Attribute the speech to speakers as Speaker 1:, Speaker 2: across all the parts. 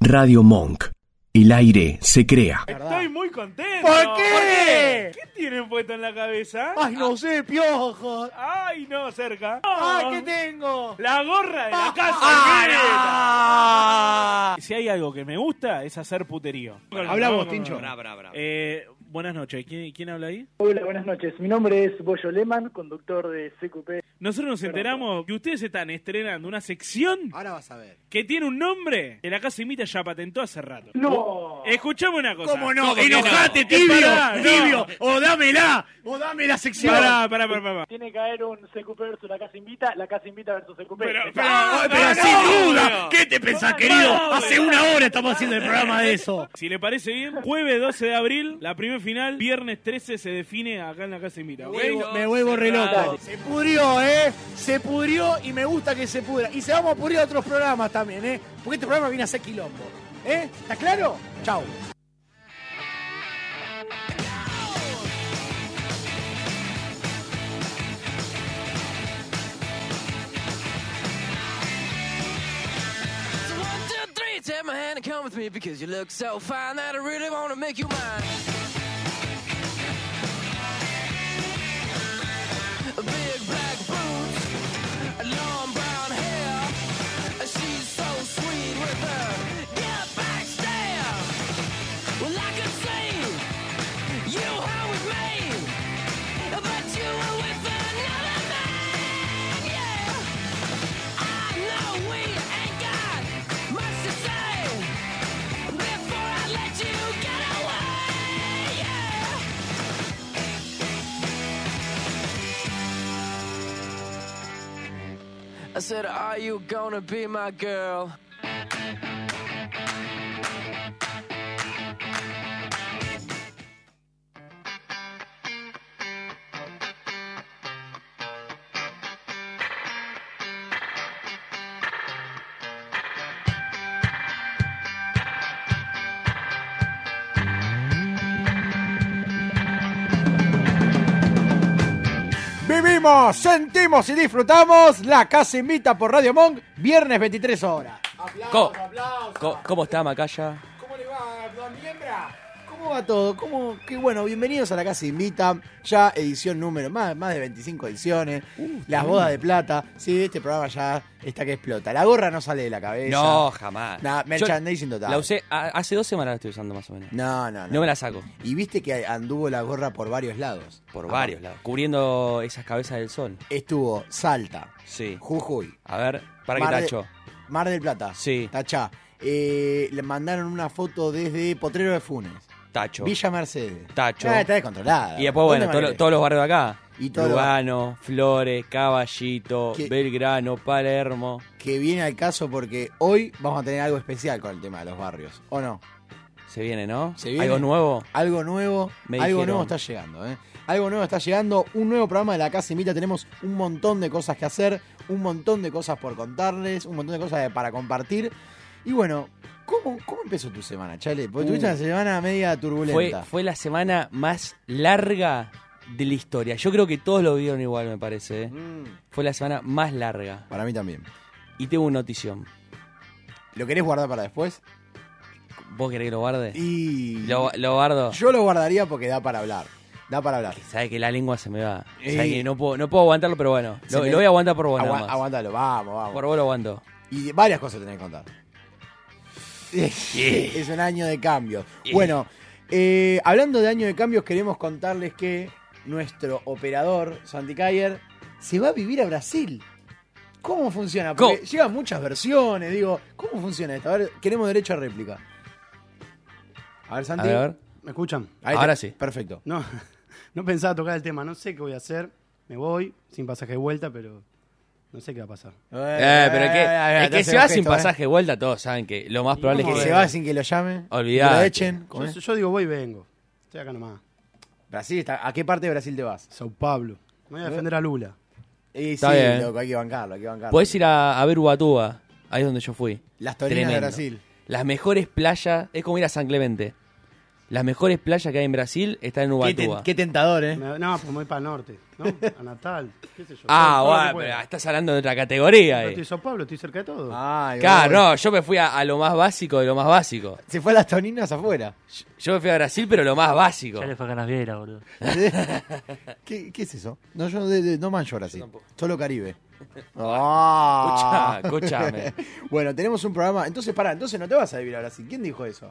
Speaker 1: Radio Monk. El aire se crea.
Speaker 2: Ah.
Speaker 3: Estoy muy contento.
Speaker 4: ¿Por qué?
Speaker 3: ¿Qué tienen puesto en la cabeza?
Speaker 4: ¡Ay, no sé, piojo!
Speaker 3: Ay, no, cerca.
Speaker 4: ¡Ay, qué tengo!
Speaker 3: La gorra de la casa.
Speaker 4: ¡Ah!
Speaker 3: Alberta. Si hay algo que me gusta es hacer puterío.
Speaker 4: Hablamos, Tincho.
Speaker 3: Eh, buenas noches. ¿Quién, quién habla ahí?
Speaker 5: Hola, buenas noches. Mi nombre es Boyo Lehmann, conductor de CQP.
Speaker 3: Nosotros nos enteramos que ustedes están estrenando una sección
Speaker 4: Ahora vas a ver.
Speaker 3: que tiene un nombre que la casa imita ya patentó hace rato.
Speaker 5: ¡No!
Speaker 3: Escuchame una cosa.
Speaker 4: ¿Cómo no? ¡Enojate, tibio!
Speaker 3: Pará, no.
Speaker 4: ¡Tibio! ¡O dámela! ¡O dame la sección!
Speaker 3: Pará, pará, pará, pará.
Speaker 5: Tiene que haber un CQP versus la Casa Invita, la Casa Invita versus CQP.
Speaker 3: Pero-
Speaker 5: Está-
Speaker 3: pero-
Speaker 4: Ah, pero
Speaker 3: no,
Speaker 4: sin
Speaker 3: no,
Speaker 4: duda,
Speaker 3: no.
Speaker 4: ¿qué te pensás,
Speaker 5: No,
Speaker 4: querido?
Speaker 3: Ah, no,
Speaker 4: Hace
Speaker 3: no.
Speaker 4: una hora estamos haciendo el programa de eso.
Speaker 3: Si le parece bien, jueves 12 de abril, la primer final, viernes 13 se define acá en la casa Invita. ¿ok?
Speaker 4: Me vuelvo re loco. Se pudrió, ¿eh? Se pudrió y me gusta que se pudra. Y se vamos a pudrir a otros programas también, ¿eh? Porque este programa viene a ser quilombo. ¿Eh? ¿Está claro? Chau.
Speaker 6: So one, two, three, take my hand and come with me because you look so fine that I really want to make you mine. Big black boots, long brown hair. She's so sweet with her get back stare. Well, I could see you were with me, but you were with another man. Yeah. I know we ain't got much to say before I let you get away. Yeah. I said, Are you gonna be my girl?
Speaker 4: Vivimos, sentimos y disfrutamos la casa invita por Radio Monk, viernes 23 horas.
Speaker 7: Co- co- ¿Cómo está Macaya?
Speaker 4: ¿Cómo le va, don Miembra? ¿Cómo va todo? ¿Cómo? Qué bueno, bienvenidos a la Casa Invita, ya edición número, más, más de 25 ediciones,
Speaker 7: Uh,
Speaker 4: las bodas de plata, sí, este programa ya está que explota. La gorra no sale de la cabeza.
Speaker 7: No, jamás.
Speaker 4: Nah,
Speaker 7: Yo
Speaker 4: merchandising total.
Speaker 7: La usé a- hace dos semanas la estoy usando más o menos.
Speaker 4: No, no, no.
Speaker 7: No me la saco.
Speaker 4: Y viste que anduvo la gorra por varios lados.
Speaker 7: Por varios lados. Cubriendo esas cabezas del sol.
Speaker 4: Estuvo Salta,
Speaker 7: Sí.
Speaker 4: Jujuy,
Speaker 7: A ver, para que
Speaker 4: Mar de-
Speaker 7: tacho.
Speaker 4: Mar del Plata,
Speaker 7: Sí.
Speaker 4: Tachá. Eh, le mandaron una foto desde Potrero de Funes.
Speaker 7: Tacho.
Speaker 4: Villa Mercedes.
Speaker 7: Tacho.
Speaker 4: Ah, está descontrolada.
Speaker 7: Y después,
Speaker 4: ¿Dónde
Speaker 7: bueno, todo-
Speaker 4: Margarita?
Speaker 7: todos los barrios de acá.
Speaker 4: Y todo lo-
Speaker 7: Lugano, Flores, Caballito,
Speaker 4: ¿Qué?
Speaker 7: Belgrano, Palermo.
Speaker 4: Que viene al caso porque hoy vamos a tener algo especial con el tema de los barrios. ¿O no?
Speaker 7: Se viene, ¿no?
Speaker 4: ¿Se viene?
Speaker 7: ¿Algo nuevo?
Speaker 4: Algo nuevo,
Speaker 7: Me
Speaker 4: algo
Speaker 7: dijeron.
Speaker 4: nuevo está llegando, ¿eh? Algo nuevo está llegando, un nuevo programa de la Casa Invita, tenemos un montón de cosas que hacer, un montón de cosas por contarles, un montón de cosas de- para compartir. Y bueno, ¿cómo, cómo empezó tu semana, Chale? Porque tuviste
Speaker 7: Uh.
Speaker 4: una semana media
Speaker 7: Fue,
Speaker 4: turbulenta.
Speaker 7: fue la semana más larga de la historia. Yo creo que todos lo vieron igual, me parece. ¿eh?
Speaker 4: Mm,
Speaker 7: Fue la semana más larga.
Speaker 4: para mí también.
Speaker 7: Y tengo una notición.
Speaker 4: ¿Lo querés guardar para después?
Speaker 7: ¿Vos querés que lo guarde?
Speaker 4: Y
Speaker 7: Lo, lo guardo.
Speaker 4: yo lo guardaría porque da para hablar. Da para hablar.
Speaker 7: Sabe que la lengua se me va.
Speaker 4: Eh.
Speaker 7: Sabe que no puedo, no puedo aguantarlo, pero bueno.
Speaker 4: Se
Speaker 7: Lo,
Speaker 4: me-
Speaker 7: lo voy a aguantar por vos
Speaker 4: Agua-
Speaker 7: nada más.
Speaker 4: Aguántalo, vamos, vamos.
Speaker 7: Por vos lo aguanto.
Speaker 4: Y varias cosas tenés que contar. Es un año de cambios. Bueno, eh, hablando de año de cambios, queremos contarles que nuestro operador, Santi Cayer, se va a vivir a Brasil. ¿Cómo funciona? Porque
Speaker 7: ¿Cómo?
Speaker 4: llegan muchas versiones, digo, ¿cómo funciona esto? A ver, queremos derecho a réplica. A ver,
Speaker 7: A
Speaker 4: Santi.
Speaker 7: ver, a ver.
Speaker 2: ¿Me escuchan?
Speaker 4: Ahí
Speaker 7: Ahora
Speaker 4: está.
Speaker 7: sí.
Speaker 4: Perfecto.
Speaker 2: No, no pensaba tocar el tema. No sé qué voy a hacer. Me voy sin pasaje de vuelta, pero no sé qué va a pasar.
Speaker 7: Eh, pero es
Speaker 4: eh,
Speaker 7: que, es
Speaker 4: eh, te
Speaker 7: que
Speaker 4: hace
Speaker 7: se va
Speaker 4: un
Speaker 7: sin
Speaker 4: gesto, eh.
Speaker 7: pasaje de vuelta, todos saben que lo más probable es
Speaker 4: Que
Speaker 7: que
Speaker 2: ¿Cómo
Speaker 4: se va sin que lo llamen.
Speaker 7: Olvidate.
Speaker 4: Que lo echen. ¿cómo
Speaker 2: eh. Yo,
Speaker 4: es?
Speaker 2: yo digo, voy y vengo. Estoy acá nomás.
Speaker 4: Brasil está. ¿A qué parte de Brasil te vas?
Speaker 2: Sao Pablo. Me voy a defender a Lula.
Speaker 4: Y
Speaker 7: Está
Speaker 4: ¿Eh? sí,
Speaker 7: bien. Pues
Speaker 4: loco, hay que bancarlo, hay que bancarlo.
Speaker 7: Podés ir a, a ver Ubatuba, ahí es donde yo fui.
Speaker 4: Las torinas de
Speaker 7: Tremendo.
Speaker 4: Brasil.
Speaker 7: Las mejores playas, es como ir a San Clemente. Las mejores playas que hay en Brasil están en
Speaker 4: Qué, ten-
Speaker 7: Ubatuba.
Speaker 4: qué tentador, ¿eh?
Speaker 2: Me- no, pues me voy para el norte. ¿no? A Natal, qué sé yo.
Speaker 7: Ah,
Speaker 2: todo- todo lo que
Speaker 7: bueno,
Speaker 2: pueda.
Speaker 7: pero estás hablando de otra categoría
Speaker 4: eh.
Speaker 2: No
Speaker 7: ahí.
Speaker 2: estoy en San Pablo, estoy cerca de todo.
Speaker 4: Ay,
Speaker 7: Claro,
Speaker 4: boludo.
Speaker 7: no, yo me fui a, a lo más básico de lo más básico.
Speaker 4: Se fue a las toninas afuera.
Speaker 7: Yo me fui a Brasil, pero lo más básico.
Speaker 8: Ya le fue a Canas Viera, boludo.
Speaker 4: ¿Qué, qué es eso? No, yo de- de- no manjo ahora sí. Solo Caribe. Ah.
Speaker 7: Escuchá, escuchame.
Speaker 4: bueno, tenemos un programa. Entonces, pará, entonces no te vas a vivir ahora sí. ¿Quién dijo eso?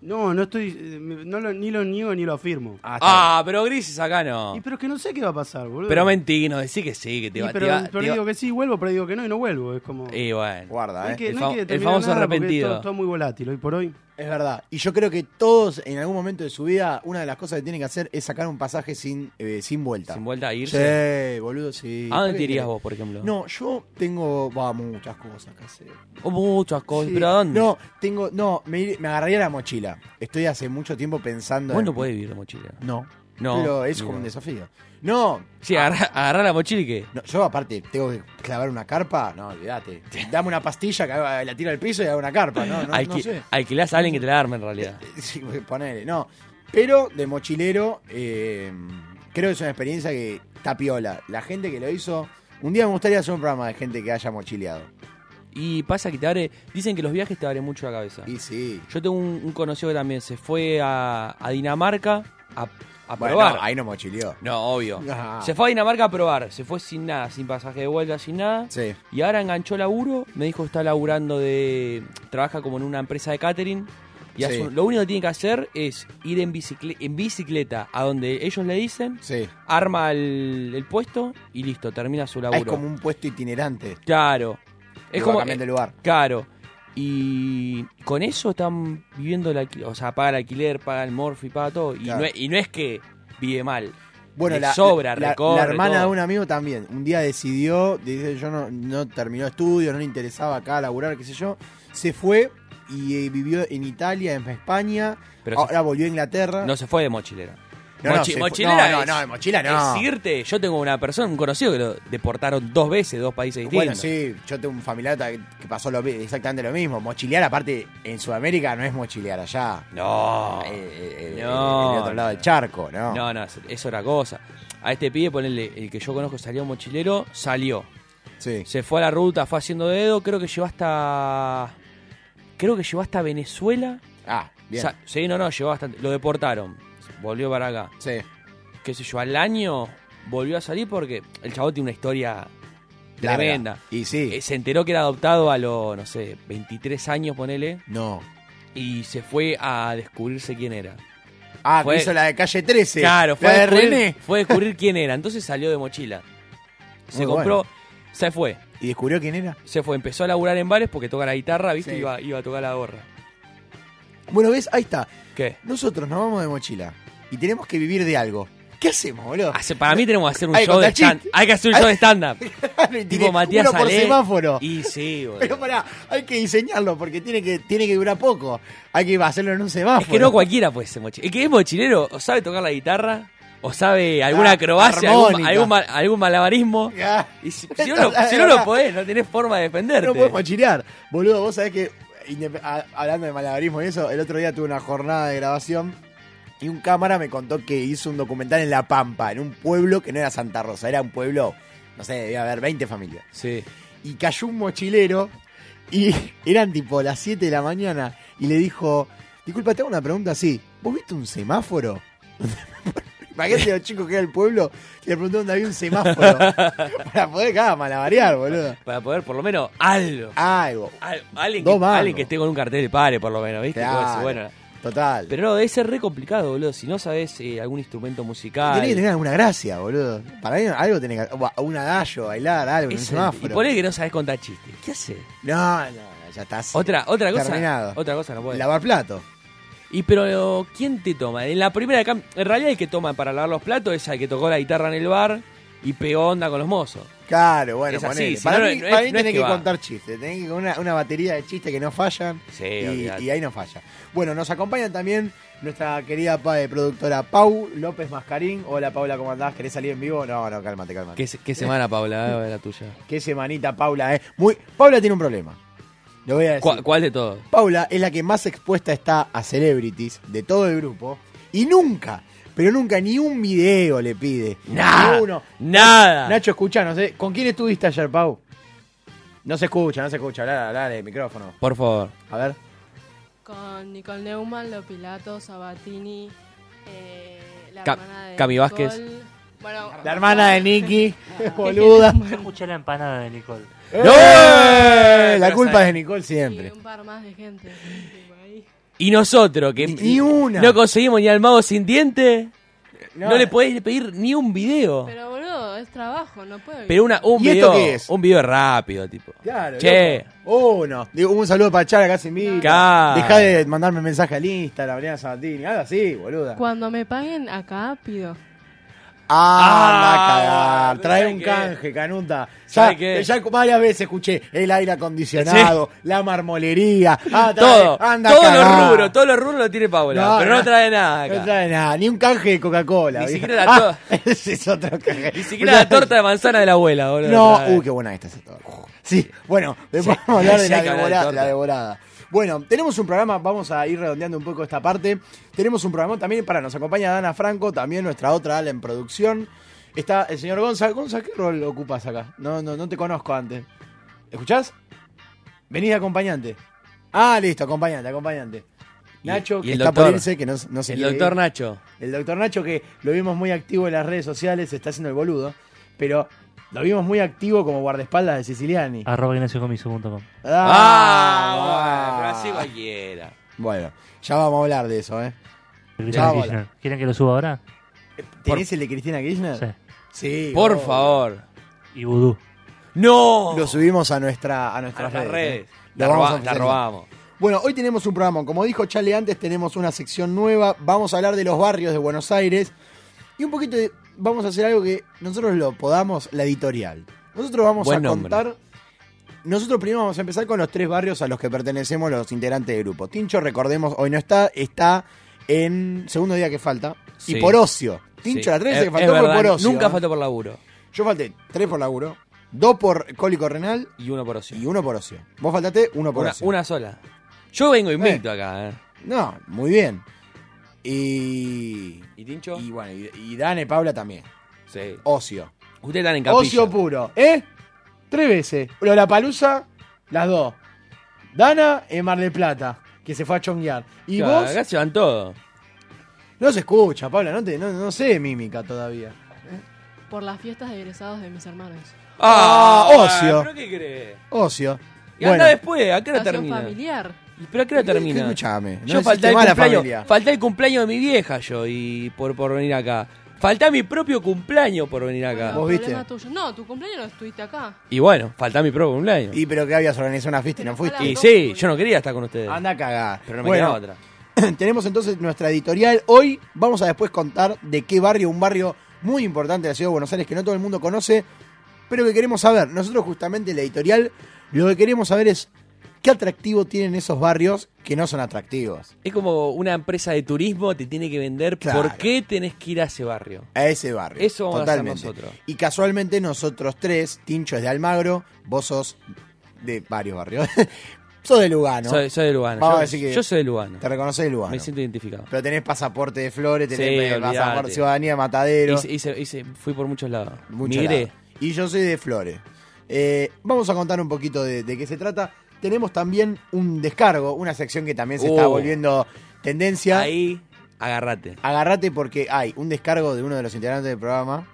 Speaker 2: No, no estoy. eh, me- no lo- ni lo niego ni lo afirmo.
Speaker 7: Ah, pero grises acá no.
Speaker 2: Y pero es que no sé qué va a pasar, boludo.
Speaker 7: Pero mentí, no decí que sí, que te
Speaker 2: Y
Speaker 7: va
Speaker 2: pero
Speaker 7: te va-
Speaker 2: pero
Speaker 7: te va-
Speaker 2: digo que sí, vuelvo, pero digo que no y no vuelvo. Es como.
Speaker 7: Y bueno.
Speaker 4: Guarda,
Speaker 2: hay
Speaker 4: eh.
Speaker 2: que-
Speaker 7: El
Speaker 2: no
Speaker 7: fa-
Speaker 2: hay que
Speaker 7: el
Speaker 2: determinar
Speaker 7: famoso
Speaker 2: nada porque es
Speaker 7: arrepentido.
Speaker 2: Todo, todo muy volátil hoy por hoy.
Speaker 4: Es verdad. Y yo creo que todos en algún momento de su vida, una de las cosas que tienen que hacer es sacar un pasaje sin, eh, sin vuelta.
Speaker 7: Sin vuelta a irse.
Speaker 4: Sí, boludo, sí.
Speaker 7: ¿A dónde
Speaker 4: ¿Qué
Speaker 7: te irías
Speaker 4: querés?
Speaker 7: vos, por ejemplo?
Speaker 4: No, yo tengo va, muchas cosas que hacer.
Speaker 7: Oh, muchas cosas.
Speaker 4: Sí.
Speaker 7: ¿Pero a dónde?
Speaker 4: No, tengo, no, me, ir- me agarraría la mochila. Estoy hace mucho tiempo pensando.
Speaker 7: Vos
Speaker 4: en-
Speaker 7: no podés vivir de mochila.
Speaker 4: No.
Speaker 7: No,
Speaker 4: Pero es
Speaker 7: digo.
Speaker 4: como un desafío. No,
Speaker 7: Sí, agarrá, agarrá la mochila y qué.
Speaker 4: no, yo aparte tengo que clavar una carpa. No, olvídate. Dame una pastilla que haga- la tiro al piso y hago una carpa. No, no,
Speaker 7: Alqui-
Speaker 4: no sé.
Speaker 7: Alquilás a alguien que te la arme en realidad.
Speaker 4: Sí, pues, ponele, no. Pero de mochilero, eh, creo que es una experiencia que está piola. La gente que lo hizo. Un día me gustaría hacer un programa de gente que haya mochileado.
Speaker 7: Y pasa que te abre. Dicen que los viajes te abren mucho la cabeza.
Speaker 4: Y sí.
Speaker 7: Yo tengo un, un conocido que también se fue a, a Dinamarca a, a
Speaker 4: Bueno,
Speaker 7: probar.
Speaker 4: no, ahí no mochileó.
Speaker 7: No, obvio.
Speaker 4: No.
Speaker 7: Se fue a Dinamarca a probar. Se fue sin nada, sin pasaje de vuelta, sin nada.
Speaker 4: Sí.
Speaker 7: Y ahora enganchó laburo. Me dijo que está laburando de. Trabaja como en una empresa de catering. Y
Speaker 4: Sí.
Speaker 7: hace un- lo único que tiene que hacer es ir en, bicicle- en bicicleta a donde ellos le dicen,
Speaker 4: Sí.
Speaker 7: arma el, el puesto y listo, termina su
Speaker 4: Ah,
Speaker 7: laburo.
Speaker 4: es como un puesto itinerante.
Speaker 7: Claro. Es
Speaker 4: Luego
Speaker 7: como.
Speaker 4: cambian de lugar.
Speaker 7: Claro. Y con eso están viviendo el alquiler. O sea, paga el alquiler, paga el morfi, paga todo. Y,
Speaker 4: Claro.
Speaker 7: no es, y no es que vive mal.
Speaker 4: Bueno,
Speaker 7: Le
Speaker 4: la,
Speaker 7: sobra,
Speaker 4: la-
Speaker 7: recorre,
Speaker 4: la hermana
Speaker 7: todo.
Speaker 4: de un amigo también. Un día decidió, dice, yo no, no terminó estudios, no le interesaba acá laburar, qué sé yo. Se fue y eh, vivió en Italia, en España.
Speaker 7: Pero
Speaker 4: ahora volvió a Inglaterra.
Speaker 7: No se fue de mochilera.
Speaker 4: No, no,
Speaker 7: Mochi-
Speaker 4: se fue-
Speaker 7: mochilera
Speaker 4: no, no,
Speaker 7: es-
Speaker 4: no, de mochila no.
Speaker 7: Es irte. Yo tengo una persona, un conocido, que lo deportaron dos veces, dos países
Speaker 4: Bueno,
Speaker 7: distintos.
Speaker 4: sí, yo tengo un familiar ta- que pasó lo mi- exactamente lo mismo. Mochilear, aparte, en Sudamérica no es mochilear allá.
Speaker 7: No.
Speaker 4: Eh, eh, eh,
Speaker 7: No,
Speaker 4: en el otro lado del
Speaker 7: no.
Speaker 4: charco, ¿no?
Speaker 7: No, no, es, es otra cosa. A este pibe, ponerle el que yo conozco salió mochilero, salió.
Speaker 4: Sí.
Speaker 7: Se fue a la ruta, fue haciendo dedo, creo que llegó hasta. Creo que llegó hasta Venezuela.
Speaker 4: Ah, bien.
Speaker 7: Sa- sí, no, no, llegó bastante. Lo deportaron. Volvió para acá.
Speaker 4: sí.
Speaker 7: Qué sé yo, al año volvió a salir porque el chabón tiene una historia
Speaker 4: Larga.
Speaker 7: tremenda.
Speaker 4: Y sí.
Speaker 7: Eh, se enteró que era adoptado a los, no sé, 23 años, ponele,
Speaker 4: No.
Speaker 7: y se fue a descubrirse quién era.
Speaker 4: Ah, que
Speaker 7: Fue-
Speaker 4: hizo la de calle 13.
Speaker 7: Claro, fue
Speaker 4: la
Speaker 7: a,
Speaker 4: de
Speaker 7: descubrir,
Speaker 4: René.
Speaker 7: fue a descubrir quién era. Entonces salió de mochila. Se
Speaker 4: Muy
Speaker 7: compró,
Speaker 4: bueno.
Speaker 7: se fue,
Speaker 4: ¿Y descubrió quién era?
Speaker 7: se fue. Empezó a laburar en bares porque toca la guitarra, ¿viste?
Speaker 4: Sí.
Speaker 7: Iba, iba a tocar la gorra.
Speaker 4: Bueno, ¿ves? Ahí está.
Speaker 7: ¿Qué?
Speaker 4: Nosotros nos vamos de mochila y tenemos que vivir de algo. ¿Qué hacemos, boludo?
Speaker 7: Hace- para mí tenemos que hacer un
Speaker 4: Ay,
Speaker 7: show de
Speaker 4: contá el
Speaker 7: stand
Speaker 4: chiste.
Speaker 7: Hay que hacer un show de stand-up.
Speaker 4: Tiene
Speaker 7: tipo Matías
Speaker 4: uno por
Speaker 7: Ale.
Speaker 4: semáforo.
Speaker 7: Y sí, boludo.
Speaker 4: Pero pará, hay que diseñarlo porque tiene que, tiene que durar poco. Hay que hacerlo en un semáforo.
Speaker 7: Es que no cualquiera puede ser mochilero. El que es mochilero o sabe tocar la guitarra, o sabe alguna
Speaker 4: Ah,
Speaker 7: acrobacia, algún,
Speaker 4: armónica.
Speaker 7: algún, ma- algún malabarismo.
Speaker 4: Ah.
Speaker 7: Y si, si no, lo, si no lo podés, no tenés forma de defenderte.
Speaker 4: No podés mochilear. Boludo, vos sabés que, indep- a- hablando de malabarismo y eso, el otro día tuve una jornada de grabación y un cámara me contó que hizo un documental en La Pampa, en un pueblo que no era Santa Rosa, era un pueblo, no sé, debía haber 20 familias.
Speaker 7: sí.
Speaker 4: y cayó un mochilero y eran tipo las 7 de la mañana y le dijo, disculpa, te hago una pregunta así, ¿vos viste un semáforo? Imagínate los chicos que era el pueblo que le preguntó dónde había un semáforo para poder acá malabarear, boludo.
Speaker 7: Para poder por lo menos algo.
Speaker 4: Algo.
Speaker 7: Al- alguien,
Speaker 4: Dos
Speaker 7: que,
Speaker 4: manos.
Speaker 7: alguien que esté con un cartel de pare, por lo menos, ¿viste? Que vos decís,
Speaker 4: Claro.
Speaker 7: bueno.
Speaker 4: Total.
Speaker 7: Pero no, debe ser re complicado, boludo. Si no sabés eh, algún instrumento musical.
Speaker 4: Tenés que tener alguna gracia, boludo. Para mí algo tenés que o un adagio, bailar, algo, en
Speaker 7: es-
Speaker 4: un
Speaker 7: y
Speaker 4: semáforo.
Speaker 7: ponele que no sabés contar chistes. ¿Qué haces?
Speaker 4: No, no, no, ya estás.
Speaker 7: Otra, otra cosa.
Speaker 4: Terminado.
Speaker 7: Otra cosa no podés.
Speaker 4: Lavar plato.
Speaker 7: Y pero, ¿quién te toma? En la primera cam- en realidad el que toma para lavar los platos es al que tocó la guitarra en el bar y pegó onda con los mozos.
Speaker 4: Claro, bueno,
Speaker 7: Es así,
Speaker 4: ponele.
Speaker 7: si
Speaker 4: para
Speaker 7: no,
Speaker 4: mí,
Speaker 7: no es-
Speaker 4: para mí
Speaker 7: no es
Speaker 4: tenés
Speaker 7: que
Speaker 4: que,
Speaker 7: va.
Speaker 4: contar chistes, tenés que una, una batería de chistes que no fallan
Speaker 7: Sí,
Speaker 4: y,
Speaker 7: olvidate.
Speaker 4: y ahí no falla. Bueno, nos acompaña también nuestra querida pa- eh, productora Pau López Mascarín. Hola Paula, ¿cómo andás? ¿Querés salir en vivo? No, no, cálmate, cálmate.
Speaker 7: ¿Qué,
Speaker 4: Qué,
Speaker 7: se- qué semana, Paula? eh, la tuya.
Speaker 4: semanita Paula, eh. Muy... Paula tiene un problema. Lo voy a decir.
Speaker 7: ¿Cuál, cuál de todos?
Speaker 4: Paula es la que más expuesta está a celebrities de todo el grupo y nunca, pero nunca ni un video le pide.
Speaker 7: Nada.
Speaker 4: Ni uno.
Speaker 7: Nada.
Speaker 4: Nacho, escucha, no sé. ¿Con quién estuviste ayer, Pau? No se escucha, no se escucha. Hablar, hablar el micrófono.
Speaker 7: Por favor.
Speaker 4: A ver.
Speaker 8: Con Nicole Neumann, Lo Pilato, Sabatini, eh, la
Speaker 7: Ca-
Speaker 8: hermana de
Speaker 7: Cami
Speaker 8: Nicole.
Speaker 7: Vázquez.
Speaker 8: Bueno,
Speaker 4: La hermana de Nicky, boluda.
Speaker 9: Escuché la empanada de Nicole.
Speaker 4: ¡Eh! La
Speaker 9: Pero
Speaker 4: culpa
Speaker 9: sabe-
Speaker 4: es de Nicole
Speaker 8: Y
Speaker 4: siempre.
Speaker 8: un par más de gente. tipo, ahí.
Speaker 7: Y nosotros, que
Speaker 4: Ni una.
Speaker 7: no conseguimos ni al mago sin diente, no, le
Speaker 4: puede
Speaker 7: podés pedir ni un video. Pero,
Speaker 8: Pero boludo, es trabajo, no puedo.
Speaker 7: una, un
Speaker 4: ¿Y
Speaker 7: video.
Speaker 4: esto qué es?
Speaker 7: Un video rápido, tipo.
Speaker 4: Claro,
Speaker 7: che.
Speaker 4: loco. Uno. Oh, Digo, un saludo para Chara, casi mil.
Speaker 7: Claro.
Speaker 4: Deja de mandarme mensaje al Instagram, Adriana Sabatini. Ahora sí, boluda.
Speaker 8: Cuando me paguen acá, pido.
Speaker 4: Ah, anda a cagar. Trae
Speaker 7: ¿sabe
Speaker 4: un
Speaker 7: qué?
Speaker 4: canje, Canuta. Ya,
Speaker 7: ¿Sabe qué?
Speaker 4: ya varias veces escuché el aire acondicionado, la marmolería. Ah, trae,
Speaker 7: Todo.
Speaker 4: Anda a
Speaker 7: todos los
Speaker 4: cagar.
Speaker 7: rubros, todos los rubros lo tiene Paola.
Speaker 4: No,
Speaker 7: pero no,
Speaker 4: no.
Speaker 7: trae nada acá.
Speaker 4: No trae nada, ni un canje de Coca-Cola.
Speaker 7: Ni
Speaker 4: vieja.
Speaker 7: siquiera la to-
Speaker 4: Ah, ese es otro canje.
Speaker 7: Ni siquiera la torta de manzana de la abuela, boludo.
Speaker 4: No,
Speaker 7: trae.
Speaker 4: uy, qué buena esta. esa torta. Sí, bueno, después vamos a hablar de
Speaker 7: sí hay
Speaker 4: la,
Speaker 7: que hablar de
Speaker 4: devora-
Speaker 7: torta.
Speaker 4: la devorada. Bueno, tenemos un programa, vamos a ir redondeando un poco esta parte. Tenemos un programa también para, nos acompaña Dana Franco, también nuestra otra ala en producción. Está el señor Gonza. Gonza, ¿qué rol ocupas acá? No, no, no te conozco antes. ¿Escuchás? Venís de acompañante. Ah, listo, acompañante, acompañante.
Speaker 7: Y-
Speaker 4: Nacho,
Speaker 7: y
Speaker 4: que
Speaker 7: el
Speaker 4: está
Speaker 7: doctor.
Speaker 4: por irse, que no, no se
Speaker 7: El
Speaker 4: quiere
Speaker 7: doctor
Speaker 4: ir.
Speaker 7: Nacho.
Speaker 4: El doctor Nacho, que lo vimos muy activo en las redes sociales, se está haciendo el boludo, pero lo vimos muy activo como guardaespaldas de Siciliani.
Speaker 9: Arroba ignacio.com.
Speaker 7: Ah, bueno,
Speaker 4: Ah.
Speaker 7: pero así cualquiera.
Speaker 4: Bueno, ya vamos a hablar de eso, ¿eh?
Speaker 9: Cristina
Speaker 4: Chao,
Speaker 9: Kirchner. ¿Quieren que lo suba ahora?
Speaker 4: ¿Tenés el de Cristina Kirchner?
Speaker 9: Sí.
Speaker 4: Sí,
Speaker 7: Por
Speaker 4: oh.
Speaker 7: favor.
Speaker 9: Y vudú.
Speaker 7: No.
Speaker 4: Lo subimos a, nuestra, a
Speaker 7: a
Speaker 4: nuestras
Speaker 7: nuestras
Speaker 4: redes.
Speaker 7: redes.
Speaker 4: ¿eh? Lo
Speaker 7: La,
Speaker 4: vamos a
Speaker 7: roba- la
Speaker 4: oficializar.
Speaker 7: robamos.
Speaker 4: Bueno, hoy tenemos un programa. Como dijo Chale antes, tenemos una sección nueva. Vamos a hablar de los barrios de Buenos Aires. Y un poquito de- vamos a hacer algo que nosotros lo podamos, la editorial. Nosotros vamos
Speaker 7: Buen
Speaker 4: a
Speaker 7: nombre.
Speaker 4: contar. Nosotros primero vamos a empezar con los tres barrios a los que pertenecemos los integrantes del grupo. Tincho, recordemos, hoy no está, está en segundo día que falta.
Speaker 7: Sí.
Speaker 4: Y por ocio. Tincho,
Speaker 7: Sí.
Speaker 4: la tres
Speaker 7: Es-
Speaker 4: que
Speaker 7: es
Speaker 4: faltó fue
Speaker 7: verdad,
Speaker 4: por ocio.
Speaker 7: Nunca
Speaker 4: ¿eh?
Speaker 7: faltó por laburo.
Speaker 4: Yo falté tres por laburo, dos por cólico renal
Speaker 7: Y uno por ocio.
Speaker 4: y uno por ocio. Vos faltaste uno por
Speaker 7: Una,
Speaker 4: ocio.
Speaker 7: una sola. Yo vengo invicto acá, ¿eh?
Speaker 4: No, muy bien. Y.
Speaker 7: ¿Y Tincho?
Speaker 4: Y bueno, y, y Dane Paula también.
Speaker 7: Sí.
Speaker 4: Ocio.
Speaker 7: Ustedes están en capilla.
Speaker 4: Ocio puro. ¿Eh? Tres veces. La palusa, las dos. Dana en Mar del Plata, que se fue a chonguear. Y
Speaker 7: Claro,
Speaker 4: vos.
Speaker 7: Acá se van todos.
Speaker 4: No se escucha, Paula, no, te, no, no sé de mímica todavía.
Speaker 8: Por las fiestas de egresados de mis hermanos.
Speaker 4: Ah,
Speaker 7: bueno,
Speaker 4: ocio.
Speaker 7: ¿Pero qué crees?
Speaker 4: Ocio.
Speaker 7: Y anda después, ¿a qué hora
Speaker 8: Pasión
Speaker 7: termina?
Speaker 8: familiar.
Speaker 7: ¿Y ¿Pero a qué hora termina?
Speaker 4: Eh, Escuchame. No
Speaker 7: yo falté el,
Speaker 4: mal a la
Speaker 7: cumpleaños,
Speaker 4: familia.
Speaker 7: falté el cumpleaños de mi vieja yo y por, por venir acá. Falta mi propio cumpleaños por venir acá.
Speaker 8: Bueno,
Speaker 4: Vos viste.
Speaker 8: problema tuyo. No, tu cumpleaños lo estuviste acá.
Speaker 7: Y bueno, falta mi propio cumpleaños. Y,
Speaker 4: Y pero que habías organizado una fiesta y no
Speaker 8: Pero ojalá-
Speaker 4: fuiste.
Speaker 8: Y-
Speaker 7: sí, yo no quería estar con ustedes.
Speaker 4: Anda a cagar.
Speaker 7: pero no me
Speaker 4: Bueno,
Speaker 7: quedaba otra.
Speaker 4: Tenemos entonces nuestra editorial. Hoy vamos a después contar de qué barrio, un barrio muy importante de la ciudad de Buenos Aires que no todo el mundo conoce, pero que queremos saber. Nosotros justamente en la editorial lo que queremos saber es qué atractivo tienen esos barrios que no son atractivos.
Speaker 7: Es como una empresa de turismo te tiene que vender
Speaker 4: Claro.
Speaker 7: por qué tenés que ir a ese barrio.
Speaker 4: A ese barrio.
Speaker 7: Eso vamos a hacer nosotros.
Speaker 4: Y casualmente nosotros tres, Tincho es de Almagro, vos sos de varios barrios. sos de Lugano.
Speaker 7: Soy, soy de Lugano.
Speaker 4: Ah, Vamos a
Speaker 7: Yo,
Speaker 4: decir que
Speaker 7: yo soy de Lugano.
Speaker 4: Te reconocés de Lugano.
Speaker 7: Me siento identificado.
Speaker 4: Pero tenés pasaporte de flores, tenés
Speaker 7: Sí,
Speaker 4: eh, pasaporte
Speaker 7: olvidate.
Speaker 4: de ciudadanía de matadero.
Speaker 7: Hice, hice- hice- fui por muchos lados.
Speaker 4: Mucho
Speaker 7: Migré.
Speaker 4: helado. Y yo soy de Flores. Eh, vamos a contar un poquito de, de qué se trata. Tenemos también un descargo, una sección que también se está
Speaker 7: Oh.
Speaker 4: volviendo tendencia.
Speaker 7: Ahí, agarrate.
Speaker 4: Agarrate porque hay un descargo de uno de los integrantes del programa.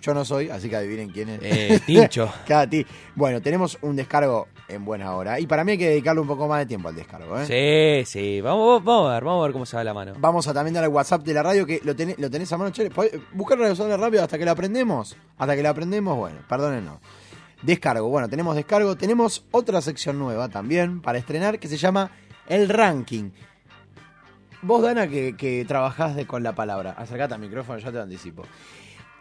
Speaker 4: Yo no soy, así que adivinen quién es.
Speaker 7: Eh, tincho.
Speaker 4: Cada ti. Bueno, tenemos un descargo en buena hora. Y para mí hay que dedicarle un poco más de tiempo al descargo. ¿eh?
Speaker 7: Sí, sí. Vamos, vamos a ver, vamos a ver cómo se va la mano.
Speaker 4: Vamos a también dar el WhatsApp de la radio que lo tenés, lo tenés a mano, Chele. ¿Podés Buscar la radio rápido hasta que la aprendemos. Hasta que la aprendemos, bueno, perdónenos. Descargo, bueno, tenemos descargo. Tenemos otra sección nueva también para estrenar que se llama El Ranking. Vos, Dana, que, que trabajás de- con la palabra. Acercate al micrófono, ya te lo anticipo.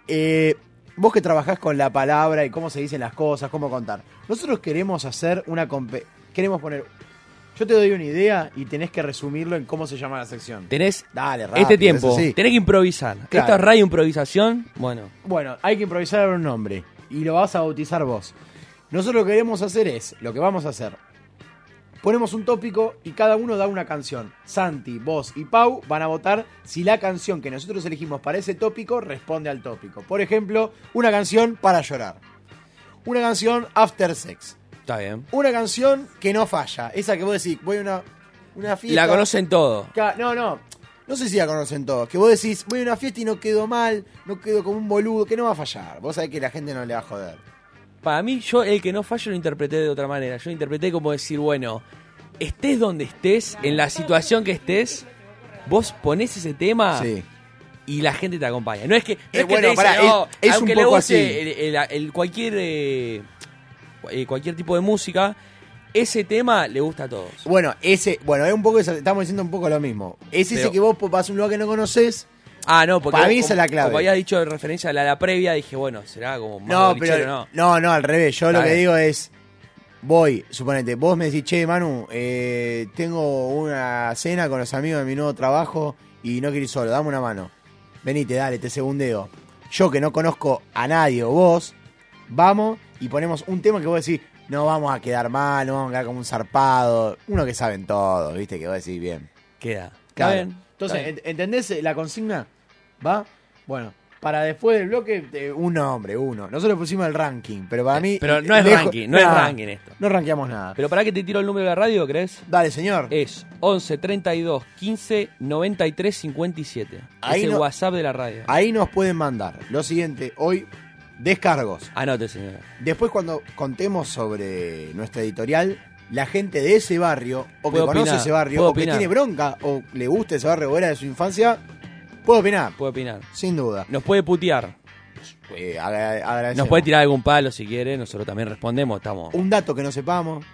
Speaker 4: Eh, vos que trabajás con la palabra y cómo se dicen las cosas, cómo contar. Nosotros queremos hacer una... compe- Queremos poner... Yo te doy una idea y tenés que resumirlo en cómo se llama la sección.
Speaker 7: Tenés
Speaker 4: Dale, rápido,
Speaker 7: este tiempo.
Speaker 4: eso sí.
Speaker 7: Tenés que improvisar.
Speaker 4: Claro.
Speaker 7: Esto es radio improvisación. Bueno,
Speaker 4: Bueno, hay que improvisar un nombre y lo vas a bautizar vos. Nosotros lo que queremos hacer es, lo que vamos a hacer, Ponemos un tópico y cada uno da una canción. Santi, vos y Pau van a votar si la canción que nosotros elegimos para ese tópico responde al tópico. Por ejemplo, una canción para llorar. Una canción after sex.
Speaker 7: Está bien.
Speaker 4: Una canción que no falla. Esa que vos decís, voy a una, una fiesta.
Speaker 7: La conocen todos.
Speaker 4: Ca- No, no. No sé si la conocen todos. Que vos decís, voy a una fiesta y no quedo mal, no quedo como un boludo, que no va a fallar. Vos sabés que la gente no le va a joder.
Speaker 7: Para mí, yo el que no fallo lo interpreté de otra manera. Yo lo interpreté como decir, bueno, estés donde estés, en la situación que estés, vos ponés ese tema y la gente te acompaña. No es que, no es que
Speaker 4: bueno,
Speaker 7: te dicen,
Speaker 4: pará,
Speaker 7: "No,
Speaker 4: es- es un
Speaker 7: aunque le
Speaker 4: poco
Speaker 7: guste
Speaker 4: así.
Speaker 7: el- el- el cualquier, eh, eh, cualquier tipo de música, ese tema le gusta a todos.
Speaker 4: Bueno, ese, bueno, es un poco esa- estamos diciendo un poco lo mismo. Es ese
Speaker 7: Pero-
Speaker 4: que vos vas a un lugar que no conoces.
Speaker 7: Ah, no, porque
Speaker 4: Para mí
Speaker 7: como-
Speaker 4: esa es la clave.
Speaker 7: Como había dicho en referencia a la, la previa, dije, bueno, será como más
Speaker 4: No,
Speaker 7: bolichero,
Speaker 4: pero
Speaker 7: no.
Speaker 4: no. no, al revés. Yo lo
Speaker 7: Está
Speaker 4: que
Speaker 7: bien.
Speaker 4: digo es voy, suponete, vos me decís, "Che, Manu, eh, tengo una cena con los amigos de mi nuevo trabajo y no quiero ir solo, dame una mano." Venite, dale, te segundeo. Yo que no conozco a nadie o vos, vamos y ponemos un tema que vos decís, "No vamos a quedar mal, no vamos a quedar como un zarpado." Uno que saben todo, ¿viste? Que vos decís bien.
Speaker 7: Queda. Está
Speaker 4: Claro.
Speaker 7: bien, está
Speaker 4: Entonces,
Speaker 7: bien.
Speaker 4: ent- ¿entendés eh, la consigna? ¿Va? Bueno, para después del bloque, eh, un nombre, uno. Nosotros pusimos el ranking, pero para mí.
Speaker 7: Eh, Pero no es
Speaker 4: lejos-
Speaker 7: ranking, no es ranking esto.
Speaker 4: No rankeamos nada.
Speaker 7: Pero para que te tiro el número de la radio, ¿crees?
Speaker 4: Dale, señor.
Speaker 7: Es 11 32 15 93 57.
Speaker 4: Ahí
Speaker 7: es el
Speaker 4: no-
Speaker 7: WhatsApp de la radio.
Speaker 4: Ahí nos pueden mandar lo siguiente, hoy, descargos.
Speaker 7: Anote, señora.
Speaker 4: Después, cuando contemos sobre nuestra editorial, la gente de ese barrio, o que
Speaker 7: Puede
Speaker 4: conoce
Speaker 7: opinar,
Speaker 4: ese barrio,
Speaker 7: puede
Speaker 4: o que
Speaker 7: opinar.
Speaker 4: tiene bronca, o le gusta ese barrio o era de su infancia, puede opinar,
Speaker 7: Puede opinar.
Speaker 4: sin duda.
Speaker 7: Nos puede putear.
Speaker 4: Eh, agra- agradecemos.
Speaker 7: Nos puede tirar algún palo si quiere. Nosotros también respondemos. Estamos.
Speaker 4: Un dato que no sepamos.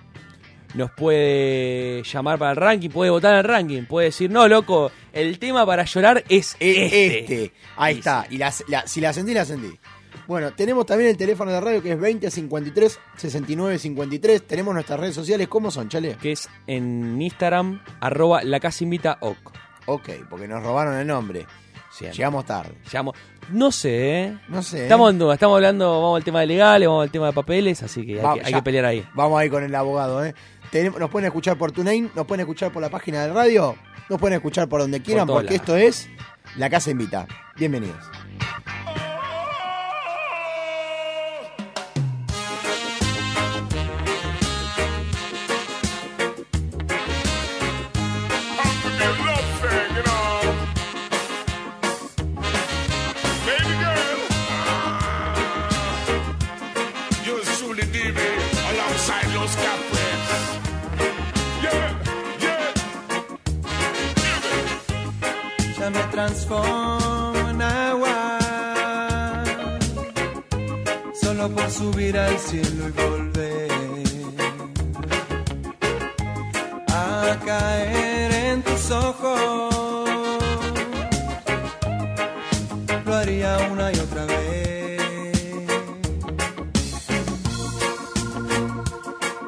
Speaker 7: Nos puede llamar para el ranking. Puede votar en el ranking. Puede decir, no, loco, el tema para llorar es
Speaker 4: E-
Speaker 7: este.
Speaker 4: Este. Ahí
Speaker 7: Sí,
Speaker 4: está. Y la- la- si la ascendí, la ascendí. Bueno, tenemos también el teléfono de radio que es 20 53 69 53. Tenemos nuestras redes sociales. ¿Cómo son, chale?
Speaker 7: Que es en Instagram, arroba la casa invita ok.
Speaker 4: Ok, porque nos robaron el nombre.
Speaker 7: Siempre.
Speaker 4: Llegamos tarde.
Speaker 7: Llamamos. No sé, ¿eh?
Speaker 4: No sé.
Speaker 7: Estamos en duda, estamos hablando, vamos al tema de legales, vamos al tema de papeles, así que hay,
Speaker 4: Va-
Speaker 7: que, hay
Speaker 4: ya.
Speaker 7: que pelear ahí.
Speaker 4: Vamos ahí con el abogado, ¿eh? Tenemos- nos pueden escuchar por TuneIn, nos pueden escuchar por la página de radio, nos pueden escuchar por donde quieran,
Speaker 7: todos
Speaker 4: porque esto
Speaker 7: lados.
Speaker 4: es La Casa Invita. Bienvenidos.
Speaker 10: Ya me transformo en agua Solo por subir al cielo y volver A caer en tus ojos Lo haría una y otra vez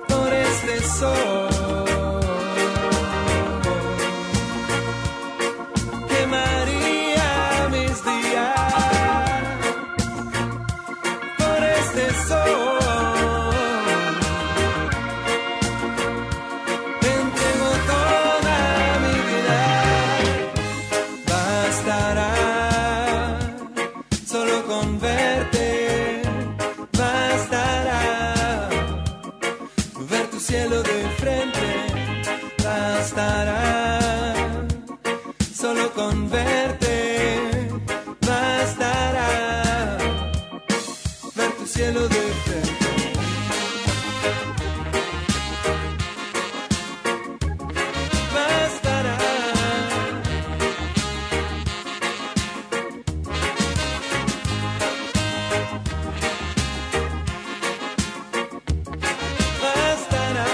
Speaker 10: Flores de sol quemaría mis días por este sol. Te entrego toda mi vida. Bastará solo con verte. Bastará ver tu cielo de frente. Bastará solo con verte bastará ver tu cielo de frente. Bastará. Bastará.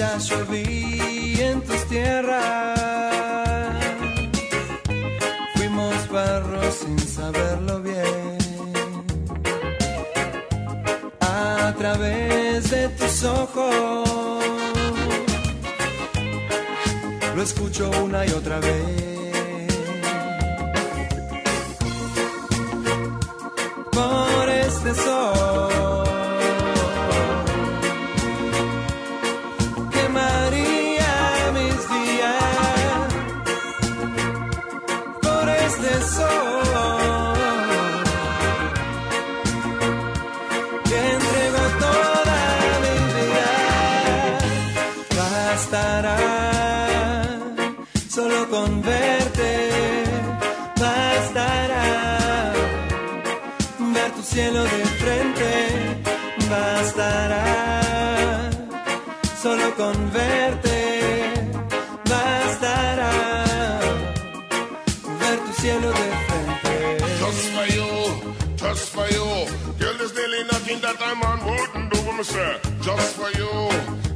Speaker 10: ya lloví en tus tierras. Fuimos barro sin saberlo bien. A través de tus ojos lo escucho una y otra vez. Por este sol. este
Speaker 6: bastará, solo con verte bastará, ver tu cielo de frente.
Speaker 11: Just for you, just for you. Girl, there's really nothing that a man wouldn't do, me say. Just for you,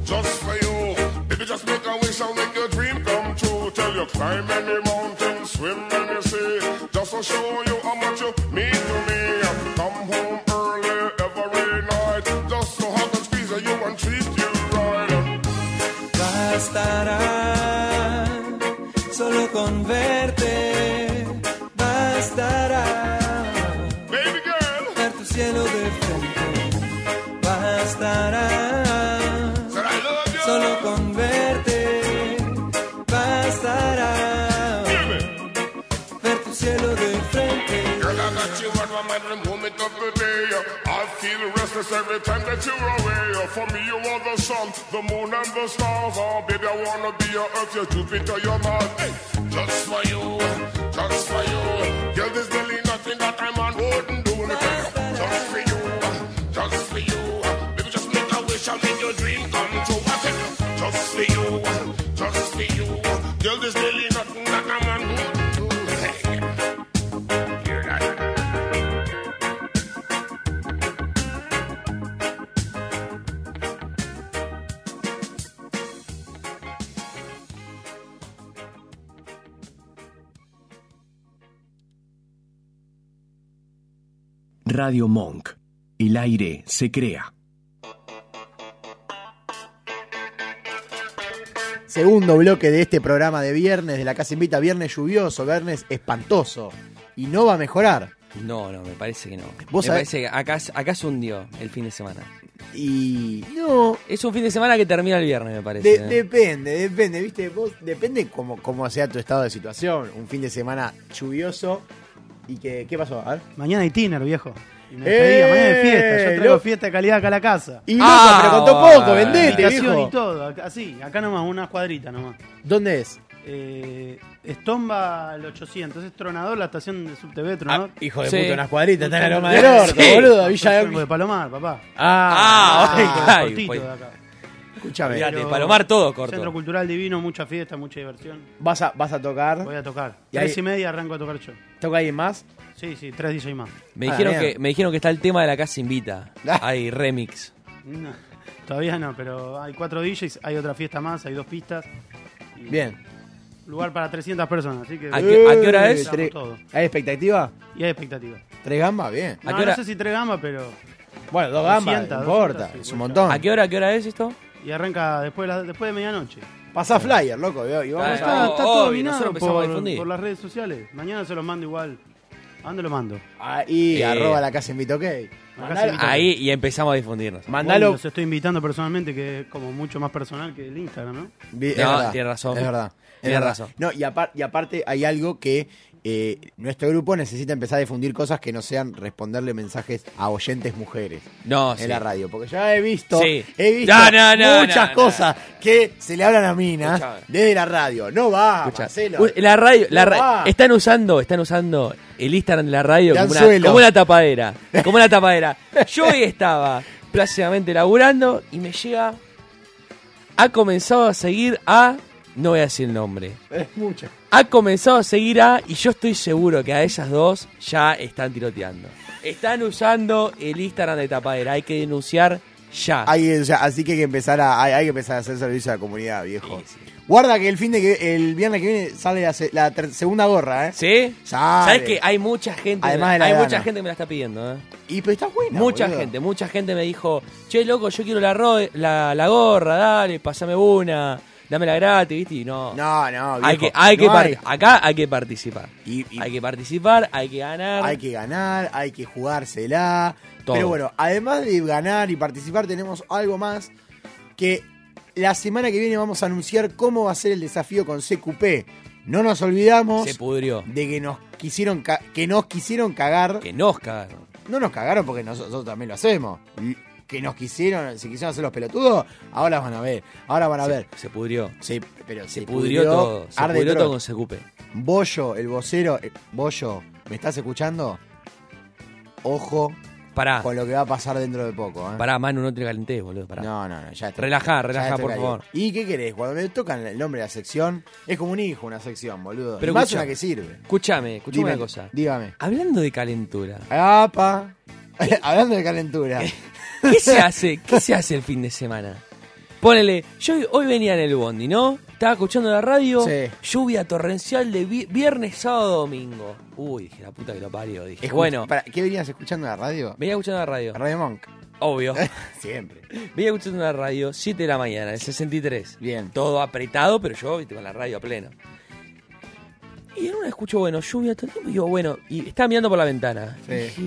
Speaker 11: just for you. Baby, just make a wish and make your dream come true. Tell you climb any mountain, swim any sea. Just to show you how much you mean to me. Come home early every night. Just to hug and squeeze you and treat you right.
Speaker 6: Bastará, solo con verte bastará.
Speaker 11: Baby girl,
Speaker 6: ver tu cielo de frente, bastará.
Speaker 11: said I love you.
Speaker 6: Solo con verte, bastará. Ver tu cielo de frente.
Speaker 11: Girl, I got you on my mind from moment of the day. I feel restless every time that you're away. For me, you are the sun, the moon, and the stars. Oh, baby, I wanna be your Earth, your Jupiter, your Mars. Hey, just for you, just for you. Girl, there's really nothing that I'm on wouldn't do. Just for you, just for you. Baby, just make a wish and make your dream come true. I said, just for you, just for you. Girl, there's really nothing that I'm on wouldn't do. Hey. You're not.
Speaker 1: Radio Monk. El aire se crea.
Speaker 4: Segundo bloque de este programa de viernes de la Casa Invita, viernes lluvioso, viernes espantoso. Y no va a mejorar.
Speaker 7: No, no, me parece que no.
Speaker 4: Vos
Speaker 7: me
Speaker 4: sabés-
Speaker 7: parece que acá, acá se hundió el fin de semana.
Speaker 4: Y no,
Speaker 7: Es un fin de semana que termina el viernes, me
Speaker 4: de-
Speaker 7: parece. ¿eh?
Speaker 4: depende, depende, viste, vos, depende cómo, cómo sea tu estado de situación. Un fin de semana lluvioso y que, ¿qué pasó? A ver.
Speaker 2: Mañana hay tiner, viejo. Y me despedía,
Speaker 4: ¡Eh!
Speaker 2: mañana hay fiesta. Yo traigo
Speaker 4: Lo-
Speaker 2: fiesta de calidad acá a la casa.
Speaker 4: Y loco,
Speaker 7: Ah,
Speaker 4: pero contó poco,
Speaker 7: bueno.
Speaker 4: vendete,
Speaker 2: Indicación
Speaker 4: viejo.
Speaker 2: y todo, acá- así, acá nomás, una cuadrita nomás.
Speaker 4: ¿Dónde es?
Speaker 2: Eh, Estomba al 800, es Tronador, la estación de SubTV, Tronador.
Speaker 4: hijo
Speaker 7: Ah, de Sí. puta, unas
Speaker 4: unas cuadritas,
Speaker 2: está en la Loma
Speaker 7: del Orto, boludo,
Speaker 2: Algo de Palomar, papá.
Speaker 7: Ah,
Speaker 2: Ah,
Speaker 7: ay,
Speaker 2: cortito
Speaker 7: Ah, pues,
Speaker 2: de acá.
Speaker 4: Escúchame,
Speaker 7: mirá, de
Speaker 2: pero-
Speaker 7: Palomar todo
Speaker 2: Centro
Speaker 7: corto.
Speaker 2: Cultural Divino, mucha fiesta, mucha diversión.
Speaker 4: vas a, vas a tocar.
Speaker 2: Voy a tocar.
Speaker 4: Y
Speaker 2: Tres
Speaker 4: ahí-
Speaker 2: y media arranco a tocar yo.
Speaker 4: ¿Toca alguien más?
Speaker 2: Sí, sí, tres DJ más.
Speaker 7: Me
Speaker 4: Ah,
Speaker 7: dijeron,
Speaker 4: bien.
Speaker 7: que, me dijeron que está el tema de la casa invita.
Speaker 4: Ah.
Speaker 7: Hay remix.
Speaker 2: No, todavía no, pero hay cuatro DJs, hay otra fiesta más, hay dos pistas. y
Speaker 4: Bien.
Speaker 2: Lugar para 300 personas, así que...
Speaker 7: ¿A qué- a qué hora
Speaker 4: Eh,
Speaker 7: es?
Speaker 4: tre-
Speaker 2: Todo.
Speaker 4: ¿Hay expectativa?
Speaker 2: Y hay expectativas.
Speaker 4: ¿Tres gambas? Bien.
Speaker 7: ¿A
Speaker 2: No,
Speaker 7: qué hora-
Speaker 2: no sé si tres gambas, pero...
Speaker 4: Bueno, dos gambas,
Speaker 2: 200,
Speaker 4: no importa,
Speaker 2: 200,
Speaker 4: es
Speaker 2: sí,
Speaker 4: un
Speaker 2: voy a-
Speaker 4: montón.
Speaker 7: ¿A qué hora, a qué hora es esto?
Speaker 2: Y arranca después de, la- después de medianoche.
Speaker 4: Pasá flyer, loco, y vamos
Speaker 7: Ah,
Speaker 4: a-
Speaker 2: Está, está
Speaker 7: obvio,
Speaker 2: todo
Speaker 7: nosotros
Speaker 2: vinado
Speaker 7: empezamos a difundir.
Speaker 2: por, por las redes sociales. Mañana se los mando igual. ¿A dónde lo mando?
Speaker 4: Ahí,
Speaker 7: Eh.
Speaker 4: arroba la casa invito, ok.
Speaker 2: Mandalo-
Speaker 4: Mandalo,
Speaker 7: Ahí y empezamos a difundirnos.
Speaker 2: Hoy
Speaker 4: mandalo
Speaker 2: Los estoy invitando personalmente, que es como mucho más personal que el Instagram, ¿no?
Speaker 4: Vi- es
Speaker 7: No,
Speaker 4: verdad,
Speaker 7: tiene razón.
Speaker 4: Es verdad. es
Speaker 7: Tiene
Speaker 4: verdad.
Speaker 7: razón.
Speaker 4: No, y, apar- y aparte hay algo que eh, nuestro grupo necesita empezar a difundir cosas que no sean responderle mensajes a oyentes mujeres
Speaker 7: No,
Speaker 4: en
Speaker 7: sí.
Speaker 4: la radio. Porque ya he visto,
Speaker 7: Sí.
Speaker 4: he visto
Speaker 7: No, no, no,
Speaker 4: muchas
Speaker 7: no, no.
Speaker 4: cosas que se le hablan a minas
Speaker 7: Escuchame.
Speaker 4: desde la radio. No va,
Speaker 7: Escuchá.
Speaker 4: Ah, Marcelo.
Speaker 7: Uy, La radio, la
Speaker 4: No
Speaker 7: ra- eh,
Speaker 4: va.
Speaker 7: están usando, están usando el Instagram de la radio
Speaker 4: De
Speaker 7: como una,
Speaker 4: anzuelo.
Speaker 7: como una tapadera, como una tapadera. Yo hoy estaba plácidamente laburando y me llega, ha comenzado a seguir a, no voy a decir el nombre,
Speaker 4: Es mucho.
Speaker 7: ha comenzado a seguir a, y yo estoy seguro que a ellas dos ya están tiroteando. Están usando el Instagram de tapadera, hay que denunciar ya.
Speaker 4: Hay- o sea, así que hay que empezar a, hay, hay que empezar a hacer servicio a la comunidad, viejo.
Speaker 7: Sí, sí.
Speaker 4: Guarda que el fin de que el viernes que viene sale la, se- la ter- segunda gorra, ¿eh?
Speaker 7: ¿Sí?
Speaker 4: Sale.
Speaker 7: ¿Sabes que hay mucha gente,
Speaker 4: Además de la
Speaker 7: hay mucha
Speaker 4: gana.
Speaker 7: gente que me la está pidiendo, eh?
Speaker 4: Y pero está buena.
Speaker 7: mucha
Speaker 4: boludo.
Speaker 7: gente, mucha gente me dijo, che, loco, yo quiero la, ro- la, la gorra, dale, pasame una, dámela gratis, ¿viste? Y no.
Speaker 4: No, no,
Speaker 7: hay que,
Speaker 4: viejo,
Speaker 7: hay que
Speaker 4: no
Speaker 7: par-
Speaker 4: hay.
Speaker 7: Acá hay que participar.
Speaker 4: Y- y-
Speaker 7: hay que participar, hay que ganar.
Speaker 4: Hay que ganar, hay que jugársela.
Speaker 7: Todo.
Speaker 4: Pero bueno, además de ganar y participar, tenemos algo más que la semana que viene vamos a anunciar cómo va a ser el desafío con CQP. No nos olvidamos
Speaker 7: Se pudrió.
Speaker 4: de que nos quisieron ca- que nos quisieron cagar.
Speaker 7: Que nos cagaron.
Speaker 4: No nos cagaron porque nos- nosotros también lo hacemos. L- Que nos quisieron, se quisieron hacer los pelotudos, ahora van a ver, ahora van a ver.
Speaker 7: Se pudrió.
Speaker 4: Sí, pero se,
Speaker 7: Se pudrió, todo. Se
Speaker 4: arde
Speaker 7: pudrió
Speaker 4: todo.
Speaker 7: todo con Secupe.
Speaker 4: Bollo, el vocero, eh, Bollo, ¿me estás escuchando? Ojo
Speaker 7: Pará.
Speaker 4: Con lo que va a pasar dentro de poco, ¿eh?
Speaker 7: Pará, Manu, no te calentés, boludo. Pará.
Speaker 4: No, no, no, ya está.
Speaker 7: Relajá,
Speaker 4: Ya
Speaker 7: relajá,
Speaker 4: estoy
Speaker 7: por
Speaker 4: caliente.
Speaker 7: favor.
Speaker 4: ¿Y qué querés? Cuando me tocan el nombre de la sección, es como un hijo una sección, boludo.
Speaker 7: Pero
Speaker 4: Pero más
Speaker 7: escuchá.
Speaker 4: una que sirve.
Speaker 7: Escuchame, escuchame
Speaker 4: Dime,
Speaker 7: una cosa.
Speaker 4: Dígame.
Speaker 7: Hablando de calentura.
Speaker 4: ¡Apa! Hablando de calentura.
Speaker 7: ¿Qué se hace? ¿Qué se hace el fin de semana? Ponele, yo hoy venía en el bondi, ¿no? Estaba escuchando la radio,
Speaker 4: Sí.
Speaker 7: lluvia torrencial de vi- viernes, sábado, domingo. Uy, dije, la puta que lo parió, dije.
Speaker 4: Escucha-
Speaker 7: bueno,
Speaker 4: pará, ¿Qué venías escuchando en la radio?
Speaker 7: venía escuchando la radio,
Speaker 4: Radio Monk.
Speaker 7: obvio.
Speaker 4: Siempre.
Speaker 7: venía escuchando la radio, 7 de la mañana, el 63.
Speaker 4: Bien.
Speaker 7: Todo apretado, pero yo, viste, con la radio a pleno. Y en una escucho, bueno, lluvia todo el tiempo, y digo, bueno, y estaba mirando por la ventana.
Speaker 4: Sí.
Speaker 7: Y dije,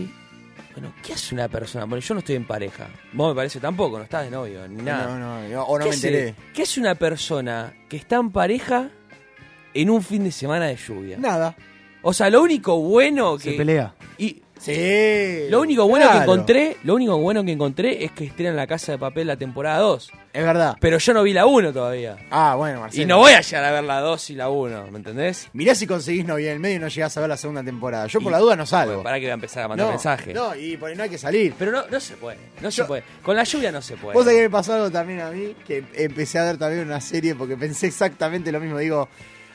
Speaker 7: bueno, ¿qué hace una persona? Bueno, yo no estoy en pareja. Vos me parece tampoco, no estás de novio, ni nada.
Speaker 4: No, no, no, o no
Speaker 7: ¿Qué
Speaker 4: me
Speaker 7: hace-
Speaker 4: enteré.
Speaker 7: ¿Qué hace una persona que está en pareja en un fin de semana de lluvia?
Speaker 4: Nada.
Speaker 7: O sea, lo único bueno que.
Speaker 2: Se pelea.
Speaker 7: y
Speaker 4: Sí.
Speaker 7: lo único bueno que
Speaker 4: claro.
Speaker 7: encontré, lo único bueno que encontré es que estrenan la casa de papel la temporada 2.
Speaker 4: Es verdad.
Speaker 7: Pero yo no vi la 1 todavía.
Speaker 4: Ah, bueno, Marcelo.
Speaker 7: Y no voy a llegar a ver la 2 y la 1, ¿me entendés?
Speaker 4: Mirá si conseguís novia en el medio y no llegás a ver la segunda temporada. Yo por
Speaker 7: Y-
Speaker 4: la duda no salgo.
Speaker 7: Bueno, para que voy a empezar a mandar
Speaker 4: no,
Speaker 7: mensajes.
Speaker 4: No, y por ahí no hay que salir.
Speaker 7: Pero no, no se puede, no se
Speaker 4: Yo-
Speaker 7: puede. Con la lluvia no se puede.
Speaker 4: Vos sabés que me pasó algo también a mí, que empecé a ver también una serie porque pensé exactamente lo mismo. Digo,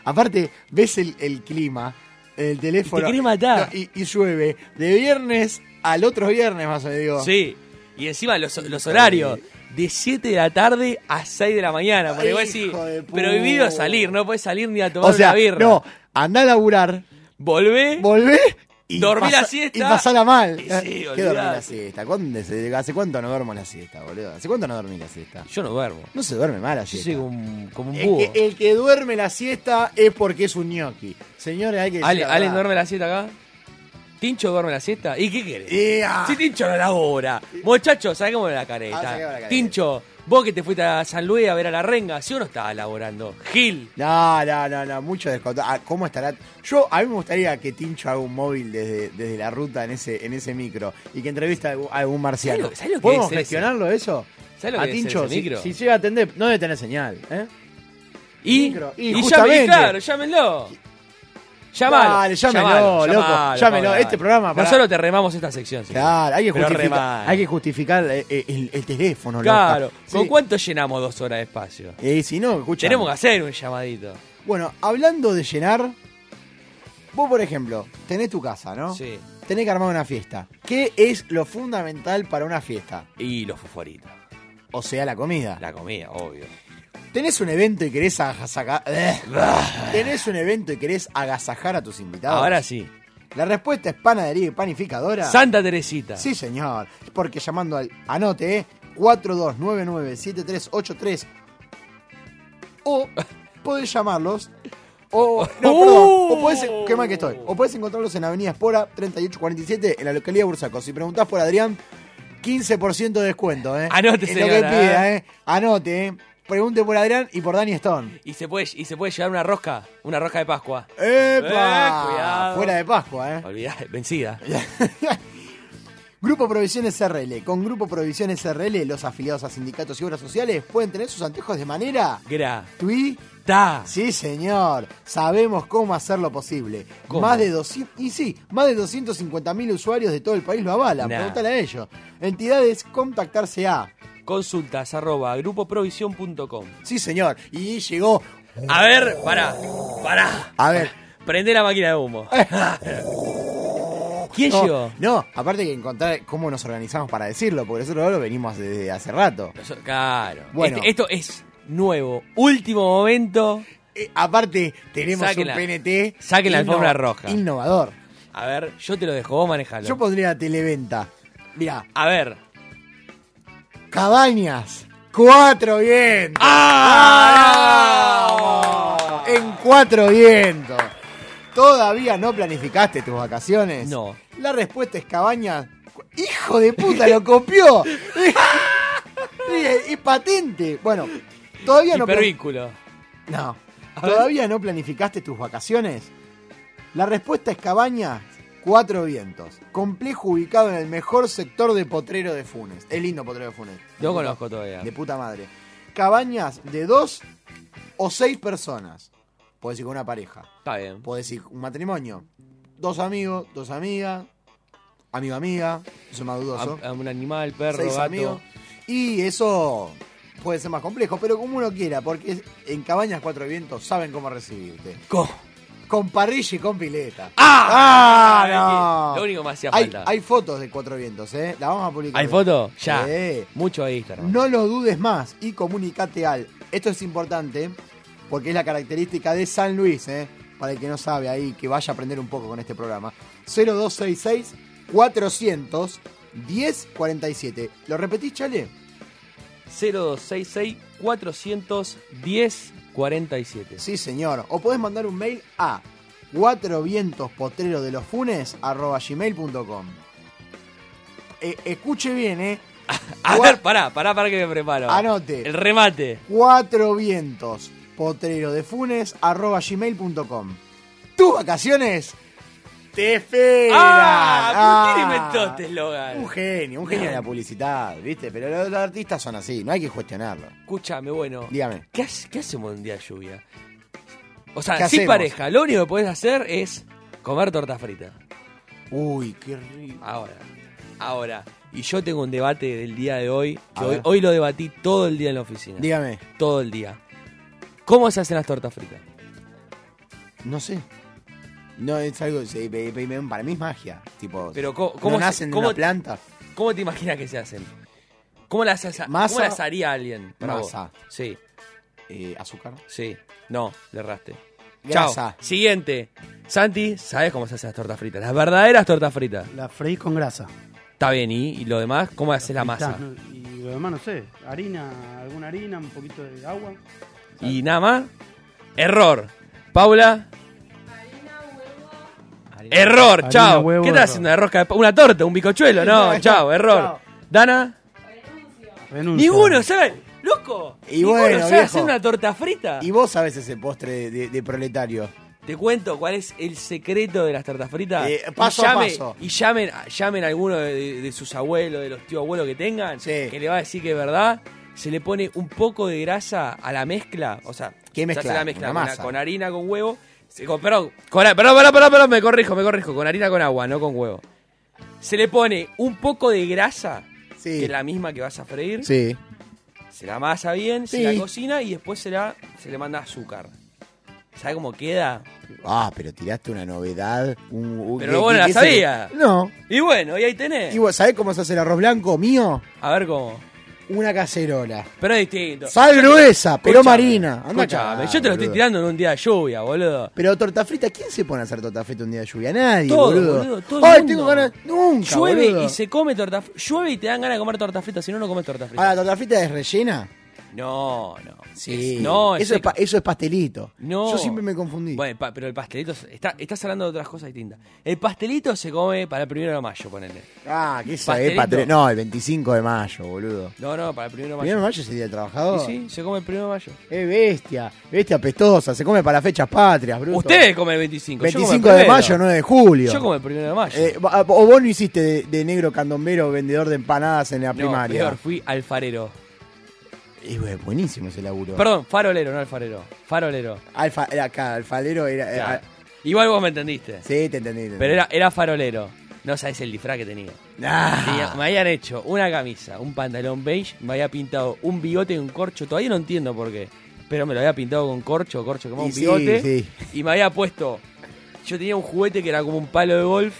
Speaker 4: aparte, ves el, el clima, el teléfono.
Speaker 7: querés matar.
Speaker 4: No, y, y llueve. De viernes al otro viernes, más o menos. Digo,
Speaker 7: Sí. Y encima los, los horarios. De 7 de la tarde a 6 de la mañana. Porque vos decís,
Speaker 4: Hijo de puta.
Speaker 7: prohibido salir, no podés salir ni a tomar
Speaker 4: o sea,
Speaker 7: una birra.
Speaker 4: no, andá a laburar,
Speaker 7: Volvé.
Speaker 4: volvé. Y
Speaker 7: Dormí la
Speaker 4: pasa-
Speaker 7: siesta.
Speaker 4: Y pasala mal.
Speaker 7: Y sí,
Speaker 4: ¿Qué
Speaker 7: olvidate.
Speaker 4: dormí la siesta? ¿Cuándo se- ¿Hace cuánto no duermo la siesta, boludo? ¿Hace cuánto no dormí la siesta?
Speaker 7: Yo no duermo.
Speaker 4: No se duerme mal la
Speaker 7: Yo
Speaker 4: siesta.
Speaker 7: soy como un, como un búho.
Speaker 4: el, que, el que duerme la siesta es porque es un ñoqui. Señores, hay que decir
Speaker 7: Ale,
Speaker 4: la
Speaker 7: Ale
Speaker 4: verdad.
Speaker 7: duerme la siesta acá. Tincho duerme la siesta. ¿Y qué querés?
Speaker 4: ¡Ea!
Speaker 7: Si Tincho no labora. Muchachos, saquemos la careta.
Speaker 4: Eh, Ah, saquemos la careta.
Speaker 7: Tincho, vos que te fuiste a San Luis a ver a la renga, si uno estaba laborando. Gil.
Speaker 4: No, no, no, no, mucho descontrol. Ah, ¿Cómo estará? Yo, a mí me gustaría que Tincho haga un móvil desde, desde la ruta en ese, en ese micro y que entrevista a algún, a algún marciano.
Speaker 7: ¿Sabés lo- sabés lo que
Speaker 4: ¿Podemos
Speaker 7: es ese?
Speaker 4: gestionarlo eso?
Speaker 7: ¿Sabés lo
Speaker 4: a
Speaker 7: que es
Speaker 4: Tincho,
Speaker 7: ese
Speaker 4: si-
Speaker 7: micro?
Speaker 4: Si, llega a atender, no debe tener señal, ¿eh?
Speaker 7: Y,
Speaker 4: Micro. Y
Speaker 7: y, llame-
Speaker 4: justamente.
Speaker 7: y claro, llámenlo. Llámalo.
Speaker 4: Dale, llámelo, loco, llámelo. Este programa, pará.
Speaker 7: Nosotros te remamos esta sección. señor.
Speaker 4: Claro, hay que
Speaker 7: Pero re
Speaker 4: justificar,
Speaker 7: mal.
Speaker 4: hay que justificar eh, eh, el, el teléfono, loca.
Speaker 7: Claro.
Speaker 4: Sí.
Speaker 7: ¿Con cuánto llenamos dos horas de espacio?
Speaker 4: Eh, si no, escucha.
Speaker 7: Tenemos que hacer un llamadito.
Speaker 4: Bueno, hablando de llenar, vos, por ejemplo, tenés tu casa, ¿no?
Speaker 7: Sí.
Speaker 4: Tenés que armar una fiesta. ¿Qué es lo fundamental para una fiesta?
Speaker 7: Y los fosforitos.
Speaker 4: O sea, la comida.
Speaker 7: La comida, obvio.
Speaker 4: ¿Tenés un evento y querés agasajar? ¿Tenés un evento y querés agasajar a tus invitados?
Speaker 7: Ahora sí.
Speaker 4: La respuesta es panadería y panificadora.
Speaker 7: Santa Teresita.
Speaker 4: Sí, señor. Porque llamando al anote, ¿eh? 4299-7383. O podés llamarlos. O, no,
Speaker 7: ¡Uh!
Speaker 4: perdón. O podés, qué mal que estoy. O podés encontrarlos en Avenida Espora 3847 en la localidad de Bursaco. Si preguntás por Adrián, 15% de descuento, ¿eh?
Speaker 7: Anote,
Speaker 4: En lo que
Speaker 7: señora,
Speaker 4: pida, ¿eh? Anote, ¿eh? Pregunte por Adrián y por Danny Stone.
Speaker 7: Y se puede, y se puede llevar una rosca, una rosca de Pascua.
Speaker 4: ¡Epa!
Speaker 7: Eh, cuidado.
Speaker 4: Fuera de Pascua, ¿eh?
Speaker 7: Olvidá, vencida.
Speaker 4: Grupo Provisiones RL. Con Grupo Provisiones RL, los afiliados a sindicatos y obras sociales pueden tener sus anteojos de manera
Speaker 7: Grata.
Speaker 4: twi. Sí, señor. Sabemos cómo hacerlo posible.
Speaker 7: ¿Cómo?
Speaker 4: Más de 200, y sí, más de 250.000 usuarios de todo el país lo avalan.
Speaker 7: Nah.
Speaker 4: Pregúntale a ellos. Entidades contactarse a.
Speaker 7: Consultas arroba grupoprovisión.com.
Speaker 4: Sí, señor. Y llegó.
Speaker 7: A ver, pará, pará.
Speaker 4: A ver.
Speaker 7: Prende la máquina de humo.
Speaker 4: Eh.
Speaker 7: ¿Quién
Speaker 4: no,
Speaker 7: llegó?
Speaker 4: No, aparte que encontrar cómo nos organizamos para decirlo, porque nosotros lo venimos desde hace rato.
Speaker 7: Noso- Claro.
Speaker 4: Bueno.
Speaker 7: Este- esto es nuevo. Último momento.
Speaker 4: Eh, aparte, tenemos
Speaker 7: Sáquenla.
Speaker 4: un PNT.
Speaker 7: Saquen la
Speaker 4: inno-
Speaker 7: alfombra roja.
Speaker 4: Innovador.
Speaker 7: A ver, yo te lo dejo, vos manejalo.
Speaker 4: Yo pondría televenta. Mira,
Speaker 7: A ver.
Speaker 4: cabañas. Cuatro vientos. ¡Ah! En cuatro vientos. ¿Todavía no planificaste tus vacaciones?
Speaker 7: No.
Speaker 4: La respuesta es cabañas. ¡Hijo de puta, lo copió! es, es patente. Bueno, todavía no. plan-
Speaker 7: Hipervínculo.
Speaker 4: No. ¿Todavía no planificaste tus vacaciones? La respuesta es Cabañas Cuatro Vientos. Complejo ubicado en el mejor sector de Potrero de Funes. Es lindo Potrero de Funes.
Speaker 7: No conozco todavía.
Speaker 4: De puta madre. Cabañas de dos o seis personas. Podés ir con una pareja.
Speaker 7: Está bien.
Speaker 4: Podés ir con un matrimonio. Dos amigos, dos amigas. Amigo, amiga, eso es más dudoso.
Speaker 7: A- a un animal, perro,
Speaker 4: Seis
Speaker 7: gato.
Speaker 4: amigos. Y eso puede ser más complejo, pero como uno quiera, porque es- en Cabañas Cuatro Vientos saben cómo recibirte.
Speaker 7: ¿Cómo?
Speaker 4: Con parrilla y con pileta.
Speaker 7: ¡Ah!
Speaker 4: ¡Ah, no!
Speaker 7: Lo único que me hacía
Speaker 4: hay,
Speaker 7: falta.
Speaker 4: Hay fotos de Cuatro Vientos, ¿eh? La vamos a publicar.
Speaker 7: ¿Hay foto? Ya.
Speaker 4: Sí.
Speaker 7: Mucho ahí, Instagram.
Speaker 4: No lo dudes más y comunicate al. Esto es importante porque es la característica de San Luis, ¿eh? Para el que no sabe ahí, que vaya a aprender un poco con este programa. 0266 400 1047. ¿Lo repetís, Chale?
Speaker 7: 0266 410 47.
Speaker 4: Sí, señor. O podés mandar un mail a cuatroviestospotreros de los funes arroba gmail.com. escuche bien, ¿eh?
Speaker 7: A ver, pará, pará, pará que me preparo.
Speaker 4: Anote.
Speaker 7: El remate.
Speaker 4: Cuatro vientos, potrero de funes, arroba gmail.com. Tus vacaciones te esperan.
Speaker 7: ¡Ah! ¿Por qué
Speaker 4: Ah.
Speaker 7: le inventó este eslogan?
Speaker 4: Un genio, un genio de la publicidad, ¿viste? Pero los, los artistas son así, no hay que cuestionarlo.
Speaker 7: Escúchame, bueno.
Speaker 4: Dígame.
Speaker 7: ¿Qué, hace- qué hacemos un día de lluvia? O sea,
Speaker 4: ¿Qué
Speaker 7: sin
Speaker 4: hacemos?
Speaker 7: pareja, lo único que podés hacer es comer torta frita.
Speaker 4: Uy, qué rico.
Speaker 7: Ahora, ahora. Y yo tengo un debate del día de hoy, que
Speaker 4: A
Speaker 7: hoy,
Speaker 4: ver.
Speaker 7: hoy lo debatí todo el día en la oficina.
Speaker 4: Dígame,
Speaker 7: Todo el día. ¿Cómo se hacen las tortas fritas?
Speaker 4: no sé. No, es algo, sí, pe- pe- pe- para mí es magia. Tipo,
Speaker 7: Pero ¿cómo,
Speaker 4: ¿no
Speaker 7: cómo se-
Speaker 4: nacen en
Speaker 7: cómo-
Speaker 4: una planta?
Speaker 7: ¿Cómo te imaginas que se hacen? ¿Cómo las, asa- cómo
Speaker 4: Masa.
Speaker 7: las haría alguien? para vos?
Speaker 4: Masa.
Speaker 7: Sí,
Speaker 4: Eh, azúcar.
Speaker 7: sí. No, le erraste.
Speaker 4: Grasa.
Speaker 7: Chao. Siguiente. Santi, ¿sabes cómo se hacen las tortas fritas? Las verdaderas tortas fritas.
Speaker 2: La freís con grasa.
Speaker 7: Está bien, ¿y, y lo demás? ¿Cómo haces la masa?
Speaker 2: Está, ¿no? Y lo demás no sé. Harina, alguna harina, un poquito de agua.
Speaker 7: Y nada más. Error. Paula. Error,
Speaker 2: Harina,
Speaker 7: chao.
Speaker 2: huevo,
Speaker 7: ¿Qué estás
Speaker 2: error.
Speaker 7: haciendo de rosca de pa- Una torta, un bicochuelo, no, chao, error.
Speaker 2: Chao.
Speaker 7: Dana,
Speaker 2: Renuncia.
Speaker 7: ninguno sabe, loco.
Speaker 4: Y
Speaker 7: ninguno
Speaker 4: bueno,
Speaker 7: sabe
Speaker 4: viejo.
Speaker 7: hacer una torta frita.
Speaker 4: Y vos sabés ese postre de, de proletario.
Speaker 7: Te cuento cuál es el secreto de las tortas fritas.
Speaker 4: Eh,
Speaker 7: Y
Speaker 4: paso a
Speaker 7: llame-
Speaker 4: paso.
Speaker 7: Y llamen, llamen a alguno de, de- de sus abuelos, de los tíos abuelos que tengan,
Speaker 4: Sí.
Speaker 7: que le va a decir que es verdad. Se le pone un poco de grasa a la mezcla. O sea,
Speaker 4: ¿Qué
Speaker 7: se
Speaker 4: mezcla?
Speaker 7: hace la mezcla
Speaker 4: Una
Speaker 7: con,
Speaker 4: masa.
Speaker 7: con harina, con huevo. Se- con- perdón, con, perdón, perdón, perdón, perdón, me corrijo, me corrijo. Con harina, con agua, no con huevo. Se le pone un poco de grasa,
Speaker 4: Sí.
Speaker 7: que es la misma que vas a freír.
Speaker 4: Sí.
Speaker 7: Se la amasa bien,
Speaker 4: Sí.
Speaker 7: se la cocina y después se, la, se le manda azúcar. ¿Sabe cómo queda?
Speaker 4: Ah, pero tiraste una novedad. un- un-
Speaker 7: Pero
Speaker 4: ¿qué-
Speaker 7: vos no
Speaker 4: qué-
Speaker 7: la
Speaker 4: qué se-
Speaker 7: sabía.
Speaker 4: No.
Speaker 7: Y bueno, y ahí tenés.
Speaker 4: ¿Y vos sabés cómo se hace el arroz blanco mío?
Speaker 7: A ver cómo.
Speaker 4: Una cacerola.
Speaker 7: Pero es distinto.
Speaker 4: Sal gruesa, pero
Speaker 7: Escuchame,
Speaker 4: marina. Anda
Speaker 7: escuchame,
Speaker 4: acá,
Speaker 7: yo te lo estoy
Speaker 4: boludo.
Speaker 7: tirando en un día de lluvia, boludo.
Speaker 4: Pero torta frita, ¿quién se pone a hacer torta frita un día de lluvia? Nadie,
Speaker 7: Todo,
Speaker 4: boludo.
Speaker 7: boludo, todo el
Speaker 4: Ay,
Speaker 7: mundo.
Speaker 4: tengo ganas. Nunca,
Speaker 7: Llueve
Speaker 4: boludo.
Speaker 7: y se come torta frita. Llueve y te dan ganas de comer torta frita, si no, no comes torta frita.
Speaker 4: Ahora, Ah, ¿torta frita es rellena?
Speaker 7: No, no.
Speaker 4: Ah. Sí.
Speaker 7: Es- no,
Speaker 4: eso, es
Speaker 7: seca.
Speaker 4: pa- eso es pastelito.
Speaker 7: No.
Speaker 4: Yo siempre me confundí.
Speaker 7: Bueno, pa- pero el pastelito. se- Está, estás hablando de otras cosas distintas. El pastelito se come para el primero de mayo, ponele.
Speaker 4: Ah, qué sabés,
Speaker 7: Pastelito.
Speaker 4: patre- No, el 25 de mayo, boludo.
Speaker 7: No, no, para el primero de mayo.
Speaker 4: ¿Primero de mayo es el día del trabajador?
Speaker 7: Sí, sí, se come el primero de mayo.
Speaker 4: Es bestia, bestia pestosa, se come para fechas patrias, bruto.
Speaker 7: Ustedes comen el 25. yo como el
Speaker 4: 25 de
Speaker 7: primero.
Speaker 4: mayo, 9 de julio.
Speaker 7: Yo como el primero de mayo.
Speaker 4: Eh, va- o vos no hiciste de, de negro candombero vendedor de empanadas en la
Speaker 7: No,
Speaker 4: primaria.
Speaker 7: peor, fui alfarero.
Speaker 4: Y, güey, Pues buenísimo ese laburo.
Speaker 7: Perdón, farolero, no alfarero. Farolero.
Speaker 4: Alfa, era acá, alfalero era. eh, era-
Speaker 7: Claro. Igual vos me entendiste.
Speaker 4: sí, te entendí. te entendí.
Speaker 7: Pero era, era farolero. No sabes el disfraz que tenía.
Speaker 4: Ah,
Speaker 7: Tenía- Me habían hecho una camisa, un pantalón beige, me había pintado un bigote y un corcho. Todavía no entiendo por qué. Pero me lo había pintado con corcho, corcho como
Speaker 4: Y
Speaker 7: un
Speaker 4: sí,
Speaker 7: bigote.
Speaker 4: sí.
Speaker 7: Y me había puesto. Yo tenía un juguete que era como un palo de golf.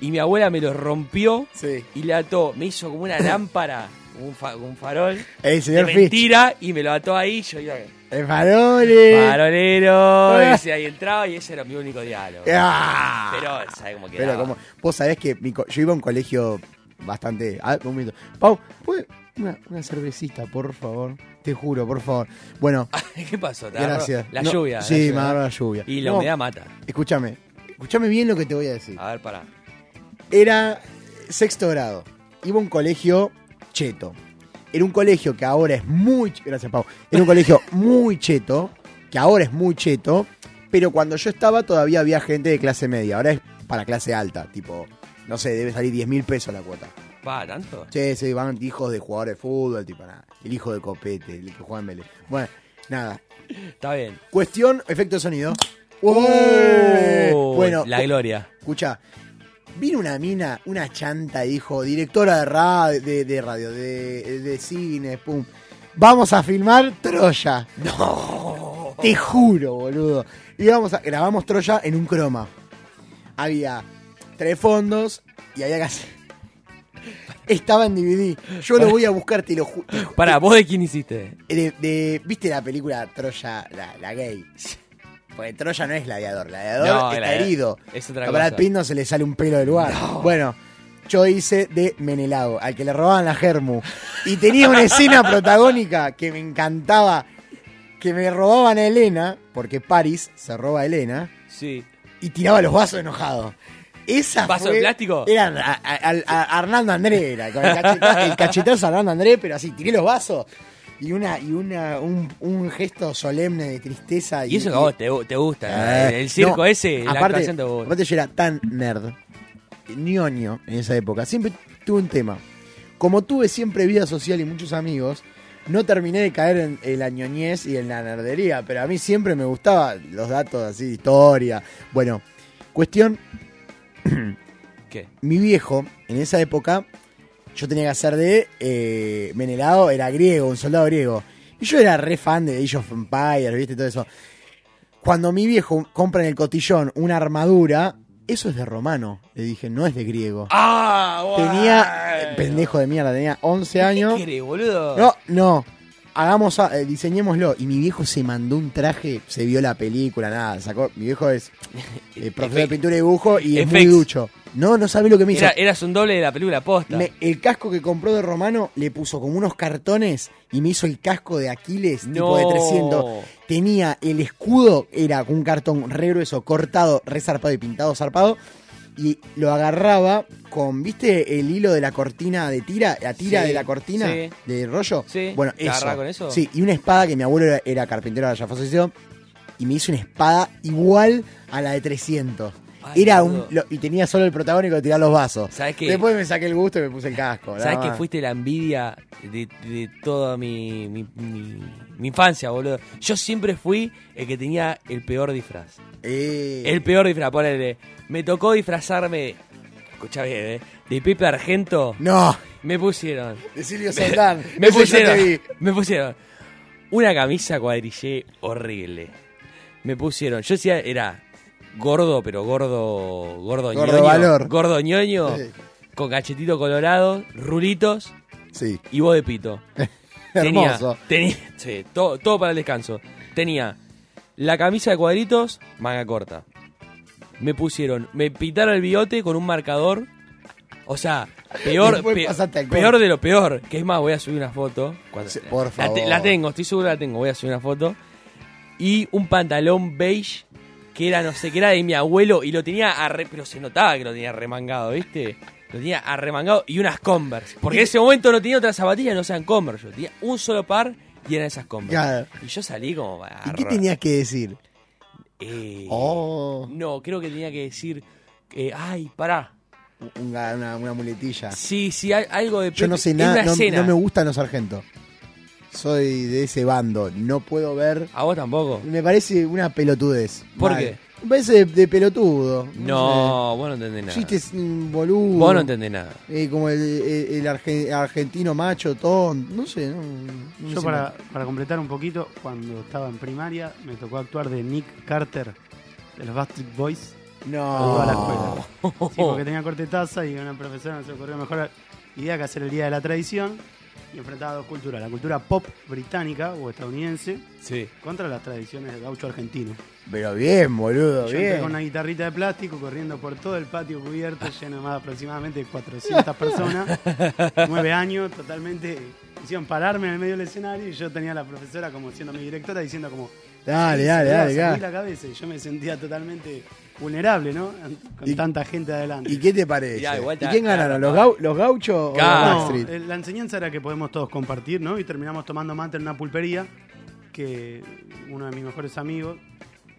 Speaker 7: Y mi abuela me lo rompió
Speaker 4: Sí.
Speaker 7: y le ató. Me hizo como una lámpara, como un, fa- como un farol.
Speaker 4: El
Speaker 7: De
Speaker 4: señor Fitch.
Speaker 7: mentira y me lo ató ahí. Yo iba.
Speaker 4: El farole.
Speaker 7: Farolero. Y decía, ahí entraba y ese era mi único diálogo.
Speaker 4: Ah.
Speaker 7: Pero, ¿sabes cómo
Speaker 4: Pero
Speaker 7: quedaba?
Speaker 4: como, vos sabés que mi co- yo iba a un colegio bastante. ah, un momento. Pau, ¿puede una, una cervecita, por favor? Te juro, por favor. Bueno,
Speaker 7: ¿Qué pasó? Te agarró
Speaker 4: gracias.
Speaker 7: La
Speaker 4: No,
Speaker 7: lluvia.
Speaker 4: Sí,
Speaker 7: lluvia.
Speaker 4: me agarró la lluvia.
Speaker 7: Y la
Speaker 4: No,
Speaker 7: humedad mata.
Speaker 4: Escúchame, escúchame bien lo que te voy a decir.
Speaker 7: A ver, pará.
Speaker 4: Era sexto grado. Iba a un colegio cheto. Era un colegio que ahora es muy. ch- Gracias, Pau. Era un colegio muy cheto. Que ahora es muy cheto. Pero cuando yo estaba todavía había gente de clase media. Ahora es para clase alta. Tipo, no sé, debe salir 10 mil pesos la cuota.
Speaker 7: ¿Va tanto?
Speaker 4: Che, se van hijos de jugadores de fútbol. Tipo, nada. El hijo de Copete, el que juega en Vélez. Bueno, nada.
Speaker 7: Está bien.
Speaker 4: Cuestión, efecto de sonido. Ué.
Speaker 7: Oh,
Speaker 4: bueno,
Speaker 7: La gloria.
Speaker 4: Escucha, Vino una mina, una chanta, y dijo, directora de radio, de, de radio, de, de cine, pum. Vamos a filmar Troya. No. Te juro, boludo. Y vamos a, grabamos Troya en un croma. Había tres fondos y había casi. Estaba en DVD. Yo lo voy a buscar, te lo juro.
Speaker 7: Pará, ¿vos de quién hiciste?
Speaker 4: De, de- ¿Viste la película Troya, la, la gay? Porque Troya no es gladiador, gladiador
Speaker 7: No,
Speaker 4: está
Speaker 7: la-
Speaker 4: herido.
Speaker 7: es otra
Speaker 4: a Brad
Speaker 7: cosa.
Speaker 4: Pitt no se le sale un pelo del lugar. Bueno, yo hice de Menelao, al que le robaban la Germu. Y tenía una escena protagónica que me encantaba, que me robaban a Elena, porque Paris se roba a Elena,
Speaker 7: Sí.
Speaker 4: y tiraba los vasos enojado. Esa
Speaker 7: ¿Vaso
Speaker 4: fue-
Speaker 7: de plástico?
Speaker 4: Eran a, a- a- a Hernando André, era, con el, cacheta- el cachetazo a Hernando André, pero así, tiré los vasos. Y una, y una, un, un gesto solemne de tristeza.
Speaker 7: Y eso que a vos te, te gusta.
Speaker 4: Eh,
Speaker 7: el circo
Speaker 4: no,
Speaker 7: ese, la
Speaker 4: aparte,
Speaker 7: actuación te gusta.
Speaker 4: aparte yo era tan nerd, ñoño en esa época. Siempre tuve un tema. Como tuve siempre vida social y muchos amigos, no terminé de caer en, en la ñoñez y en la nerdería, pero a mí siempre me gustaba los datos así, de historia. Bueno, cuestión,
Speaker 7: ¿Qué?
Speaker 4: mi viejo, en esa época, yo tenía que hacer de eh, Menelao, era griego, un soldado griego. Y yo era re fan de Age of Empires, ¿viste? Todo eso. Cuando mi viejo compra en el cotillón una armadura, eso es de romano. Le dije, no es de griego.
Speaker 7: ¡Ah! bueno.
Speaker 4: Tenía, eh, pendejo de mierda, tenía 11 años.
Speaker 7: ¿Qué querés, boludo?
Speaker 4: No, no. Hagamos, a- eh, diseñémoslo. Y mi viejo se mandó un traje, se vio la película, nada. Sacó, mi viejo es eh, profesor de pintura y dibujo y es muy
Speaker 7: FX.
Speaker 4: ducho. No, no sabe lo que me hizo.
Speaker 7: Era, eras un doble de la película posta.
Speaker 4: Me- el casco que compró de Romano le puso como unos cartones y me hizo el casco de Aquiles, tipo de
Speaker 7: No.
Speaker 4: 300. Tenía el escudo, era un cartón re grueso, cortado, re zarpado y pintado zarpado. Y lo agarraba con, ¿viste el hilo de la cortina de tira? La tira
Speaker 7: Sí,
Speaker 4: de la cortina
Speaker 7: sí.
Speaker 4: de rollo.
Speaker 7: Sí.
Speaker 4: Bueno,
Speaker 7: ¿La
Speaker 4: eso.
Speaker 7: agarraba con eso?
Speaker 4: Sí, y una espada que mi abuelo era, era carpintero, ahora ya falleció. Y me hizo una espada igual a la de 300.
Speaker 7: Ay,
Speaker 4: era un,
Speaker 7: boludo.
Speaker 4: lo- y tenía solo el protagónico de tirar los vasos.
Speaker 7: ¿Sabés qué?
Speaker 4: Después me saqué el gusto y me puse el casco. nada
Speaker 7: ¿Sabes que
Speaker 4: más.
Speaker 7: fuiste la envidia de, de toda mi, mi, mi- mi infancia, boludo? Yo siempre fui el que tenía el peor disfraz.
Speaker 4: Eh,
Speaker 7: El peor disfraz, ponele. Me tocó disfrazarme, escuchá bien, eh, de Pepe Argento.
Speaker 4: No,
Speaker 7: Me pusieron.
Speaker 4: de Silvio Soldán.
Speaker 7: Me
Speaker 4: Ese yo te
Speaker 7: pusieron.
Speaker 4: vi.
Speaker 7: Me pusieron. Una camisa cuadrillé horrible. Me pusieron. Yo decía, era gordo, pero gordo. Gordo,
Speaker 4: Gordo
Speaker 7: ñoño.
Speaker 4: valor.
Speaker 7: Gordo ñoño.
Speaker 4: Sí.
Speaker 7: Con cachetito colorado, rulitos
Speaker 4: Sí,
Speaker 7: y voz de pito. Tenía-
Speaker 4: hermoso.
Speaker 7: Tenía, sí, todo, todo para el descanso. Tenía la camisa de cuadritos, manga corta. Me pusieron, me pitaron el bigote con un marcador. O sea, peor,
Speaker 4: Después
Speaker 7: pe-
Speaker 4: pasaste al
Speaker 7: peor
Speaker 4: corte.
Speaker 7: de lo peor. Que es más, voy a subir una foto. Cuando-
Speaker 4: Sí, por
Speaker 7: la te-
Speaker 4: favor.
Speaker 7: La, tengo, estoy seguro que la tengo. Voy a subir una foto. Y un pantalón beige que era, no sé, que era de mi abuelo y lo tenía arre, pero se notaba que lo tenía remangado, ¿viste? Lo tenía arremangado y unas Converse. Porque en ese momento no tenía otras zapatillas, no sean Converse. Yo tenía un solo par y eran esas Converse.
Speaker 4: Claro.
Speaker 7: Y yo salí como... para-
Speaker 4: ¿Y qué tenías que decir?
Speaker 7: Eh,
Speaker 4: Oh,
Speaker 7: No, creo que tenía que decir... eh, ay, pará.
Speaker 4: una, una- una muletilla.
Speaker 7: Sí, sí, al- algo de...
Speaker 4: Yo no sé
Speaker 7: Pepe- era
Speaker 4: nada,
Speaker 7: una
Speaker 4: no,
Speaker 7: escena.
Speaker 4: no me gustan los sargentos. Soy de ese bando, no puedo ver.
Speaker 7: A vos tampoco.
Speaker 4: Me parece una pelotudez.
Speaker 7: ¿Por
Speaker 4: Mal.
Speaker 7: qué?
Speaker 4: Me parece de, de pelotudo.
Speaker 7: No, vos no entendés
Speaker 4: sé.
Speaker 7: nada.
Speaker 4: Chistes mm, boludo.
Speaker 7: Vos no entendés nada.
Speaker 4: Eh, como el, el- el arge- argentino macho, ton, no sé. no- no me
Speaker 2: Yo
Speaker 4: sé
Speaker 2: para, para completar un poquito, cuando estaba en primaria me tocó actuar de Nick Carter de los Backstreet Boys a toda la
Speaker 4: No.
Speaker 2: escuela. Sí, porque tenía corte de taza y a una profesora se le ocurrió mejor idea que hacer el Día de la Tradición y enfrentaba dos culturas, la cultura pop británica o estadounidense
Speaker 7: Sí.
Speaker 2: contra las tradiciones del gaucho argentino.
Speaker 4: Pero bien, boludo,
Speaker 2: Yo entré con una
Speaker 4: bien.
Speaker 2: guitarrita de plástico corriendo por todo el patio cubierto, lleno de más aproximadamente de 400 personas, nueve años, totalmente. Hicieron pararme en el medio del escenario y yo tenía a la profesora como siendo mi directora diciendo como...
Speaker 4: Dale,
Speaker 2: "Sí,
Speaker 4: dale,
Speaker 2: señora,
Speaker 4: dale,
Speaker 2: sacudí
Speaker 4: acá.
Speaker 2: la cabeza y yo me sentía totalmente vulnerable, ¿no? Con
Speaker 4: Y-
Speaker 2: tanta gente adelante.
Speaker 4: ¿Y qué te parece?
Speaker 7: Ya, igual
Speaker 4: ¿Y
Speaker 7: está-
Speaker 4: quién
Speaker 7: está
Speaker 4: ganaron? ¿Los,
Speaker 7: armado.
Speaker 4: gau- los gauchos o los
Speaker 7: Claro.
Speaker 2: No,
Speaker 4: Backstreet?
Speaker 2: eh, la enseñanza era que podemos todos compartir, ¿no? Y terminamos tomando mate en una pulpería que uno de mis mejores amigos,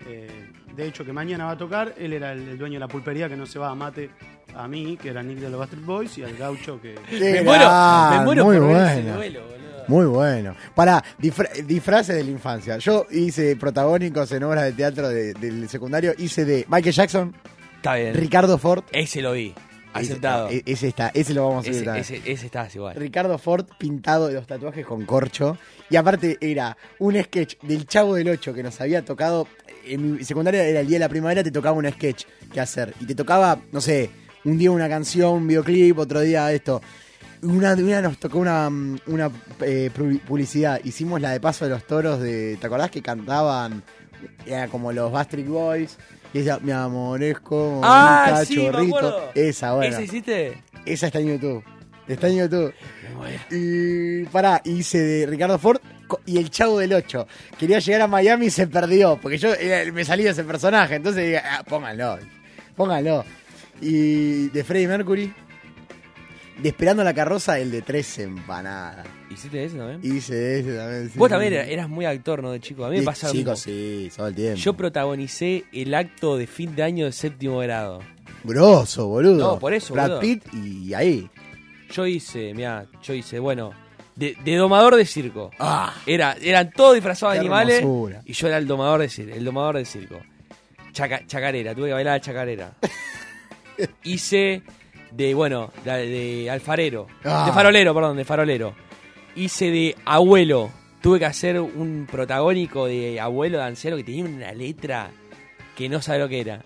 Speaker 2: eh, de hecho que mañana va a tocar, él era el, el dueño de la pulpería que no se va a mate a mí, que era Nick de los Bastard Boys, y al gaucho que...
Speaker 4: Qué
Speaker 7: Me muero, me
Speaker 4: gran,
Speaker 7: muero
Speaker 4: muy
Speaker 7: por ver ese
Speaker 4: bueno.
Speaker 7: duelo, boludo.
Speaker 4: Muy bueno. Pará, disfra- disfraces de la infancia. Yo hice protagónicos en obras de teatro de- del secundario. Hice de Michael Jackson,
Speaker 7: Está bien.
Speaker 4: Ricardo Ford.
Speaker 7: Ese lo vi.
Speaker 4: Ese
Speaker 7: Aceptado.
Speaker 4: está, e- Ese está, ese lo vamos a hacer.
Speaker 7: Ese,
Speaker 4: también.
Speaker 7: ese, ese está así igual.
Speaker 4: Ricardo Ford pintado de los tatuajes con corcho. Y aparte era un sketch del Chavo del 8 que nos había tocado. En mi secundaria era el día de la primavera, te tocaba un sketch que hacer. Y te tocaba, no sé, un día una canción, un videoclip, otro día esto. Una, una nos tocó una, mm, una eh, pu- publicidad. Hicimos la de Paso de los Toros de. ¿Te acordás que cantaban? Era como los Bastric Boys. Y ella, mi amor, es como un
Speaker 7: Ah, sí, me
Speaker 4: cachorrito".
Speaker 7: acuerdo.
Speaker 4: Esa, bueno.
Speaker 7: ¿Ese hiciste?
Speaker 4: Esa está en YouTube. Está en YouTube. Y pará, hice de Ricardo Ford co- y el Chavo del 8. Quería llegar a Miami y se perdió, porque yo era- me salí de ese personaje. Entonces dije, "Ah, pónganlo, pónganlo. Y de Freddie Mercury, de Esperando la Carroza, el de Tres Empanadas.
Speaker 7: ¿Hiciste ese también?
Speaker 4: Hice ese también. sí.
Speaker 7: Vos también era- eras muy actor, ¿no? De chico. A mí me
Speaker 4: De
Speaker 7: pasa
Speaker 4: chico,
Speaker 7: algo.
Speaker 4: sí, todo el tiempo.
Speaker 7: Yo protagonicé el acto de fin de año de séptimo grado.
Speaker 4: Grosso, boludo.
Speaker 7: No, por eso,
Speaker 4: Brad
Speaker 7: boludo.
Speaker 4: Pitt y ahí.
Speaker 7: Yo hice, mira, yo hice, bueno, de, de domador de circo.
Speaker 4: Ah.
Speaker 7: Era, eran todos disfrazados de
Speaker 4: Qué
Speaker 7: animales
Speaker 4: hermosura.
Speaker 7: y yo era el domador de circo, el domador de circo. Chaca- chacarera, tuve que bailar la chacarera. hice de, bueno, la de, de alfarero,
Speaker 4: Ah.
Speaker 7: de farolero, perdón, de farolero. Hice de abuelo, tuve que hacer un protagónico de abuelo dancero que tenía una letra que no sabía lo que era.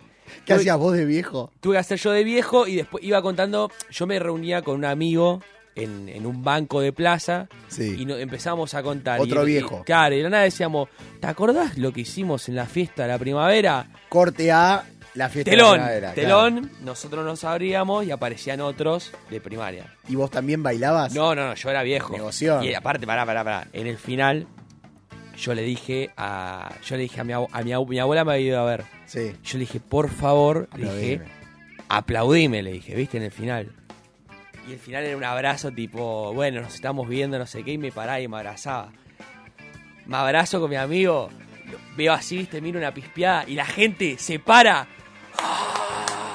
Speaker 4: ¿Qué
Speaker 7: Tuve-
Speaker 4: hacías vos de viejo?
Speaker 7: tuve que hacer yo de viejo y después iba contando. Yo me reunía con un amigo en, en un banco de plaza
Speaker 4: Sí.
Speaker 7: y no, empezamos a contar.
Speaker 4: Otro
Speaker 7: Y- y-
Speaker 4: viejo.
Speaker 7: claro, y de la nada decíamos, ¿te acordás lo que hicimos en la fiesta de la primavera?
Speaker 4: Corte a la fiesta
Speaker 7: Telón,
Speaker 4: de primavera, claro.
Speaker 7: telón, nosotros no sabríamos y aparecían otros de primaria.
Speaker 4: ¿Y vos también bailabas?
Speaker 7: No, no, no, yo era viejo.
Speaker 4: Negoció.
Speaker 7: Y aparte, pará, pará, pará. En el final, yo le dije a. Yo le dije a mi, abu- a mi, abu- mi abuela me había ido a ver.
Speaker 4: Sí.
Speaker 7: Yo le dije, por favor, le dije,
Speaker 4: Aplaudime.
Speaker 7: aplaudime, E, le dije, viste, en el final. Y el final era un abrazo tipo, bueno, nos estamos viendo, no sé qué, y me paraba y me abrazaba. Me abrazo con mi amigo, lo- veo así, viste, miro una pispeada y la gente se para.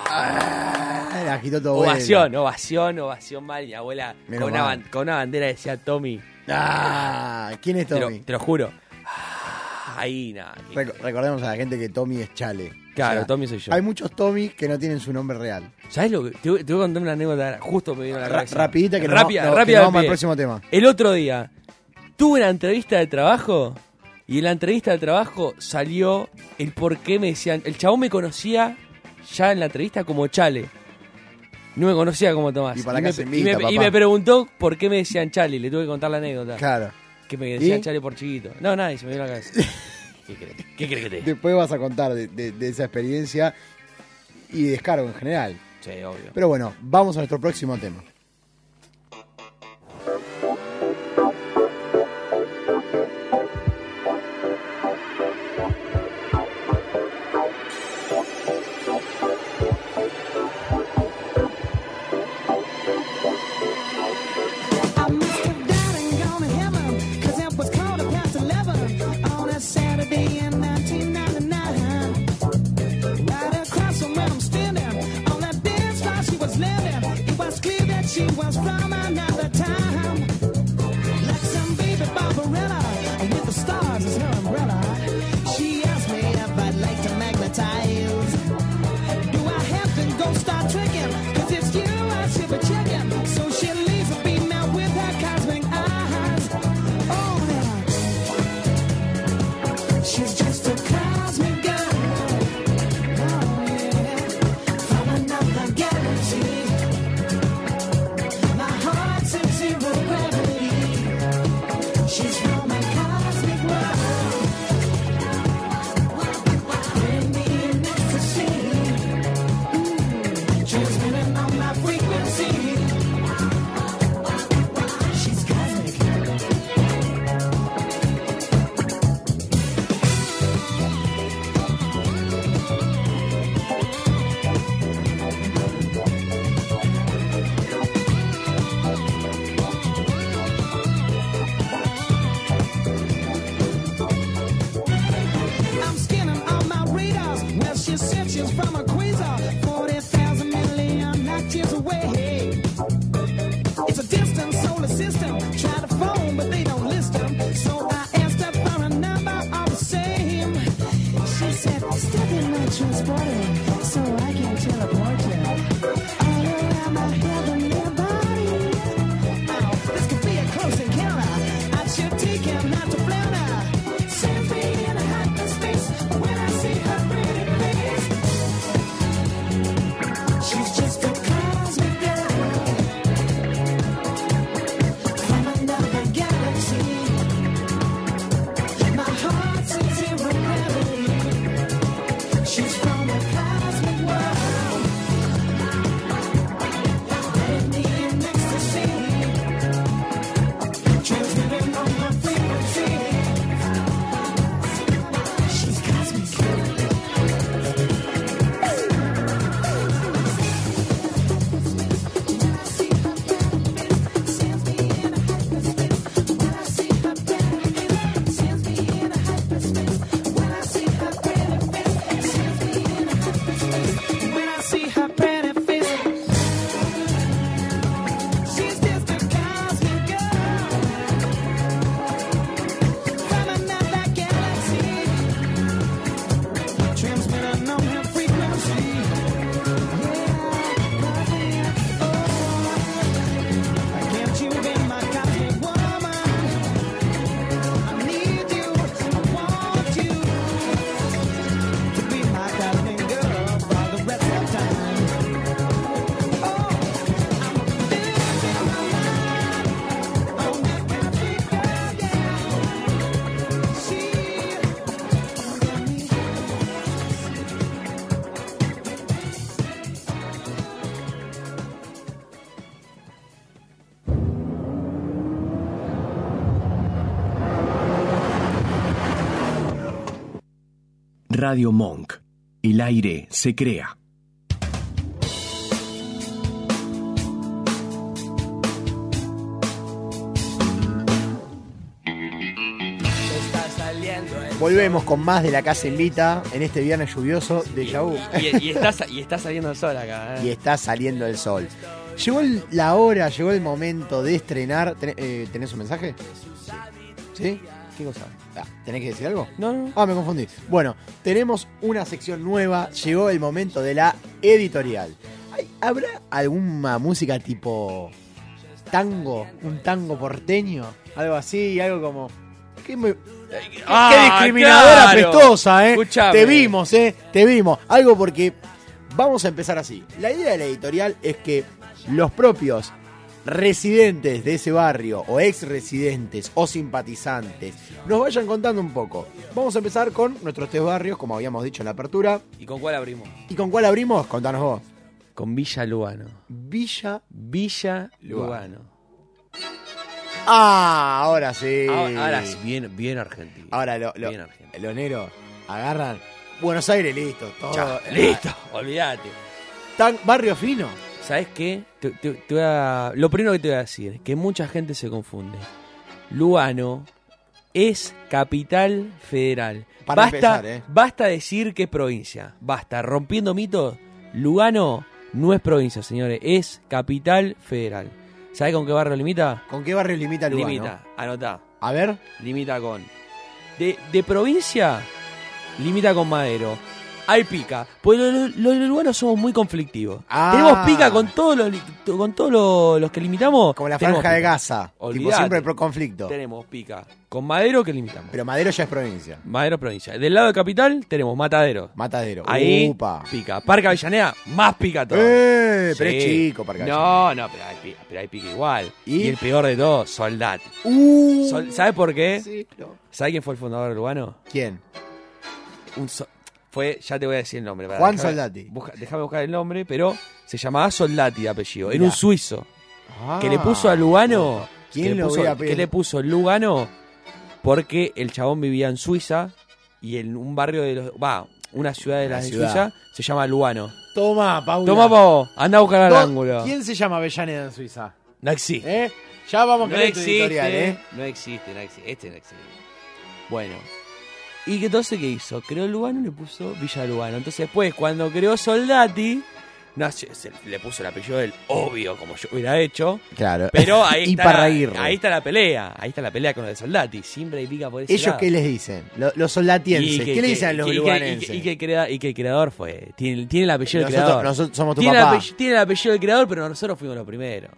Speaker 4: Ah, la agitó todo
Speaker 7: Ovación, ovación, ovación mal. Y mi abuela
Speaker 4: Menos
Speaker 7: con una,
Speaker 4: mal.
Speaker 7: ban- con una bandera decía Tommy,
Speaker 4: Ah, ¿quién es
Speaker 7: te lo,
Speaker 4: Tommy?
Speaker 7: te lo juro. Ah, Ahí nada. que-
Speaker 4: Reco- recordemos a la gente que Tommy es Chale.
Speaker 7: Claro, Tommy soy yo.
Speaker 4: Hay muchos Tommy que no tienen su nombre real.
Speaker 7: ¿Sabes lo que? Te, voy- te voy a contar una anécdota, justo me vino a la
Speaker 4: Ra-
Speaker 7: cabeza.
Speaker 4: rapidita que nos
Speaker 7: Rápida,
Speaker 4: va- no, que
Speaker 7: rápida
Speaker 4: nos vamos
Speaker 7: de
Speaker 4: al
Speaker 7: pie.
Speaker 4: próximo tema.
Speaker 7: El otro día tuve una entrevista de trabajo y en la entrevista de trabajo salió el por qué me decían. El chabón me conocía ya en la entrevista como Chale. No me conocía como Tomás.
Speaker 4: Y para acá
Speaker 7: me,
Speaker 4: se
Speaker 7: y
Speaker 4: invita,
Speaker 7: me- y
Speaker 4: papá.
Speaker 7: me preguntó por qué me decían Chale. y Le tuve que contar la anécdota.
Speaker 4: Claro.
Speaker 7: Que me decían
Speaker 4: ¿Y?
Speaker 7: Chale por chiquito. No, nada, y se me vino a la cabeza. ¿Qué crees? ¿Qué crees que te diga?
Speaker 4: Después vas a contar de, de- de esa experiencia y descargo en general.
Speaker 7: Sí, obvio.
Speaker 4: Pero bueno, vamos a nuestro próximo tema.
Speaker 6: I must have died and gone to heaven, 'cause it was quarter past eleven on a Saturday in 1999. Right across from where I'm standing, on that dance floor she was living. It was clear that she was from another time. Like some baby Barbarella, with the stars as her umbrella. She asked me if I'd like to magnetize. Do I have to go start tricking? 'Cause it's you I should be checking. So she leaves me beam out with her cosmic eyes. Oh, now. She's just a cosmic girl. Oh, yeah. From another galaxy. My heart's in zero gravity. She's from a cosmic world. Bring me in ecstasy. Transmitting on my frequency. She's cosmic. am not to blame now. Sends me in a hot space when I see her pretty face. She's just a cosmic girl from another galaxy. My heart's in zero gravity. She's from a cosmic world. Letting me in ecstasy. Transmitting on my frequency. She's cosmic. When I see her pretty face, she's just a cosmic girl from another galaxy. Transmitting on her frequency. Yeah, lovely. Oh, why can't you be my cosmic woman? I need you, I want you to be my cosmic girl for the rest of time.
Speaker 1: Radio Monk. El aire se crea.
Speaker 4: Volvemos con más de la casa invita en este viernes lluvioso de Yahoo.
Speaker 7: Y, y está, sa- y está saliendo el sol acá.
Speaker 4: y
Speaker 7: ¿eh?
Speaker 4: está saliendo el sol. Llegó el- la hora, llegó el momento de estrenar. Ten- eh, ¿Tenés un mensaje? ¿Sí? ¿Qué cosa? Ah, ¿Tenés que decir algo?
Speaker 7: No, no.
Speaker 4: Ah, me confundí. Bueno, tenemos una sección nueva. Llegó el momento de la editorial. Ay, ¿Habrá alguna música tipo tango? ¿Un tango porteño? Algo así, algo como. ¿Qué, me- qué- qué
Speaker 7: Ah,
Speaker 4: discriminadora
Speaker 7: claro.
Speaker 4: apestosa, ¿eh?
Speaker 7: Escuchame.
Speaker 4: Te vimos, ¿eh? Te vimos. Algo porque vamos a empezar así. La idea de la editorial es que los propios residentes de ese barrio o ex residentes o simpatizantes nos vayan contando un poco. Vamos a empezar con nuestros tres barrios, como habíamos dicho en la apertura.
Speaker 7: ¿Y con cuál abrimos?
Speaker 4: ¿Y con cuál abrimos? Contanos vos.
Speaker 7: Con Villa Lugano.
Speaker 4: Villa.
Speaker 7: Villa
Speaker 4: Lugano.
Speaker 7: Lugano.
Speaker 4: Ah, ahora sí.
Speaker 7: Ahora, ahora sí, bien, bien argentino.
Speaker 4: Ahora lo, lo,
Speaker 7: Bien argentino.
Speaker 4: los negros agarran. Buenos Aires, listo. Todo.
Speaker 7: Ya, listo, olvídate.
Speaker 4: Tan, barrio fino.
Speaker 7: ¿Sabes qué? Te- te- te voy a- Lo primero que te voy a decir es que mucha gente se confunde. Lugano es capital federal.
Speaker 4: Para
Speaker 7: basta,
Speaker 4: empezar, ¿eh?
Speaker 7: basta decir que es provincia. Basta, rompiendo mitos. Lugano no es provincia, señores, es capital federal. ¿Sabes con qué barrio limita?
Speaker 4: ¿Con qué barrio limita Lugano?
Speaker 7: Limita, anotá.
Speaker 4: A ver.
Speaker 7: Limita con. De, de provincia, limita con Madero. Hay pica. Pues los, los luganos somos muy conflictivos.
Speaker 4: Ah.
Speaker 7: Tenemos pica con todos los, li- con todos los, los que limitamos.
Speaker 4: Como la
Speaker 7: tenemos
Speaker 4: franja de
Speaker 7: pica.
Speaker 4: Gaza. Tipo
Speaker 7: Olvidate.
Speaker 4: siempre pro conflicto.
Speaker 7: Tenemos pica con Madero que limitamos.
Speaker 4: Pero Madero ya es provincia.
Speaker 7: Madero provincia. Del lado de Capital tenemos Matadero.
Speaker 4: Matadero.
Speaker 7: Ahí
Speaker 4: Upa.
Speaker 7: pica. Parque Avellaneda, más pica todo.
Speaker 4: Eh, pero
Speaker 7: Sí.
Speaker 4: es chico para
Speaker 7: No, no, pero hay, pi- pero hay pica igual.
Speaker 4: ¿Y?
Speaker 7: ¿Y? el peor de todo, Soldati.
Speaker 4: Uh,
Speaker 7: Sol- ¿Sabes por qué?
Speaker 4: Sí, no.
Speaker 7: ¿Sabes quién fue el fundador del Lugano?
Speaker 4: ¿Quién?
Speaker 7: un so- fue, ya te voy a decir el nombre. pará,
Speaker 4: Juan
Speaker 7: déjame-
Speaker 4: Soldati.
Speaker 7: busca- Déjame buscar el nombre, pero se llamaba Soldati de apellido. Era
Speaker 4: Mirá.
Speaker 7: un suizo
Speaker 4: Ah.
Speaker 7: que le puso a Lugano.
Speaker 4: ¿Quién
Speaker 7: que le
Speaker 4: lo
Speaker 7: puso,
Speaker 4: hubiera
Speaker 7: que
Speaker 4: pensado?
Speaker 7: le puso Lugano porque el chabón vivía en Suiza y en un barrio de los. Va, una ciudad de
Speaker 4: Una
Speaker 7: las de
Speaker 4: ciudad.
Speaker 7: Suiza se llama Lugano.
Speaker 4: Toma, Paula.
Speaker 7: Tomá pa' vos, anda a buscar al
Speaker 4: No,
Speaker 7: ángulo.
Speaker 4: ¿Quién se llama Avellaneda en Suiza?
Speaker 7: No existe.
Speaker 4: ¿Eh? Ya vamos
Speaker 7: No
Speaker 4: con este editorial,
Speaker 7: existe,
Speaker 4: ¿eh?
Speaker 7: no existe, no existe, este no existe. Bueno, y que entonces qué hizo? Creó Lugano y le puso Villa Lugano. Entonces después, cuando creó Soldati, no, se- se- le puso el apellido del obvio, como yo hubiera hecho.
Speaker 4: Claro.
Speaker 7: Pero ahí
Speaker 4: y
Speaker 7: está,
Speaker 4: para
Speaker 7: la, ahí está la pelea, ahí está la pelea con el Soldati. Siempre hay pica por ese
Speaker 4: ¿Ellos
Speaker 7: lado.
Speaker 4: qué les dicen? Lo- Los,
Speaker 7: Y
Speaker 4: soldatienses.
Speaker 7: que-
Speaker 4: ¿Qué le
Speaker 7: que-
Speaker 4: dicen a los
Speaker 7: y que- y que-
Speaker 4: lugarenses?
Speaker 7: Y que, el crea- y que el creador fue. Pues, Tiene, tiene el apellido del
Speaker 4: nosotros,
Speaker 7: creador.
Speaker 4: nosotros somos tu
Speaker 7: Tiene el,
Speaker 4: papá.
Speaker 7: apellido, tiene el apellido del creador, pero nosotros fuimos los primeros.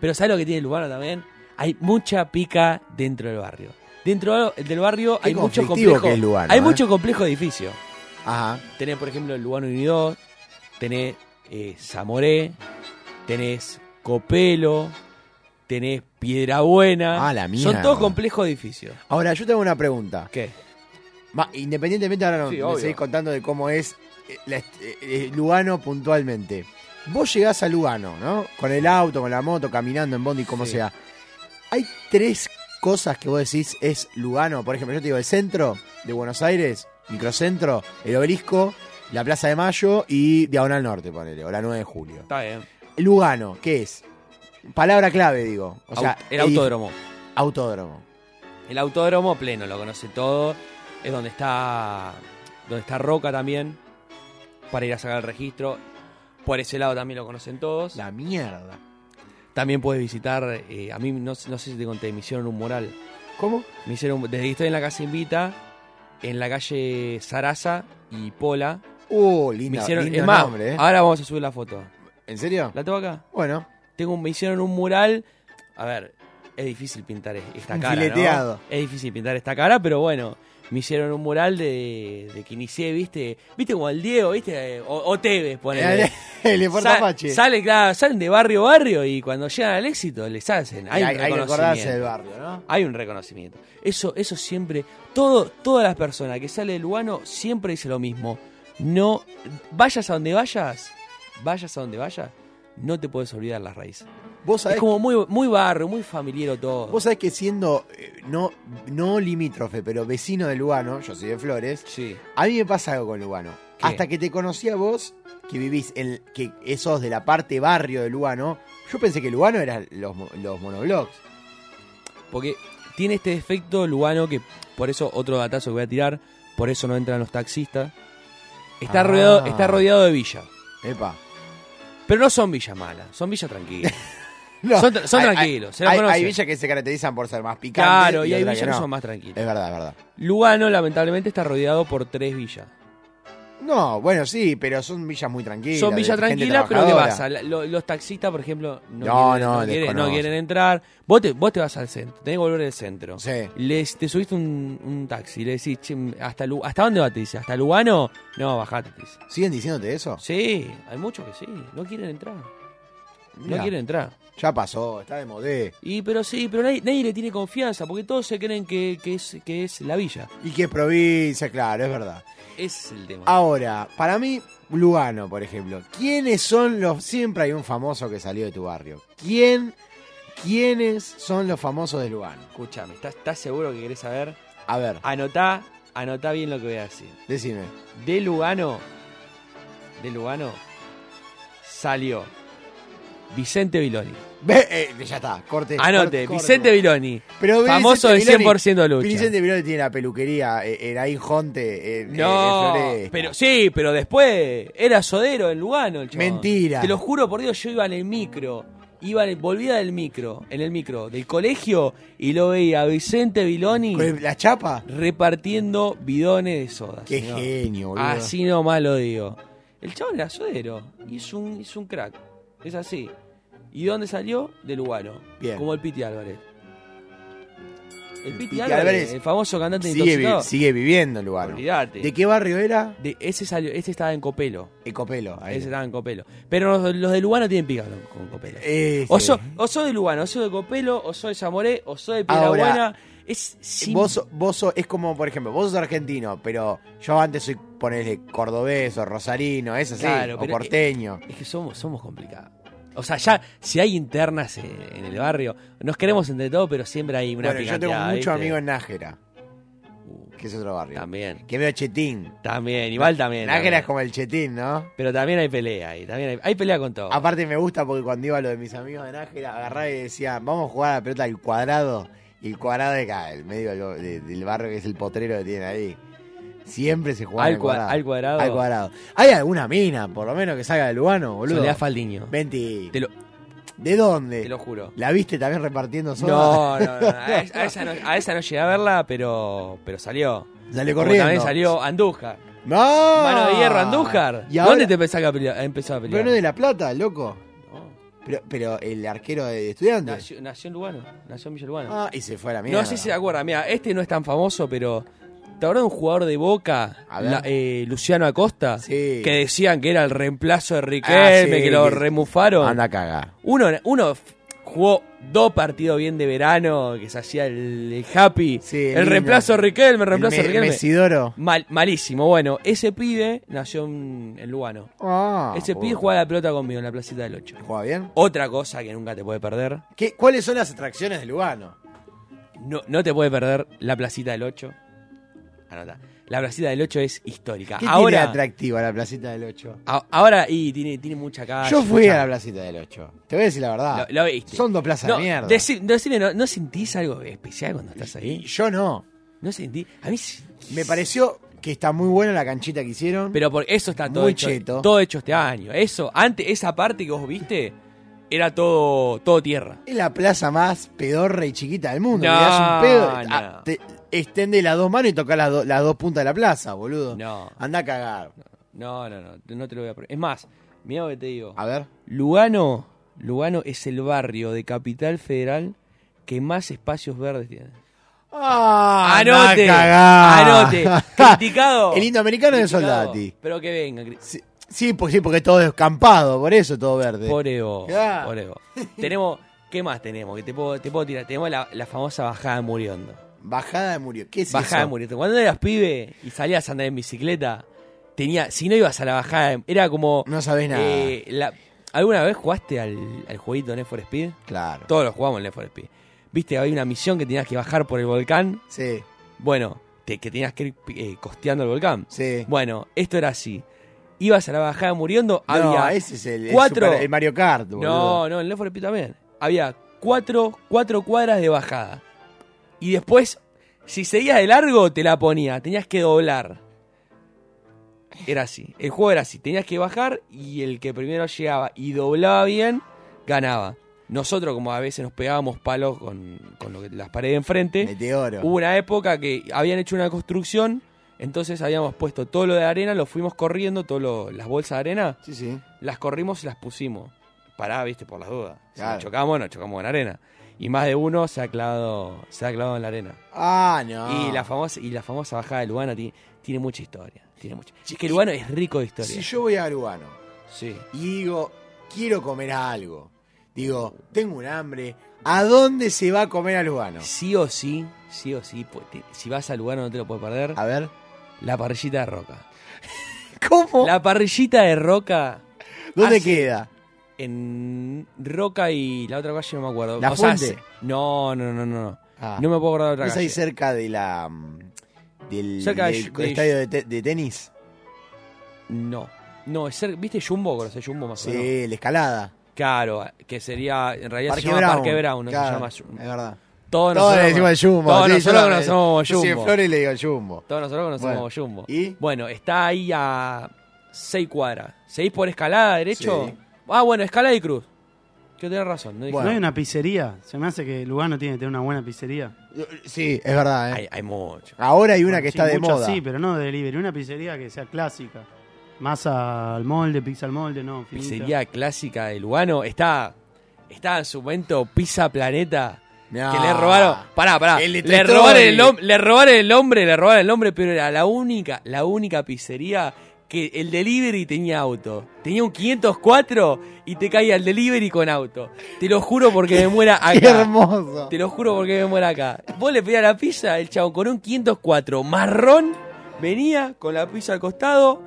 Speaker 7: Pero ¿sabes lo que tiene el Lugano también? Hay mucha pica dentro del barrio. Dentro del barrio
Speaker 4: Qué
Speaker 7: hay mucho
Speaker 4: conflictivo
Speaker 7: complejo.
Speaker 4: que es Lugano,
Speaker 7: hay
Speaker 4: ¿eh?
Speaker 7: mucho complejo de edificio.
Speaker 4: Ajá.
Speaker 7: Tenés, por ejemplo, el Lugano Unido, tenés eh, Zamoré, tenés Copelo, tenés Piedra Buena.
Speaker 4: Ah, la
Speaker 7: Son
Speaker 4: mierda.
Speaker 7: todos complejos de edificios.
Speaker 4: Ahora, yo tengo una pregunta.
Speaker 7: ¿Qué?
Speaker 4: Ma- independientemente, ahora no,
Speaker 7: Sí,
Speaker 4: me
Speaker 7: obvio.
Speaker 4: seguís contando de cómo es eh, la est- eh, eh, Lugano puntualmente. Vos llegás a Lugano, ¿no? Con el auto, con la moto, caminando en bondi, como
Speaker 7: Sí.
Speaker 4: sea. Hay tres cosas que vos decís es Lugano. Por ejemplo, yo te digo el centro de Buenos Aires, microcentro, el obelisco, la Plaza de Mayo y Diagonal Norte, ponele, o la 9 de julio.
Speaker 7: Está bien.
Speaker 4: Lugano, ¿qué es? Palabra clave, digo. O sea,
Speaker 7: Au- el
Speaker 4: edif-
Speaker 7: autódromo.
Speaker 4: Autódromo.
Speaker 7: El autódromo pleno, lo conoce todo. Es donde está. donde está Roca también. Para ir a sacar el registro. Por ese lado también lo conocen todos.
Speaker 4: La mierda.
Speaker 7: También puedes visitar. eh, a mí no, sé- no sé si te conté, me hicieron un mural.
Speaker 4: ¿Cómo?
Speaker 7: Me hicieron un- desde que estoy en la casa invita, en la calle Sarasa y Pola.
Speaker 4: Uh, lindo,
Speaker 7: me hicieron.
Speaker 4: lindo
Speaker 7: es más,
Speaker 4: nombre, ¿eh?
Speaker 7: ahora vamos a subir la foto.
Speaker 4: ¿En serio?
Speaker 7: ¿La tengo acá?
Speaker 4: Bueno,
Speaker 7: Tengo, un- me hicieron un mural. A ver, es difícil pintar esta
Speaker 4: Un
Speaker 7: cara. ¿no?
Speaker 4: fileteado.
Speaker 7: Es difícil pintar esta cara, pero bueno. Me hicieron un mural de, de que inicié, ¿viste? ¿Viste como el Diego, viste? O, o Tevez,
Speaker 4: Eh,
Speaker 7: ponele.
Speaker 4: el
Speaker 7: Sa-
Speaker 4: Portapache.
Speaker 7: sale, claro, salen de barrio a barrio y cuando llegan al éxito les hacen. Hay,
Speaker 4: Hay,
Speaker 7: un
Speaker 4: hay que acordarse
Speaker 7: reconocimiento.
Speaker 4: del barrio, ¿no?
Speaker 7: Hay un reconocimiento. Eso, eso siempre. Todo, todas las personas que sale de Lugano siempre dice lo mismo. No. Vayas a donde vayas, vayas a donde vayas, no te puedes olvidar las raíces.
Speaker 4: Vos
Speaker 7: Es
Speaker 4: sabés,
Speaker 7: como muy, muy barrio, muy familiero todo.
Speaker 4: vos sabés que siendo, eh, no, no limítrofe, pero vecino de Lugano, yo soy de Flores,
Speaker 7: Sí.
Speaker 4: a mí me pasa algo con Lugano.
Speaker 7: ¿Qué?
Speaker 4: Hasta que te conocí a vos, que vivís, en, que esos de la parte barrio de Lugano, yo pensé que Lugano eran los, mo- los monoblocks.
Speaker 7: Porque tiene este defecto Lugano que por eso otro datazo que voy a tirar, por eso no entran los taxistas. Está,
Speaker 4: Ah.
Speaker 7: rodeado, está rodeado de villas.
Speaker 4: Epa.
Speaker 7: Pero no son villas malas, son villas tranquilas.
Speaker 4: No,
Speaker 7: Son tra- son
Speaker 4: hay- hay-
Speaker 7: tranquilos, se lo
Speaker 4: Hay,
Speaker 7: conocen.
Speaker 4: hay villas que se caracterizan por ser más picantes.
Speaker 7: claro, y hay
Speaker 4: otras
Speaker 7: villas que
Speaker 4: no.
Speaker 7: son más
Speaker 4: Es
Speaker 7: tranquilas.
Speaker 4: verdad, es verdad.
Speaker 7: Lugano lamentablemente está rodeado por tres villas.
Speaker 4: No, bueno, sí, pero son villas muy tranquilas.
Speaker 7: Son
Speaker 4: de
Speaker 7: villas
Speaker 4: gente
Speaker 7: tranquilas, pero ¿qué
Speaker 4: trabajadora.
Speaker 7: pasa? La- lo- los taxistas, por ejemplo, no,
Speaker 4: No,
Speaker 7: quieren,
Speaker 4: no,
Speaker 7: no quieren, no
Speaker 4: desconocen.
Speaker 7: quieren entrar. Vos te, vos te vas al centro, tenés que volver del centro.
Speaker 4: Sí.
Speaker 7: Les, te subiste un, un taxi, le decís, "Che, ¿hasta, Lu- ¿hasta dónde va? Te dice, ¿hasta Lugano? No, bajate, te dice.
Speaker 4: ¿Siguen diciéndote eso?
Speaker 7: Sí, hay muchos que sí, no quieren entrar.
Speaker 4: Mirá.
Speaker 7: No quieren entrar.
Speaker 4: Ya pasó, está de modé.
Speaker 7: Y pero sí, pero nadie, nadie le tiene confianza, porque todos se creen que, que es, que es la villa.
Speaker 4: Y que es provincia, claro, es verdad.
Speaker 7: Ese es el
Speaker 4: Ah,
Speaker 7: tema.
Speaker 4: Ahora, para mí, Lugano, por ejemplo. ¿Quiénes son los... Siempre hay un famoso que salió de tu barrio. ¿Quién... ¿Quiénes son los famosos de Lugano?
Speaker 7: Escuchame, ¿estás, ¿estás seguro que querés saber?
Speaker 4: A ver,
Speaker 7: Anotá, anotá bien lo que voy a decir.
Speaker 4: decime.
Speaker 7: De Lugano, de Lugano, salió Vicente Viloni.
Speaker 4: Ve, eh, ya está, corte.
Speaker 7: Anote,
Speaker 4: corte, corte.
Speaker 7: Ah, Vicente Viloni.
Speaker 4: Pero Vicente
Speaker 7: Famoso del
Speaker 4: Viloni-
Speaker 7: 100% lucha.
Speaker 4: Vicente Viloni tiene la peluquería, eh, era ahí Jonte,
Speaker 7: No,
Speaker 4: en, en eh, Floresta.
Speaker 7: pero sí, pero después era sodero en Lugano el chabón.
Speaker 4: Mentira.
Speaker 7: Te lo juro por Dios, yo iba en el micro, iba en el- volvía del micro, en el micro del colegio y lo veía a Vicente Viloni
Speaker 4: ¿Con ¿La chapa?
Speaker 7: repartiendo bidones de soda.
Speaker 4: Qué
Speaker 7: señor.
Speaker 4: genio, boludo.
Speaker 7: Así nomás lo digo. El chabón era sodero y es un, es un crack. Es así. ¿Y de dónde salió? De Lugano.
Speaker 4: Bien.
Speaker 7: Como el Piti Álvarez. El Piti,
Speaker 4: Piti
Speaker 7: Álvarez,
Speaker 4: Álvarez
Speaker 7: el famoso cantante
Speaker 4: Sigue, vi-
Speaker 7: intoxicado.
Speaker 4: sigue viviendo en Lugano.
Speaker 7: Olvídate.
Speaker 4: ¿De qué barrio era?
Speaker 7: De- ese salió, este estaba en Copelo.
Speaker 4: Ecopelo. ahí.
Speaker 7: Ese estaba en Copelo. Pero los, los de Lugano tienen pica con, con Copelo.
Speaker 4: Ese.
Speaker 7: O sos, o sos de Lugano, o sos de Copelo, o sos de Zamoré, o sos de Piedra
Speaker 4: Ahora,
Speaker 7: Buena. Es sin-
Speaker 4: Eh, Vos, so- vos so- es como, por ejemplo, vos sos argentino, pero yo antes soy, ponele, cordobés o rosarino, es así,
Speaker 7: Claro,
Speaker 4: o
Speaker 7: pero-
Speaker 4: porteño.
Speaker 7: Es que somos, somos complicados. O sea, ya si hay internas en, en el barrio, nos queremos entre todos, pero siempre hay una
Speaker 4: bueno, yo tengo
Speaker 7: picanteada,
Speaker 4: muchos
Speaker 7: ¿viste?
Speaker 4: amigos en Nájera,
Speaker 7: Uh,
Speaker 4: que es otro barrio.
Speaker 7: También,
Speaker 4: Que veo chetín.
Speaker 7: también, igual también.
Speaker 4: Nájera
Speaker 7: también.
Speaker 4: es como el chetín, ¿no? Ah,
Speaker 7: Pero también hay pelea ahí, también hay, hay pelea con todo.
Speaker 4: Aparte me gusta porque cuando iba a lo de mis amigos de Nájera, agarraba y decía, vamos a jugar a la pelota al cuadrado. Y el cuadrado de acá, el medio del, de- del barrio que es el potrero que tiene ahí. Siempre se juega
Speaker 7: Al
Speaker 4: al
Speaker 7: cua-
Speaker 4: cuadrado.
Speaker 7: al cuadrado.
Speaker 4: Al cuadrado. ¿Hay alguna mina, por lo menos, que salga de Lugano, boludo?
Speaker 7: Soledad Faldiño.
Speaker 4: Mentira.
Speaker 7: Te lo,
Speaker 4: ¿De dónde?
Speaker 7: te lo juro.
Speaker 4: ¿La viste también repartiendo
Speaker 7: No,
Speaker 4: soda?
Speaker 7: no, no. A, es- a esa no a esa no llegué a verla, pero, pero salió.
Speaker 4: Sale
Speaker 7: Como
Speaker 4: corriendo.
Speaker 7: También salió Andújar.
Speaker 4: ¡No!
Speaker 7: Mano de hierro, Andújar.
Speaker 4: ¿Y ahora-
Speaker 7: ¿Dónde te pensás que ha pelea- empezó a pelear?
Speaker 4: ¿Pero no es de La Plata, loco?
Speaker 7: No.
Speaker 4: Pero, pero el arquero de estudiantes.
Speaker 7: Nació, nació en Lugano, nació en Villa Lugano.
Speaker 4: Ah, y se fue a la mierda.
Speaker 7: No sé si se acuerda, mira, este no es tan famoso, pero ¿te acuerdas de un jugador de Boca,
Speaker 4: ver.
Speaker 7: la- eh, Luciano Acosta? Que decían que era el reemplazo de
Speaker 4: Ah, sí,
Speaker 7: Riquelme, que lo
Speaker 4: que-
Speaker 7: remufaron.
Speaker 4: Anda caga.
Speaker 7: Uno, uno f- jugó dos partidos bien de verano, que se hacía el, el happy. el
Speaker 4: lindo.
Speaker 7: reemplazo de Riquelme, el reemplazo de
Speaker 4: El me-
Speaker 7: Riquelme.
Speaker 4: Mesidoro.
Speaker 7: Mal- malísimo, bueno, ese pibe nació en, en Lugano.
Speaker 4: Ah,
Speaker 7: ese
Speaker 4: bueno.
Speaker 7: pibe jugaba la pelota conmigo en la placita del 8.
Speaker 4: ¿Juega bien?
Speaker 7: Otra cosa que nunca te puede perder.
Speaker 4: ¿Qué- ¿Cuáles son las atracciones de Lugano?
Speaker 7: No, no te puede perder la placita del 8. Anota. La placita del 8 es histórica.
Speaker 4: ¿Qué
Speaker 7: ahora,
Speaker 4: tiene atractiva la placita del 8?
Speaker 7: a- ahora y tiene, tiene mucha calle.
Speaker 4: Yo fui
Speaker 7: mucha-
Speaker 4: a la placita del 8. Te voy a decir la verdad.
Speaker 7: Lo- lo viste.
Speaker 4: Ah, Son dos plazas
Speaker 7: No,
Speaker 4: de mierda.
Speaker 7: decí- decime, ¿no, no sentís algo especial cuando estás ahí?
Speaker 4: Yo no.
Speaker 7: No sentí. A mí sí.
Speaker 4: Me pareció que está muy buena la canchita que hicieron.
Speaker 7: Pero porque eso está todo
Speaker 4: Muy
Speaker 7: hecho,
Speaker 4: cheto.
Speaker 7: todo hecho este año. Eso, antes, esa parte que vos viste, era todo, todo tierra.
Speaker 4: Es la plaza más pedorra y chiquita del mundo.
Speaker 7: No,
Speaker 4: Le das un pedo.
Speaker 7: no.
Speaker 4: ah, te extende las dos manos y toca las, do- las dos puntas de la plaza, boludo.
Speaker 7: No,
Speaker 4: Anda a cagar.
Speaker 7: no, no, no, no te lo voy a probar. Es más, mira lo que te digo.
Speaker 4: A ver.
Speaker 7: Lugano, Lugano es el barrio de Capital Federal que más espacios verdes tiene.
Speaker 4: Ah, andá
Speaker 7: anote,
Speaker 4: a cagar.
Speaker 7: anote. ah, Criticado.
Speaker 4: El indoamericano de
Speaker 7: Criticado.
Speaker 4: Soldati.
Speaker 7: Pero que venga, cri-
Speaker 4: Sí, pues sí, porque todo es descampado, por eso todo verde.
Speaker 7: Pobre vos,
Speaker 4: Claro.
Speaker 7: pobre vos. Tenemos, ¿qué más tenemos? Que te puedo, te puedo tirar. Tenemos la, la famosa bajada de Muriondo.
Speaker 4: Bajada de Murió. ¿Qué es
Speaker 7: bajada de
Speaker 4: eso?
Speaker 7: Muriondo. Cuando eras pibe y salías a andar en bicicleta, tenía, si no ibas a la bajada, de- era como.
Speaker 4: No sabés nada.
Speaker 7: eh, la- ¿Alguna vez jugaste al, al jueguito Need for Speed?
Speaker 4: Claro.
Speaker 7: Todos los jugamos en Need for Speed. Viste, había una misión que tenías que bajar por el volcán.
Speaker 4: Sí,
Speaker 7: Bueno, te- que tenías que ir eh, costeando el volcán.
Speaker 4: sí.
Speaker 7: Bueno, esto era así. Ibas a la bajada de Muriendo,
Speaker 4: no,
Speaker 7: había
Speaker 4: ese es el, el
Speaker 7: cuatro-
Speaker 4: super- el Mario Kart, boludo.
Speaker 7: no, no, en Left 4 Speed también. Había cuatro, cuatro cuadras de bajada. Y después, si seguías de largo, te la ponía. Tenías que doblar. Era así. El juego era así. Tenías que bajar y el que primero llegaba y doblaba bien, ganaba. Nosotros, como a veces nos pegábamos palos con, con lo que- las paredes de enfrente,
Speaker 4: Meteoro.
Speaker 7: hubo una época que habían hecho una construcción. Entonces habíamos puesto todo lo de arena, lo fuimos corriendo, todas las bolsas de arena
Speaker 4: Sí, sí.
Speaker 7: las corrimos y las pusimos. Pará, viste, por las dudas. Si
Speaker 4: Claro.
Speaker 7: nos chocamos, nos chocamos en arena. Y más de uno se ha clavado, se ha clavado en la arena.
Speaker 4: Ah, no.
Speaker 7: Y, la famosa, y la famosa bajada de Lugano tiene, tiene mucha historia. Tiene mucha. Es que Lugano es rico de historia.
Speaker 4: Si yo voy a Lugano
Speaker 7: Sí.
Speaker 4: y digo, quiero comer algo, digo, tengo un hambre, ¿a dónde se va a comer a Lugano?
Speaker 7: Sí o sí, sí o sí, pues, te- si vas a Lugano no te lo puedes perder.
Speaker 4: A ver.
Speaker 7: La parrillita de roca.
Speaker 4: ¿Cómo?
Speaker 7: La parrillita de roca
Speaker 4: ¿Dónde
Speaker 7: hace-
Speaker 4: queda?
Speaker 7: en Roca y la otra calle no me acuerdo.
Speaker 4: La
Speaker 7: O sea,
Speaker 4: Fuente.
Speaker 7: se- no, no, no, no, no.
Speaker 4: Ah,
Speaker 7: No me puedo acordar de otra
Speaker 4: ¿No es ahí
Speaker 7: calle.
Speaker 4: cerca de la. mm, del,
Speaker 7: Cerca de-
Speaker 4: del
Speaker 7: de-
Speaker 4: estadio de, te- de tenis?
Speaker 7: No. No, es ser, ¿viste Jumbo? ¿Conocés Jumbo más o menos?
Speaker 4: Sí, la escalada.
Speaker 7: Claro, que sería, en realidad
Speaker 4: Parque
Speaker 7: se llama
Speaker 4: Brown.
Speaker 7: Parque Brown, no
Speaker 4: Claro,
Speaker 7: se
Speaker 4: Es
Speaker 7: llama Jumbo.
Speaker 4: verdad.
Speaker 7: Todos
Speaker 4: Todos
Speaker 7: nosotros,
Speaker 4: le decimos el Jumbo.
Speaker 7: todos
Speaker 4: sí,
Speaker 7: nosotros
Speaker 4: yo la-
Speaker 7: conocemos
Speaker 4: Yo soy de
Speaker 7: Jumbo.
Speaker 4: Flores y le digo el Jumbo.
Speaker 7: Todos nosotros conocemos Jumbo.
Speaker 4: ¿Y?
Speaker 7: Bueno, está ahí a 6 cuadras. ¿Seguís por escalada derecho?
Speaker 4: Sí.
Speaker 7: Ah, bueno, escalada y cruz. Yo tenés razón. No dije-
Speaker 4: Bueno.
Speaker 2: ¿No hay una pizzería? Se me hace que Lugano tiene que tener una buena pizzería.
Speaker 4: Sí, es verdad, ¿eh?
Speaker 7: hay, hay mucho.
Speaker 4: Ahora hay una que
Speaker 2: Sí,
Speaker 4: está de
Speaker 2: muchas
Speaker 4: moda.
Speaker 2: Sí, pero no de delivery. Una pizzería que sea clásica. Masa al molde, pizza al molde, no. finita.
Speaker 7: Pizzería clásica de Lugano. Está, está en su momento Pizza Planeta.
Speaker 4: Mirá.
Speaker 7: Que le robaron. Pará, pará.
Speaker 4: El de Toy
Speaker 7: le, robaron
Speaker 4: Story.
Speaker 7: el, nom- le robaron el nombre, le robaron el nombre, pero era la única, la única pizzería que el delivery tenía auto. Tenía un 504 y te caía el delivery con auto. Te lo juro porque me muera acá.
Speaker 4: Qué hermoso.
Speaker 7: Te lo juro porque me muera acá. Vos le pedías la pizza, el chabón con un 504 marrón venía con la pizza al costado.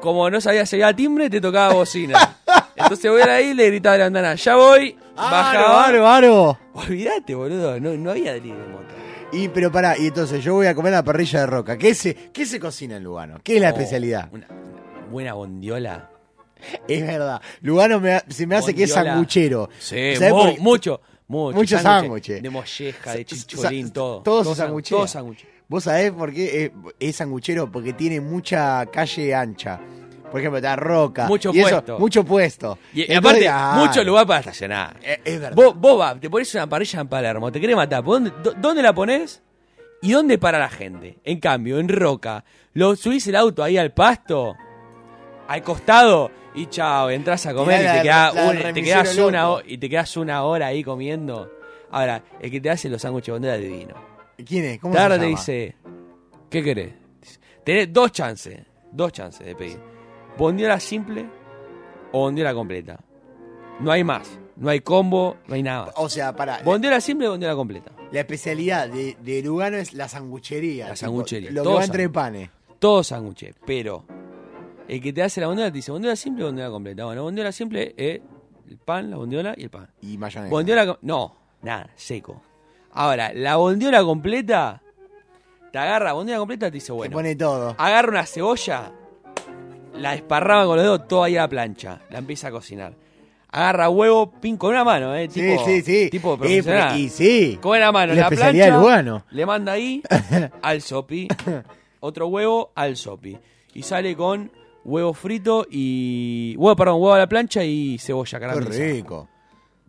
Speaker 7: Como no sabía llegar a timbre, te tocaba bocina. Entonces voy ahí y le gritaba a la andana, ya voy,
Speaker 4: Ah,
Speaker 7: bajaba.
Speaker 4: Aro, aro.
Speaker 7: Olvídate, boludo, no, no había delivery de moto.
Speaker 4: Y pero pará, y entonces yo voy a comer la parrilla de roca. ¿Qué se, qué se cocina en Lugano? ¿Qué es la
Speaker 7: Oh,
Speaker 4: especialidad?
Speaker 7: Una una buena bondiola.
Speaker 4: Es verdad. Lugano me, se me hace que es
Speaker 7: Bondiola.
Speaker 4: sanguchero.
Speaker 7: Sí,
Speaker 4: ¿Sabés
Speaker 7: mu-
Speaker 4: por qué?
Speaker 7: mucho, mucho.
Speaker 4: Mucho sándwich.
Speaker 7: De molleja,
Speaker 4: Sa-
Speaker 7: de chichorín,
Speaker 4: sa-
Speaker 7: todo.
Speaker 4: todo se
Speaker 7: san-
Speaker 4: sanguchea.
Speaker 7: Todo sanguche.
Speaker 4: ¿Vos sabés por qué es, es sanguchero? Porque tiene mucha calle ancha. Por ejemplo, está roca.
Speaker 7: Mucho
Speaker 4: y eso-
Speaker 7: puesto.
Speaker 4: mucho puesto.
Speaker 7: Y, y
Speaker 4: Entonces,
Speaker 7: aparte,
Speaker 4: ah,
Speaker 7: mucho lugar para estacionar.
Speaker 4: Es, es verdad.
Speaker 7: Vos, vos vas, te pones una parrilla en Palermo, te querés matar. ¿Por dónde, dó- dónde la pones? ¿Y dónde para la gente? En cambio, en Roca, lo subís el auto ahí al pasto, al costado, Y chao, entras a comer
Speaker 4: Tirá
Speaker 7: y
Speaker 4: la-
Speaker 7: te, quedás
Speaker 4: la del
Speaker 7: un- te
Speaker 4: remisero
Speaker 7: quedás una,
Speaker 4: loco.
Speaker 7: ho- y te quedás una hora ahí comiendo. Ahora, el que te hace los sándwiches de bandera divino.
Speaker 4: ¿Quién es? ¿Cómo se
Speaker 7: Tarde
Speaker 4: llama?
Speaker 7: dice, ¿qué querés? Dice, Tenés dos chances, dos chances de pedir. Bondiola simple o bondiola completa. No hay más, no hay combo, no hay nada.
Speaker 4: O sea, para.
Speaker 7: Bondiola simple o bondiola completa.
Speaker 4: La especialidad de, de Lugano es la sanguchería.
Speaker 7: La
Speaker 4: tipo,
Speaker 7: sanguchería.
Speaker 4: Lo que
Speaker 7: Todo
Speaker 4: va entre
Speaker 7: sangu-
Speaker 4: panes.
Speaker 7: Todo sándwiches, pero el que te hace la bondiola te dice bondiola simple o bondiola completa. Bueno, bondiola simple es el pan, la bondiola y el pan.
Speaker 4: Y mayonesa.
Speaker 7: Bondiola, com- no, nada, seco. Ahora, la bondiola completa, te agarra, bondiola completa te dice,
Speaker 4: Se
Speaker 7: bueno,
Speaker 4: pone todo.
Speaker 7: agarra una cebolla, la esparraba con los dedos toda ahí a la plancha, la empieza a cocinar. Agarra huevo, pin con una mano, eh,
Speaker 4: Sí,
Speaker 7: tipo,
Speaker 4: sí, sí.
Speaker 7: tipo
Speaker 4: Eh,
Speaker 7: profesional.
Speaker 4: y sí.
Speaker 7: Con la mano, en
Speaker 4: La
Speaker 7: la
Speaker 4: especialidad
Speaker 7: plancha,
Speaker 4: de Lugano.
Speaker 7: le manda ahí al sopi, otro huevo al sopi. Y sale con huevo frito y... Huevo, perdón, huevo a la plancha y cebolla
Speaker 4: Qué
Speaker 7: caramelizada.
Speaker 4: rico.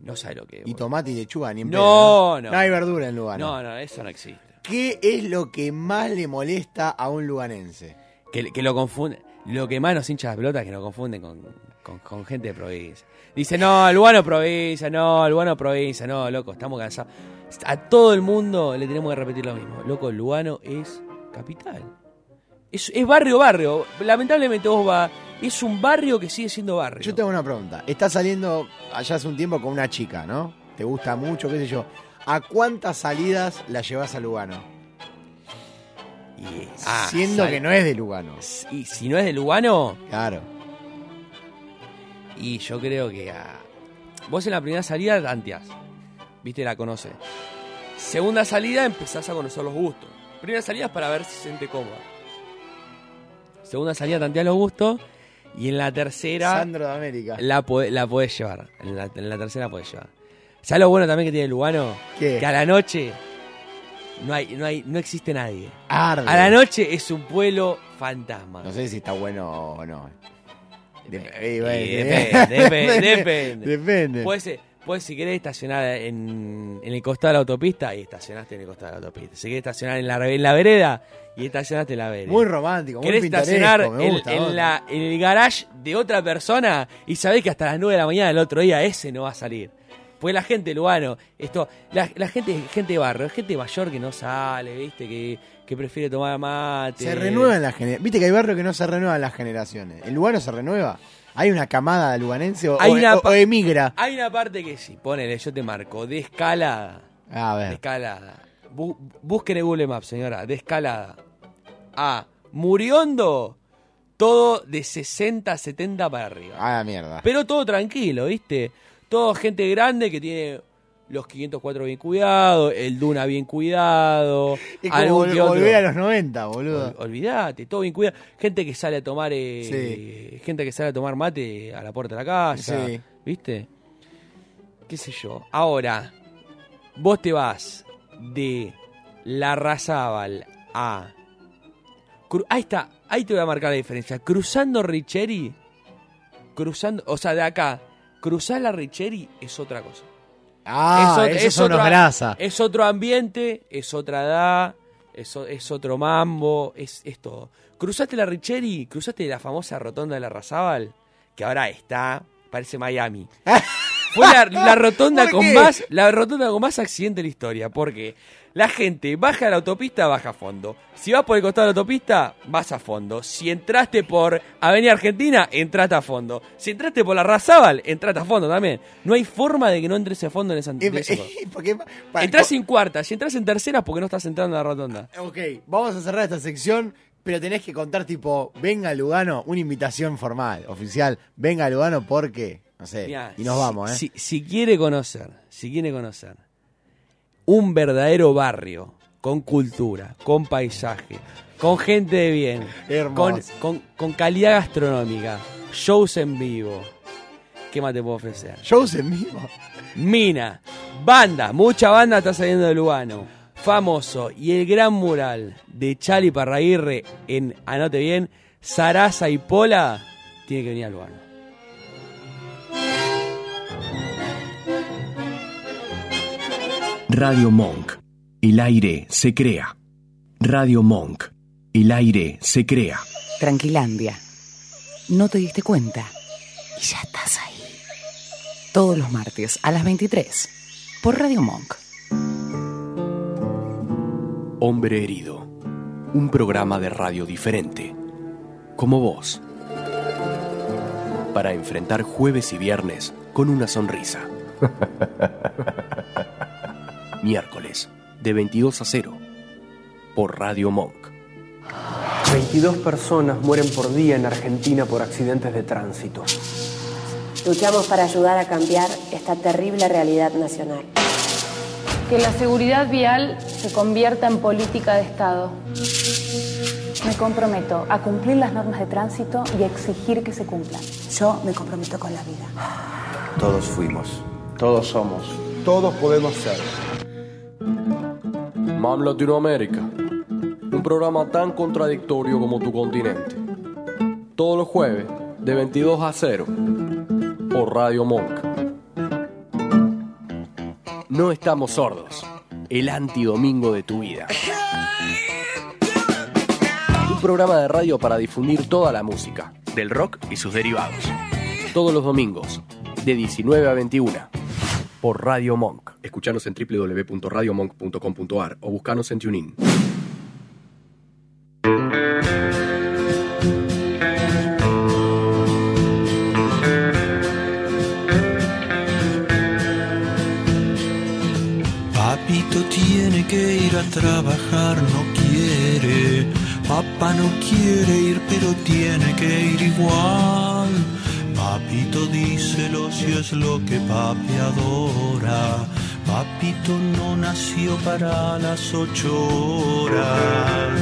Speaker 7: No sabe lo que es.
Speaker 4: Y
Speaker 7: boludo.
Speaker 4: tomate y lechuga, ni en
Speaker 7: No,
Speaker 4: pedo,
Speaker 7: no.
Speaker 4: No hay verdura en Lugano.
Speaker 7: No, no, eso no existe.
Speaker 4: ¿Qué es lo que más le molesta a un luganense?
Speaker 7: Que, que lo confunden. Lo que más nos hincha las pelotas es que nos confunden con, con- con gente de provincia. Dice, no, el Lugano es provincia, no, el Lugano es provincia, no, loco, estamos cansados. A todo el mundo le tenemos que repetir lo mismo. Loco, el Lugano es capital. Es, es barrio, barrio. Lamentablemente vos va. Es un barrio que sigue siendo barrio.
Speaker 4: Yo tengo una pregunta. Estás saliendo allá hace un tiempo con una chica, ¿no? Te gusta mucho, qué sé yo. ¿A cuántas salidas la llevas a Lugano?
Speaker 7: Y- ah,
Speaker 4: Siendo
Speaker 7: sale-
Speaker 4: que no es de Lugano.
Speaker 7: Y si no es de Lugano,
Speaker 4: Claro.
Speaker 7: Y yo creo que ah, vos en la primera salida tanteás. Viste, la conoces. Segunda salida empezás a conocer los gustos. Primera salida es para ver si se siente cómoda. Segunda salida tanteás los gustos. Y en la tercera
Speaker 4: Sandro de América.
Speaker 7: la, po- la podés llevar. En la, en la tercera la podés llevar. ¿Sabes lo bueno también que tiene Lugano?
Speaker 4: ¿Qué?
Speaker 7: Que a la noche no hay, no hay, no existe nadie.
Speaker 4: Arde.
Speaker 7: A la noche es un pueblo fantasma.
Speaker 4: No sé si está bueno o no. Dep- eh,
Speaker 7: Y
Speaker 4: bueno, sí.
Speaker 7: depende, depende, depende.
Speaker 4: Depende.
Speaker 7: Puedes, eh, puedes, si querés estacionar en, en el costado de la autopista y estacionaste en el costado de la autopista. Si querés estacionar en la, en la vereda y estacionaste en la vereda.
Speaker 4: muy romántico, muy
Speaker 7: ¿Querés
Speaker 4: pintoresco,
Speaker 7: estacionar
Speaker 4: me
Speaker 7: en,
Speaker 4: gusta,
Speaker 7: en
Speaker 4: vos.
Speaker 7: la- en el garage de otra persona y sabés que hasta las 9 de la mañana del otro día ese no va a salir? Pues la gente lugano, esto, la, la gente, gente de barrio, gente mayor que no sale, viste, que, que prefiere tomar mate.
Speaker 4: Se renuevan las generaciones. Viste que hay barrios que no se renuevan las generaciones. ¿El Lugano se renueva? ¿Hay una camada de luganense o,
Speaker 7: Hay
Speaker 4: o-
Speaker 7: una
Speaker 4: o-
Speaker 7: pa-
Speaker 4: o emigra?
Speaker 7: Hay una parte que sí, ponele, yo te marco, de escalada.
Speaker 4: A
Speaker 7: De
Speaker 4: ver.
Speaker 7: escalada. Bu- busquen en Google Maps, señora. De escalada. A. Muriondo. Todo de 60, 70 para arriba.
Speaker 4: A la Ah, mierda.
Speaker 7: Pero todo tranquilo, ¿viste? Todo gente grande que tiene los 504 bien cuidados, el Duna bien cuidado.
Speaker 4: Es como
Speaker 7: algún
Speaker 4: vol-
Speaker 7: que otro-
Speaker 4: volver a los 90, boludo.
Speaker 7: Ol- Olvidate, todo bien cuidado. Gente que sale a tomar eh,
Speaker 4: Sí.
Speaker 7: gente que sale a tomar mate a la puerta de la casa.
Speaker 4: Sí.
Speaker 7: ¿Viste? ¿Qué sé yo? Ahora, vos te vas de la Razábal a. Cru- ahí está, ahí te voy a marcar la diferencia. Cruzando Richeri, cruzando, o sea, de acá, cruzar la Richeri es otra cosa.
Speaker 4: Ah,
Speaker 7: ot-
Speaker 4: esos son los
Speaker 7: otro-
Speaker 4: grasa.
Speaker 7: Es otro ambiente, es otra edad, es, o- es otro mambo, es, es todo. Cruzaste la Richeri, cruzaste la famosa rotonda de la Razábal, que ahora está, parece Miami. Fue la, la rotonda
Speaker 4: ¿Por
Speaker 7: con
Speaker 4: qué?
Speaker 7: más, la rotonda con más accidente de la historia, porque la gente baja de la autopista, baja a fondo. Si vas por el costado de la autopista, vas a fondo. Si entraste por Avenida Argentina, entraste a fondo. Si entraste por la Razábal, entraste a fondo también. No hay forma de que no entres a fondo en esa
Speaker 4: Eh,
Speaker 7: de esa cosa.
Speaker 4: eh, porque- para-
Speaker 7: Entras en cuarta, si entras en tercera porque no estás entrando a la rotonda.
Speaker 4: Ok, vamos a cerrar esta sección, pero tenés que contar tipo, venga Lugano, una invitación formal, oficial, venga Lugano porque, no sé,
Speaker 7: Mirá,
Speaker 4: y nos
Speaker 7: si-
Speaker 4: vamos, ¿eh?
Speaker 7: Si, si quiere conocer, si quiere conocer un verdadero barrio con cultura, con paisaje, con gente de bien, con,
Speaker 4: Hermoso.
Speaker 7: con- con calidad gastronómica, shows en vivo, ¿qué más te puedo ofrecer?
Speaker 4: Shows en vivo.
Speaker 7: Mina, banda, mucha banda está saliendo de Lugano. Famoso y el gran mural de Chali Parraguirre en, anote bien, Sarasa y Pola, tiene que venir a Lugano.
Speaker 1: Radio Monk. El aire se crea. Radio Monk. El aire se crea.
Speaker 12: Tranquilandia. No te diste cuenta. Y ya estás ahí. Todos los martes a las 23 por Radio Monk.
Speaker 1: Hombre Herido. Un programa de radio diferente. Como vos. Para enfrentar jueves y viernes con una sonrisa. Miércoles, de 22 a 0. Por Radio Monk.
Speaker 13: 22 personas mueren por día en Argentina por accidentes de tránsito.
Speaker 14: Luchamos para ayudar a cambiar esta terrible realidad nacional.
Speaker 15: Que la seguridad vial se convierta en política de Estado.
Speaker 14: Me comprometo a cumplir las normas de tránsito y a exigir que se cumplan. Yo me comprometo con la vida.
Speaker 16: Todos fuimos, todos somos, todos podemos ser.
Speaker 17: MAM Latinoamérica, un programa tan contradictorio como tu continente. Todos los jueves, de 22 a 0, por Radio Monk.
Speaker 1: No estamos sordos. El antidomingo de tu vida. Un programa de radio para difundir toda la música, del rock y sus derivados. Todos los domingos, de 19 a 21, por Radio Monk. Escuchanos en www.radiomonk.com.ar o buscanos en TuneIn.
Speaker 18: Papito tiene que ir a trabajar, no quiere. Papá no quiere ir, pero tiene que ir igual. Papito díselo si es lo que papi adora. Papito no nació para las ocho horas.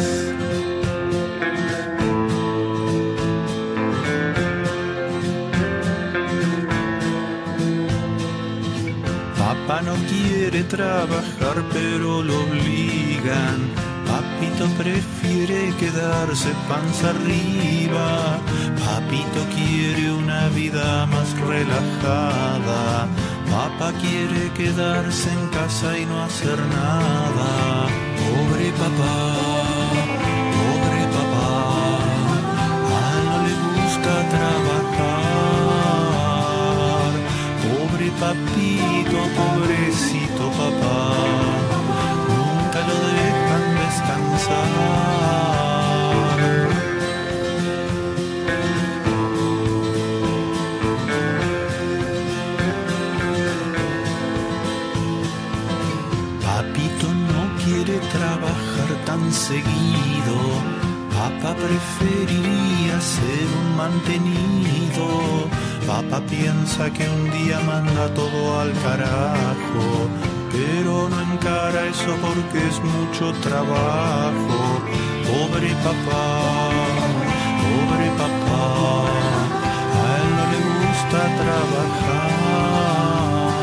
Speaker 18: Papá no quiere trabajar, pero lo obligan. Papito prefiere quedarse panza arriba. Papito quiere una vida más relajada. Papá quiere quedarse en casa y no hacer nada. Pobre papá, pobre papá, a él no le gusta trabajar. Pobre papito, pobrecito papá, nunca lo dejan descansar. Papito no quiere trabajar tan seguido. Papá preferiría ser un mantenido. Papá piensa que un día manda todo al carajo. Pero no encara eso porque es mucho trabajo. Pobre papá, pobre papá. A él no le gusta trabajar.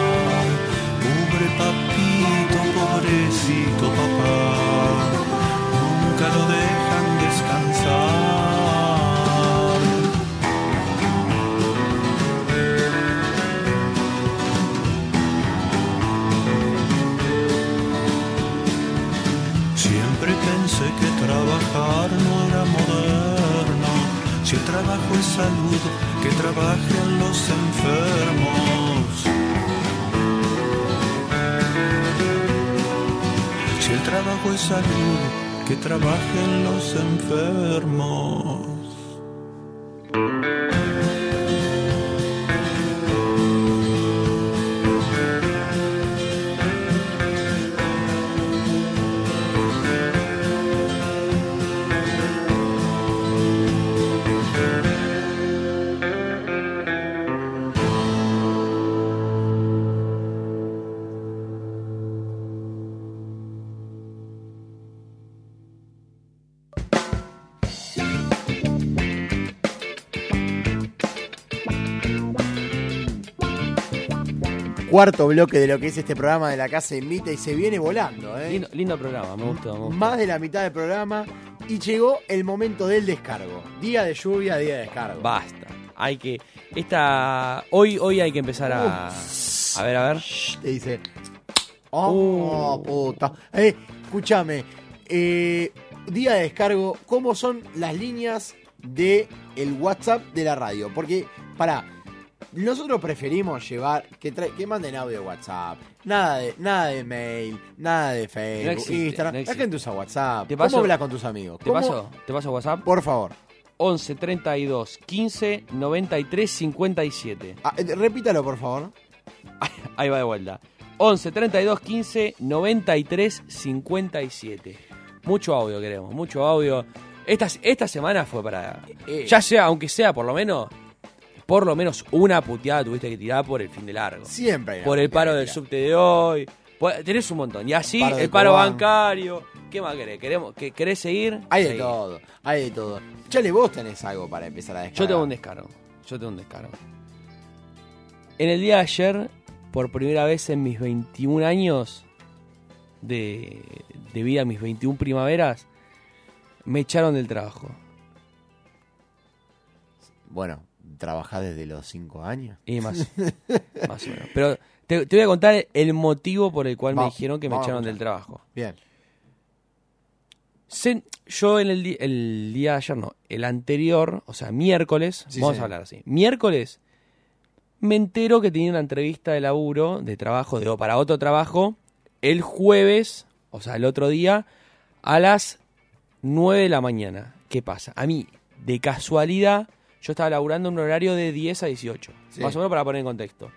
Speaker 18: Pobre papito, pobrecito papá, nunca lo dejan descansar. Siempre pensé que trabajar no era moderno, si el trabajo es salud, que trabajen los enfermos. Si el trabajo es salud, que trabajen los enfermos.
Speaker 4: Cuarto bloque de lo que es este programa de la casa invita y se viene volando, ¿eh?
Speaker 7: Lindo, lindo programa, me gustó. me gustó.
Speaker 4: Más de la mitad del programa y llegó el momento del descargo. Día de lluvia, día de descargo.
Speaker 7: Basta. Hay que. Esta. Hoy, hoy hay que empezar a. A ver, a ver.
Speaker 4: Te dice. Oh,
Speaker 7: Uh.
Speaker 4: puta. Eh, escúchame. eh, día de descargo, ¿cómo son las líneas de el WhatsApp de la radio? Porque, pará, Nosotros preferimos llevar que, tra- que manden audio de WhatsApp, nada de nada de mail, nada de Facebook,
Speaker 7: No existe,
Speaker 4: Instagram.
Speaker 7: no
Speaker 4: La
Speaker 7: existe.
Speaker 4: gente usa WhatsApp.
Speaker 7: ¿Te
Speaker 4: ¿Cómo
Speaker 7: paso?
Speaker 4: hablas con tus amigos?
Speaker 7: ¿Te
Speaker 4: ¿Cómo-
Speaker 7: paso? ¿Te paso WhatsApp?
Speaker 4: Por favor.
Speaker 7: 11 32 15 93 57.
Speaker 4: Ah, eh, repítalo, por favor.
Speaker 7: Ahí va de vuelta. 11 32 15 93 57. Mucho audio queremos, mucho audio. Esta, esta semana fue para.
Speaker 4: Eh.
Speaker 7: Ya sea, aunque sea, por lo menos. Por lo menos una puteada tuviste que tirar por el fin de largo.
Speaker 4: Siempre. hay una
Speaker 7: Por el
Speaker 4: puteada
Speaker 7: paro
Speaker 4: que
Speaker 7: del
Speaker 4: tirar.
Speaker 7: subte de hoy. Por- tenés un montón. Y así,
Speaker 4: Paro de
Speaker 7: el paro
Speaker 4: Cobán.
Speaker 7: bancario. ¿Qué más querés? ¿Queremos, que, ¿Querés seguir?
Speaker 4: Hay de
Speaker 7: Seguí.
Speaker 4: todo, hay de todo. Chale, vos tenés algo para empezar a descargar.
Speaker 7: Yo tengo un descargo. Yo tengo un descargo. En el día de ayer, por primera vez en mis 21 años de, de vida, mis 21 primaveras, me echaron del trabajo.
Speaker 4: Bueno, trabajás desde los 5 años.
Speaker 7: Y más, más o menos. Pero te, te voy a contar el motivo por el cual me
Speaker 4: Vamos,
Speaker 7: dijeron que me
Speaker 4: vamos a
Speaker 7: echaron del
Speaker 4: escuchar.
Speaker 7: trabajo.
Speaker 4: Bien.
Speaker 7: Se- yo en el, di- el día de ayer, no, el anterior, o sea, miércoles,
Speaker 4: Sí,
Speaker 7: vamos
Speaker 4: señor.
Speaker 7: a hablar así. Miércoles me entero que tenía una entrevista de laburo, de trabajo, de para otro trabajo, el jueves, o sea, el otro día, a las 9 de la mañana. ¿Qué pasa? A mí, de casualidad, yo estaba laburando en un horario de 10 a 18,
Speaker 4: Sí.
Speaker 7: más o menos para poner en contexto.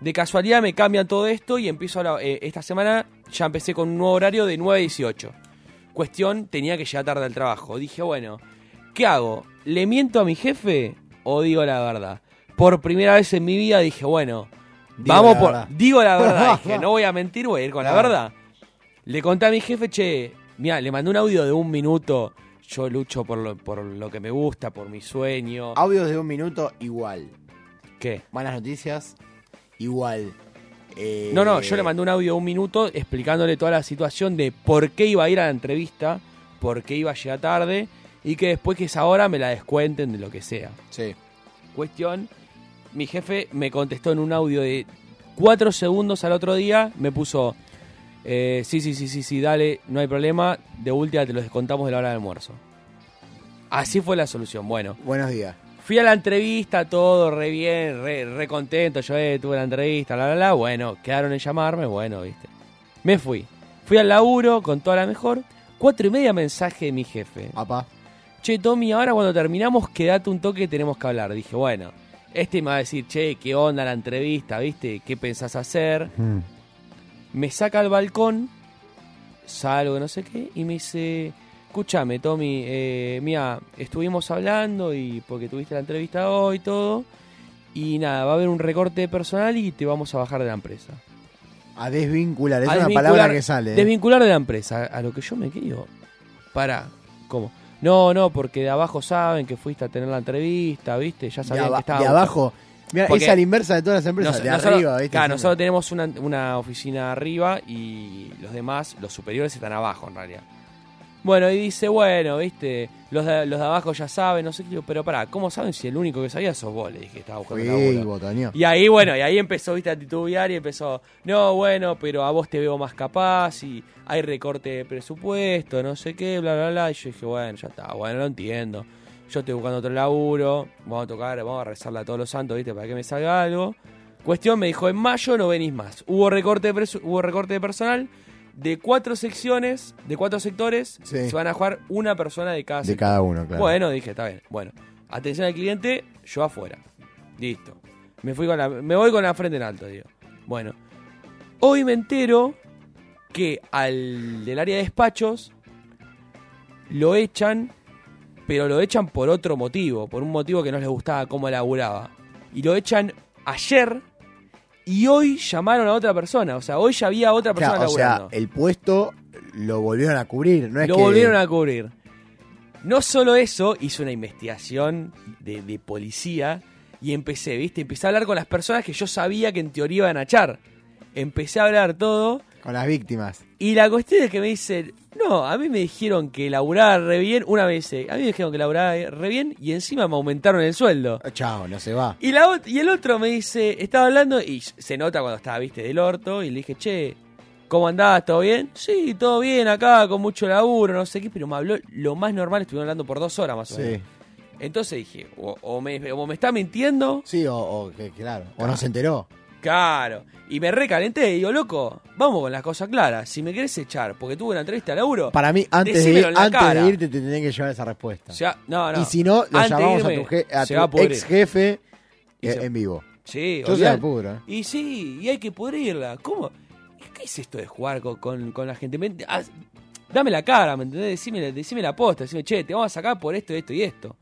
Speaker 7: De casualidad me cambian todo esto y empiezo a la- eh, esta semana ya empecé con un nuevo horario de 9 a 18. Cuestión, tenía que llegar tarde al trabajo. Dije, bueno, ¿qué hago? ¿Le miento a mi jefe o digo la verdad? Por primera vez en mi vida dije, bueno,
Speaker 4: Digo
Speaker 7: vamos
Speaker 4: la
Speaker 7: por...
Speaker 4: verdad.
Speaker 7: Digo la verdad, dije, no voy a mentir, voy a ir con la verdad. Le conté a mi jefe, che, mira, le mandé un audio de un minuto. Yo lucho por lo, por lo que me gusta, por mi sueño.
Speaker 4: Audios de un minuto igual.
Speaker 7: ¿Qué?
Speaker 4: Malas noticias igual. Eh,
Speaker 7: No, no, yo le mandé un audio de un minuto explicándole toda la situación de por qué iba a ir a la entrevista, por qué iba a llegar tarde y que después que es ahora me la descuenten de lo que sea.
Speaker 4: Sí.
Speaker 7: Cuestión, mi jefe me contestó en un audio de cuatro segundos al otro día, me puso, eh, sí, sí, sí, sí, sí, dale, no hay problema, de última te los descontamos de la hora de almuerzo. Así fue la solución, bueno.
Speaker 4: Buenos días.
Speaker 7: Fui a la entrevista, todo re bien, re, re contento. Yo eh, tuve la entrevista, la, la, la. Bueno, quedaron en llamarme, bueno, viste. Me fui. Fui al laburo con toda la mejor. Cuatro y media mensaje de mi jefe.
Speaker 4: Papá.
Speaker 7: Che, Tommy, ahora cuando terminamos, quedate un toque, tenemos que hablar. Dije, bueno, este me va a decir, che, qué onda la entrevista, viste, qué pensás hacer.
Speaker 4: Hmm.
Speaker 7: Me saca al balcón, salgo, no sé qué, y me dice, escúchame, Tommy, eh, mira, estuvimos hablando y porque tuviste la entrevista hoy y todo, y nada, va a haber un recorte de personal y te vamos a bajar de la empresa.
Speaker 4: A desvincular, es
Speaker 7: A
Speaker 4: una
Speaker 7: desvincular-
Speaker 4: palabra que sale. ¿eh?
Speaker 7: Desvincular de la empresa, a lo que yo me quedo. Pará, ¿cómo? No, no, porque de abajo saben que fuiste a tener la entrevista, ¿viste? Ya
Speaker 4: de,
Speaker 7: sabían
Speaker 4: aba-
Speaker 7: que estaba.
Speaker 4: de abajo. Mira,
Speaker 7: Porque
Speaker 4: es a la inversa de todas las empresas.
Speaker 7: nos-
Speaker 4: de
Speaker 7: nosotros-
Speaker 4: arriba, ¿viste?
Speaker 7: Claro, nosotros tenemos una, una oficina arriba y los demás, los superiores, están abajo en realidad. Bueno, y dice, bueno, viste, los de, los de abajo ya saben, no sé qué, digo, pero pará, ¿cómo saben si el único que sabía sos vos? Le dije, estaba buscando
Speaker 4: Uy,
Speaker 7: laburo.
Speaker 4: botaneó.
Speaker 7: Y ahí, bueno, y ahí empezó, viste, a titubear y empezó, no, bueno, pero a vos te veo más capaz y hay recorte de presupuesto, no sé qué, bla, bla, bla. Y yo dije, bueno, ya está, bueno, lo entiendo. Yo estoy buscando otro laburo, vamos a tocar, vamos a rezarla a todos los santos, viste, para que me salga algo. Cuestión, me dijo, en mayo no venís más. Hubo recorte de, presu- hubo recorte de personal de cuatro secciones, de cuatro sectores,
Speaker 4: Sí.
Speaker 7: se van a jugar una persona de cada
Speaker 4: De
Speaker 7: sector.
Speaker 4: cada uno, claro.
Speaker 7: Bueno, dije, está bien. Bueno, atención al cliente, yo afuera. Listo. Me, fui con la, me voy con la frente en alto, digo. Bueno, hoy me entero que al del área de despachos lo echan, pero lo echan por otro motivo, por un motivo que no les gustaba cómo laburaba. Y lo echan ayer y hoy llamaron a otra persona. O sea, hoy ya había otra persona
Speaker 4: Claro, o
Speaker 7: laburando.
Speaker 4: sea, el puesto lo volvieron a cubrir. No es
Speaker 7: lo
Speaker 4: que...
Speaker 7: volvieron a cubrir. No solo eso, hice una investigación de, de policía y empecé, ¿viste? Empecé a hablar con las personas que yo sabía que en teoría iban a echar. Empecé a hablar todo
Speaker 4: Con las víctimas.
Speaker 7: y la cuestión es que me dicen, no, a mí me dijeron que laburaba re bien. Una vez, eh, a mí me dijeron que laburaba re bien y encima me aumentaron el sueldo.
Speaker 4: Ah, Chao, no se va.
Speaker 7: Y, la, ot- y el otro me dice, estaba hablando y se nota cuando estaba, viste, del orto. Y le dije, che, ¿cómo andabas? ¿Todo bien? Sí, todo bien acá, con mucho laburo, no sé qué. Pero me habló lo más normal, estuvieron hablando por dos horas más o menos.
Speaker 4: Sí.
Speaker 7: Entonces dije, o, o me, o me está mintiendo.
Speaker 4: Sí, o, que, claro. O no se enteró.
Speaker 7: Claro. Y me recalenté y digo, loco, vamos con las cosas claras. Si me querés echar porque tuve una entrevista a Lauro.
Speaker 4: Para mí, antes, de, ir-
Speaker 7: decímelo en la
Speaker 4: antes
Speaker 7: cara.
Speaker 4: de irte, te tenés que llevar esa respuesta.
Speaker 7: O sea, no, no.
Speaker 4: Y si no, lo
Speaker 7: Antes de
Speaker 4: llamamos a
Speaker 7: irme,
Speaker 4: tu, je- a
Speaker 7: se
Speaker 4: tu
Speaker 7: va a pudrir.
Speaker 4: ex jefe
Speaker 7: Y
Speaker 4: eh,
Speaker 7: se-
Speaker 4: en vivo.
Speaker 7: Sí,
Speaker 4: Yo se
Speaker 7: olvidate.
Speaker 4: la pudro, ¿eh?
Speaker 7: Y sí, y hay que pudrirla. ¿Cómo? ¿Qué es esto de jugar con, con- con la gente? Me- ah, dame la cara, ¿me entendés? Decime, decime la posta, decime, che, te vamos a sacar por esto, esto y esto.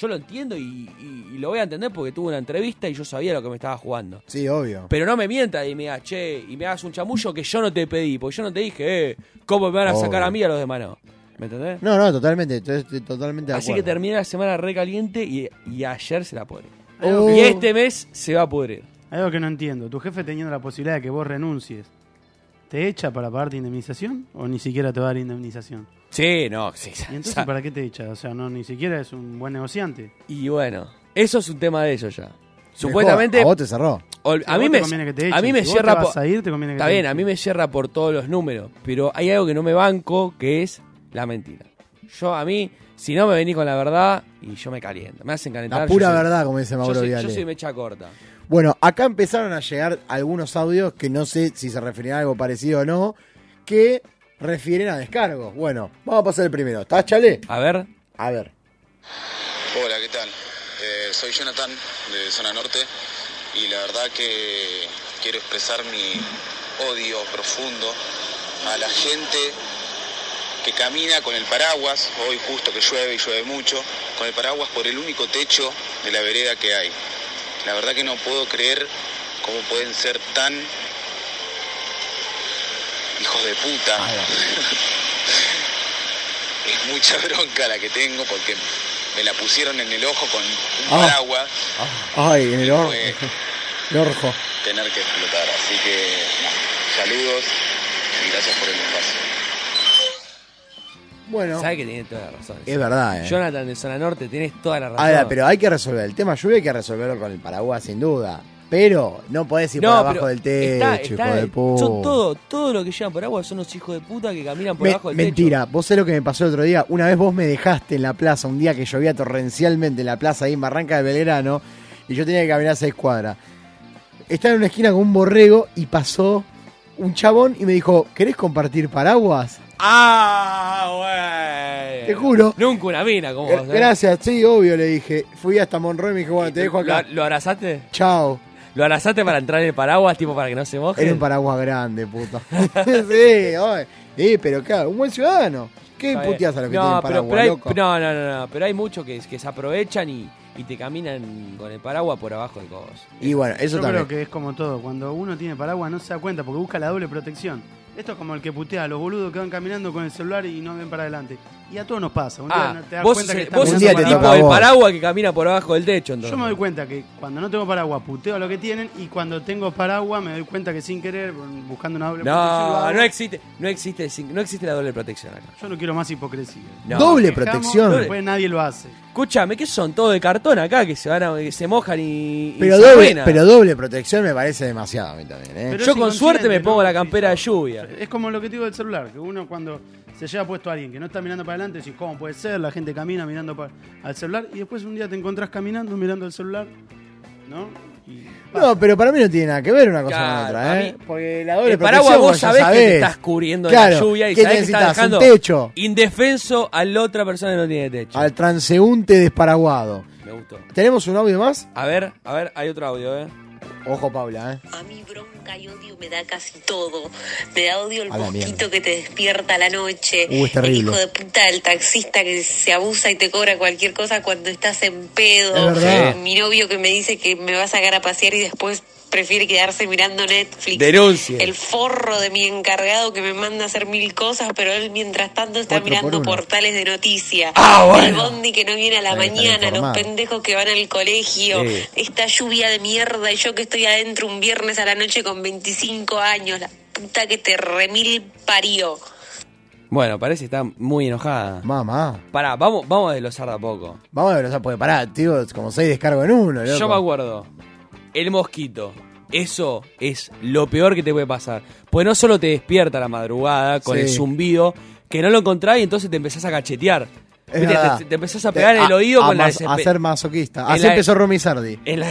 Speaker 7: Yo lo entiendo y, y- y lo voy a entender porque tuve una entrevista y yo sabía lo que me estaba jugando.
Speaker 4: Sí, obvio.
Speaker 7: Pero no me mientas y me digas, che, y me hagas un chamullo que yo no te pedí, porque yo no te dije, eh, ¿cómo me van a sacar
Speaker 4: Obvio.
Speaker 7: a mí y a los demás no? ¿Me entendés?
Speaker 4: No, no, totalmente. estoy- estoy totalmente de
Speaker 7: Así que
Speaker 4: acuerdo.
Speaker 7: terminé la semana recaliente y, y ayer se la pone.
Speaker 2: Oh.
Speaker 7: Y este mes se va a pudrir.
Speaker 2: Hay algo que no entiendo. ¿Tu jefe teniendo la posibilidad de que vos renuncies, te echa para pagarte indemnización o ni siquiera te va a dar indemnización?
Speaker 7: Sí, no, sí.
Speaker 2: ¿Y entonces
Speaker 7: sa-
Speaker 2: para qué te echa? O sea, no, ni siquiera es un buen negociante.
Speaker 7: Y bueno, eso es un tema de ellos ya. Supuestamente.
Speaker 2: a vos
Speaker 4: te cerró.
Speaker 7: Ol-
Speaker 2: Si a
Speaker 7: A mí
Speaker 2: vos
Speaker 7: me,
Speaker 2: te conviene que te
Speaker 7: a mí
Speaker 2: echen,
Speaker 7: me
Speaker 2: si vos
Speaker 7: cierra
Speaker 2: te vas
Speaker 7: po-
Speaker 2: a ir, te conviene que
Speaker 7: Está
Speaker 2: te
Speaker 7: bien,
Speaker 2: echen.
Speaker 7: a mí me cierra por todos los números, pero hay algo que no me banco, que es la mentira. Yo a mí, si no me venís con la verdad, y yo me caliento, me hacen calentar.
Speaker 4: La
Speaker 7: yo
Speaker 4: pura
Speaker 7: soy-
Speaker 4: verdad, como dice Mauro
Speaker 7: yo soy,
Speaker 4: Viale.
Speaker 7: Yo soy mecha corta.
Speaker 4: Bueno, acá empezaron a llegar algunos audios que no sé si se referían a algo parecido o no, que refieren a descargos. Bueno, vamos a pasar el primero. ¿Estás, Chale?
Speaker 7: A ver.
Speaker 4: A ver.
Speaker 19: Hola, ¿qué tal? Eh, soy Jonathan de Zona Norte y la verdad que quiero expresar mi odio profundo a la gente que camina con el paraguas, hoy justo que llueve y llueve mucho, con el paraguas por el único techo de la vereda que hay. La verdad que no puedo creer cómo pueden ser tan hijos de puta. es mucha bronca la que tengo porque me la pusieron en el ojo con un
Speaker 4: Ah.
Speaker 19: paraguas
Speaker 4: Ay, en el orjo. El orjo.
Speaker 19: tener que explotar. Así que saludos y gracias por el espacio.
Speaker 4: Bueno.
Speaker 7: Sabes que tienes toda la razón.
Speaker 4: Es verdad, eh.
Speaker 7: Jonathan de Zona Norte, tienes toda la razón.
Speaker 4: Ahora, Ah, pero hay que resolver. El tema lluvia hay que resolverlo con el paraguas, sin duda. Pero no podés ir
Speaker 7: No,
Speaker 4: por
Speaker 7: pero
Speaker 4: abajo del techo,
Speaker 7: está- está-
Speaker 4: hijo de puta.
Speaker 7: Son todo, todo lo que llevan por agua son los hijos de puta que caminan por
Speaker 4: Me-
Speaker 7: abajo del techo.
Speaker 4: mentira, vos sabés lo que me pasó el otro día. Una vez vos me dejaste en la plaza, un día que llovía torrencialmente en la plaza ahí en Barranca de Belgrano, y yo tenía que caminar seis cuadras. Estaba en una esquina con un borrego y pasó un chabón y me dijo, ¿querés compartir paraguas?
Speaker 7: Ah, güey.
Speaker 4: Te juro.
Speaker 7: Ah, Nunca una mina como vos, ¿eh?
Speaker 4: Gracias, sí, obvio, le dije. Fui hasta Monroy y me dijo, bueno, te dejo acá.
Speaker 7: ¿Lo, lo abrazaste?
Speaker 4: Chao.
Speaker 7: ¿Lo abrazaste para entrar en el paraguas, tipo para que no se moje?
Speaker 4: Era un paraguas grande, puto. sí, ay. Sí, pero claro, un buen ciudadano. ¿Qué
Speaker 7: Está bien.
Speaker 4: puteas a los que
Speaker 7: No,
Speaker 4: tienen
Speaker 7: pero-
Speaker 4: paraguas,
Speaker 7: pero hay-
Speaker 4: loco?
Speaker 7: No, no, no, no, pero hay muchos que, que se aprovechan y, y te caminan con el paraguas por abajo del codo.
Speaker 4: Y bueno, eso
Speaker 2: Yo
Speaker 4: también.
Speaker 2: creo que es como todo. Cuando uno tiene paraguas no se da cuenta porque busca la doble protección. Esto es como el que putea a los boludos que van caminando con el celular y no ven para adelante. Y a todos nos pasa. Un día
Speaker 7: Ah,
Speaker 2: no te das
Speaker 7: vos
Speaker 2: cuenta
Speaker 7: sos
Speaker 2: que
Speaker 7: el,
Speaker 2: estás
Speaker 7: vos sos
Speaker 2: mirando
Speaker 7: el
Speaker 2: para
Speaker 7: tipo
Speaker 2: abajo.
Speaker 7: del paraguas que camina por abajo del techo, entonces.
Speaker 2: Yo me doy cuenta que cuando no tengo paraguas puteo a lo que tienen y cuando tengo paraguas me doy cuenta que sin querer, buscando una doble protección. lo
Speaker 7: No,
Speaker 2: hago.
Speaker 7: no existe, no existe, el sin- no existe la doble protección acá.
Speaker 2: Yo no quiero más hipocresía.
Speaker 7: No. Doble
Speaker 2: Dejamos,
Speaker 7: protección.
Speaker 2: Después nadie lo hace.
Speaker 7: Escúchame, ¿qué son? Todos de cartón acá que se van a- que se mojan y, y
Speaker 4: Pero
Speaker 7: se
Speaker 4: doble,
Speaker 7: arruinan.
Speaker 4: pero doble protección me parece demasiado a mí también. ¿eh?
Speaker 7: Yo con suerte me pongo la campera de lluvia.
Speaker 2: Es como lo que te digo del celular, que uno cuando se lleva puesto a alguien que no está mirando para adelante, decís, ¿cómo puede ser? La gente camina mirando pa- al celular y después un día te encontrás caminando mirando al celular, ¿no?
Speaker 4: No, pero para mí no tiene nada que ver una cosa
Speaker 2: Claro,
Speaker 4: con
Speaker 2: para
Speaker 4: otra, ¿eh?
Speaker 2: mí-
Speaker 4: Porque la doble
Speaker 7: el paraguas
Speaker 4: protección,
Speaker 7: vos
Speaker 4: ya
Speaker 7: sabés, que te estás cubriendo de la
Speaker 4: Claro,
Speaker 7: lluvia y
Speaker 4: ¿qué
Speaker 7: sabés que estás
Speaker 4: necesitas?
Speaker 7: dejando
Speaker 4: Un techo.
Speaker 7: indefenso a la otra persona que no tiene techo.
Speaker 4: Al transeúnte desparaguado.
Speaker 7: Me gustó.
Speaker 4: ¿Tenemos un audio más?
Speaker 7: A ver, a ver, hay otro audio, ¿eh?
Speaker 4: Ojo, Paula, ¿eh?
Speaker 20: A mí bronca y odio me da casi todo. Me da odio el
Speaker 4: A la mierda.
Speaker 20: mosquito que te despierta a la noche.
Speaker 4: Uh, es
Speaker 20: el
Speaker 4: terrible.
Speaker 20: hijo de puta del taxista que se abusa y te cobra cualquier cosa cuando estás en pedo.
Speaker 4: Es verdad.
Speaker 20: Mi novio que me dice que me va a sacar a pasear y después prefiere quedarse mirando Netflix.
Speaker 7: Denuncie.
Speaker 20: El forro de mi encargado que me manda a hacer mil cosas, pero él mientras tanto está
Speaker 7: Cuatro por
Speaker 20: mirando
Speaker 7: uno.
Speaker 20: portales de noticias.
Speaker 7: Ah, bueno.
Speaker 20: El bondi que no viene a la
Speaker 7: Ahí está
Speaker 20: mañana, los
Speaker 7: informado.
Speaker 20: pendejos que van al colegio.
Speaker 7: Sí.
Speaker 20: Esta lluvia de mierda y yo que estoy adentro un viernes a la noche con 25 años, la puta que te remil parió.
Speaker 7: Bueno, parece que está muy enojada.
Speaker 4: Mamá.
Speaker 7: Pará, vamos, vamos a desglosar de a poco.
Speaker 4: Vamos a ver, o sea, porque pará, tío, es como seis descargos en uno, loco.
Speaker 7: Yo me acuerdo. El mosquito. Eso es lo peor que te puede pasar. Pues no solo te despierta a la madrugada con
Speaker 4: Sí.
Speaker 7: el zumbido, que no lo encontrás y entonces te empezás a cachetear.
Speaker 4: Es
Speaker 7: Viste,
Speaker 4: verdad.
Speaker 7: te, te empezás a pegar el
Speaker 4: a-
Speaker 7: oído
Speaker 4: a
Speaker 7: con
Speaker 4: mas-
Speaker 7: la
Speaker 4: A
Speaker 7: desesper-
Speaker 4: ser masoquista.
Speaker 7: en
Speaker 4: Así
Speaker 7: la-
Speaker 4: empezó Romy Sardi.
Speaker 7: en la-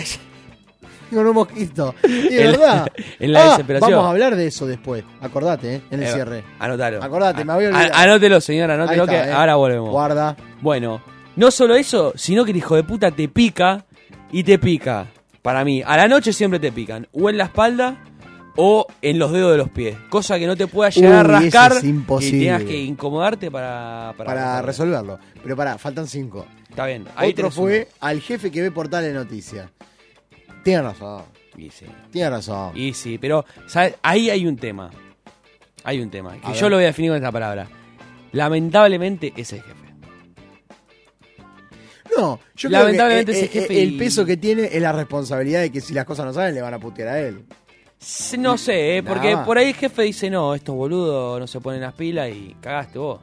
Speaker 4: Con un mosquito. Y
Speaker 7: En
Speaker 4: de
Speaker 7: la-
Speaker 4: verdad.
Speaker 7: en la
Speaker 4: Ah,
Speaker 7: desesperación.
Speaker 4: Vamos a hablar de eso después. Acordate, ¿eh? En el
Speaker 7: Eh,
Speaker 4: cierre.
Speaker 7: Anotalo.
Speaker 4: Acordate, me voy a
Speaker 7: An-
Speaker 4: olvidar.
Speaker 7: Anótelo, señora,
Speaker 4: Ahí
Speaker 7: anótelo
Speaker 4: está,
Speaker 7: que
Speaker 4: eh.
Speaker 7: ahora volvemos.
Speaker 4: Guarda.
Speaker 7: Bueno, no solo eso, sino que el hijo de puta te pica y te pica. Para mí, a la noche siempre te pican. O en la espalda o en los dedos de los pies. Cosa que no te pueda llegar
Speaker 4: Uy,
Speaker 7: a
Speaker 4: eso
Speaker 7: rascar.
Speaker 4: es imposible.
Speaker 7: Y tengas que incomodarte para. Para,
Speaker 4: Para resolverlo. Pero pará, faltan cinco.
Speaker 7: Está bien. Ahí
Speaker 4: Otro
Speaker 7: tenés
Speaker 4: fue al jefe que ve portal de noticias. Tiene razón.
Speaker 7: Y sí.
Speaker 4: Tiene razón.
Speaker 7: Y sí, pero ¿sabes? ahí hay un tema. Hay un tema. Que
Speaker 4: A
Speaker 7: yo
Speaker 4: ver.
Speaker 7: lo voy a definir con esta palabra. Lamentablemente ese jefe.
Speaker 4: No, yo
Speaker 7: Lamentablemente
Speaker 4: creo
Speaker 7: ese
Speaker 4: que eh, eh,
Speaker 7: jefe
Speaker 4: el,
Speaker 7: y-
Speaker 4: peso que tiene es la responsabilidad de que si las cosas no salen le van a putear a él.
Speaker 7: Sí, No sé, eh, porque
Speaker 4: Nah.
Speaker 7: por ahí el jefe dice, no, estos boludos no se ponen las pilas y cagaste vos.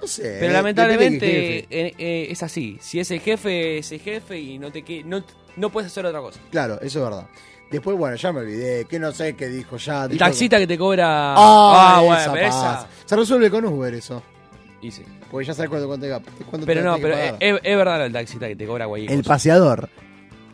Speaker 4: No sé.
Speaker 7: Pero
Speaker 4: eh,
Speaker 7: lamentablemente
Speaker 4: depende
Speaker 7: eh, eh, es así. Si es el jefe, es el jefe y no te que- no, no puedes hacer otra cosa.
Speaker 4: Claro, eso es verdad. Después, bueno, ya me olvidé, que no sé qué dijo ya.
Speaker 7: El
Speaker 4: dijo-
Speaker 7: taxista que te cobra...
Speaker 4: Ah,
Speaker 7: Ah,
Speaker 4: esa
Speaker 7: pero
Speaker 4: pasa. Se resuelve con Uber eso.
Speaker 7: Y sí.
Speaker 4: Porque ya sabes cuánto, cuánto, cuánto
Speaker 7: Pero
Speaker 4: te
Speaker 7: no,
Speaker 4: tenés que
Speaker 7: pero eh,
Speaker 4: pagar.
Speaker 7: es, es- es verdad el taxista que te cobra guay.
Speaker 4: El paseador.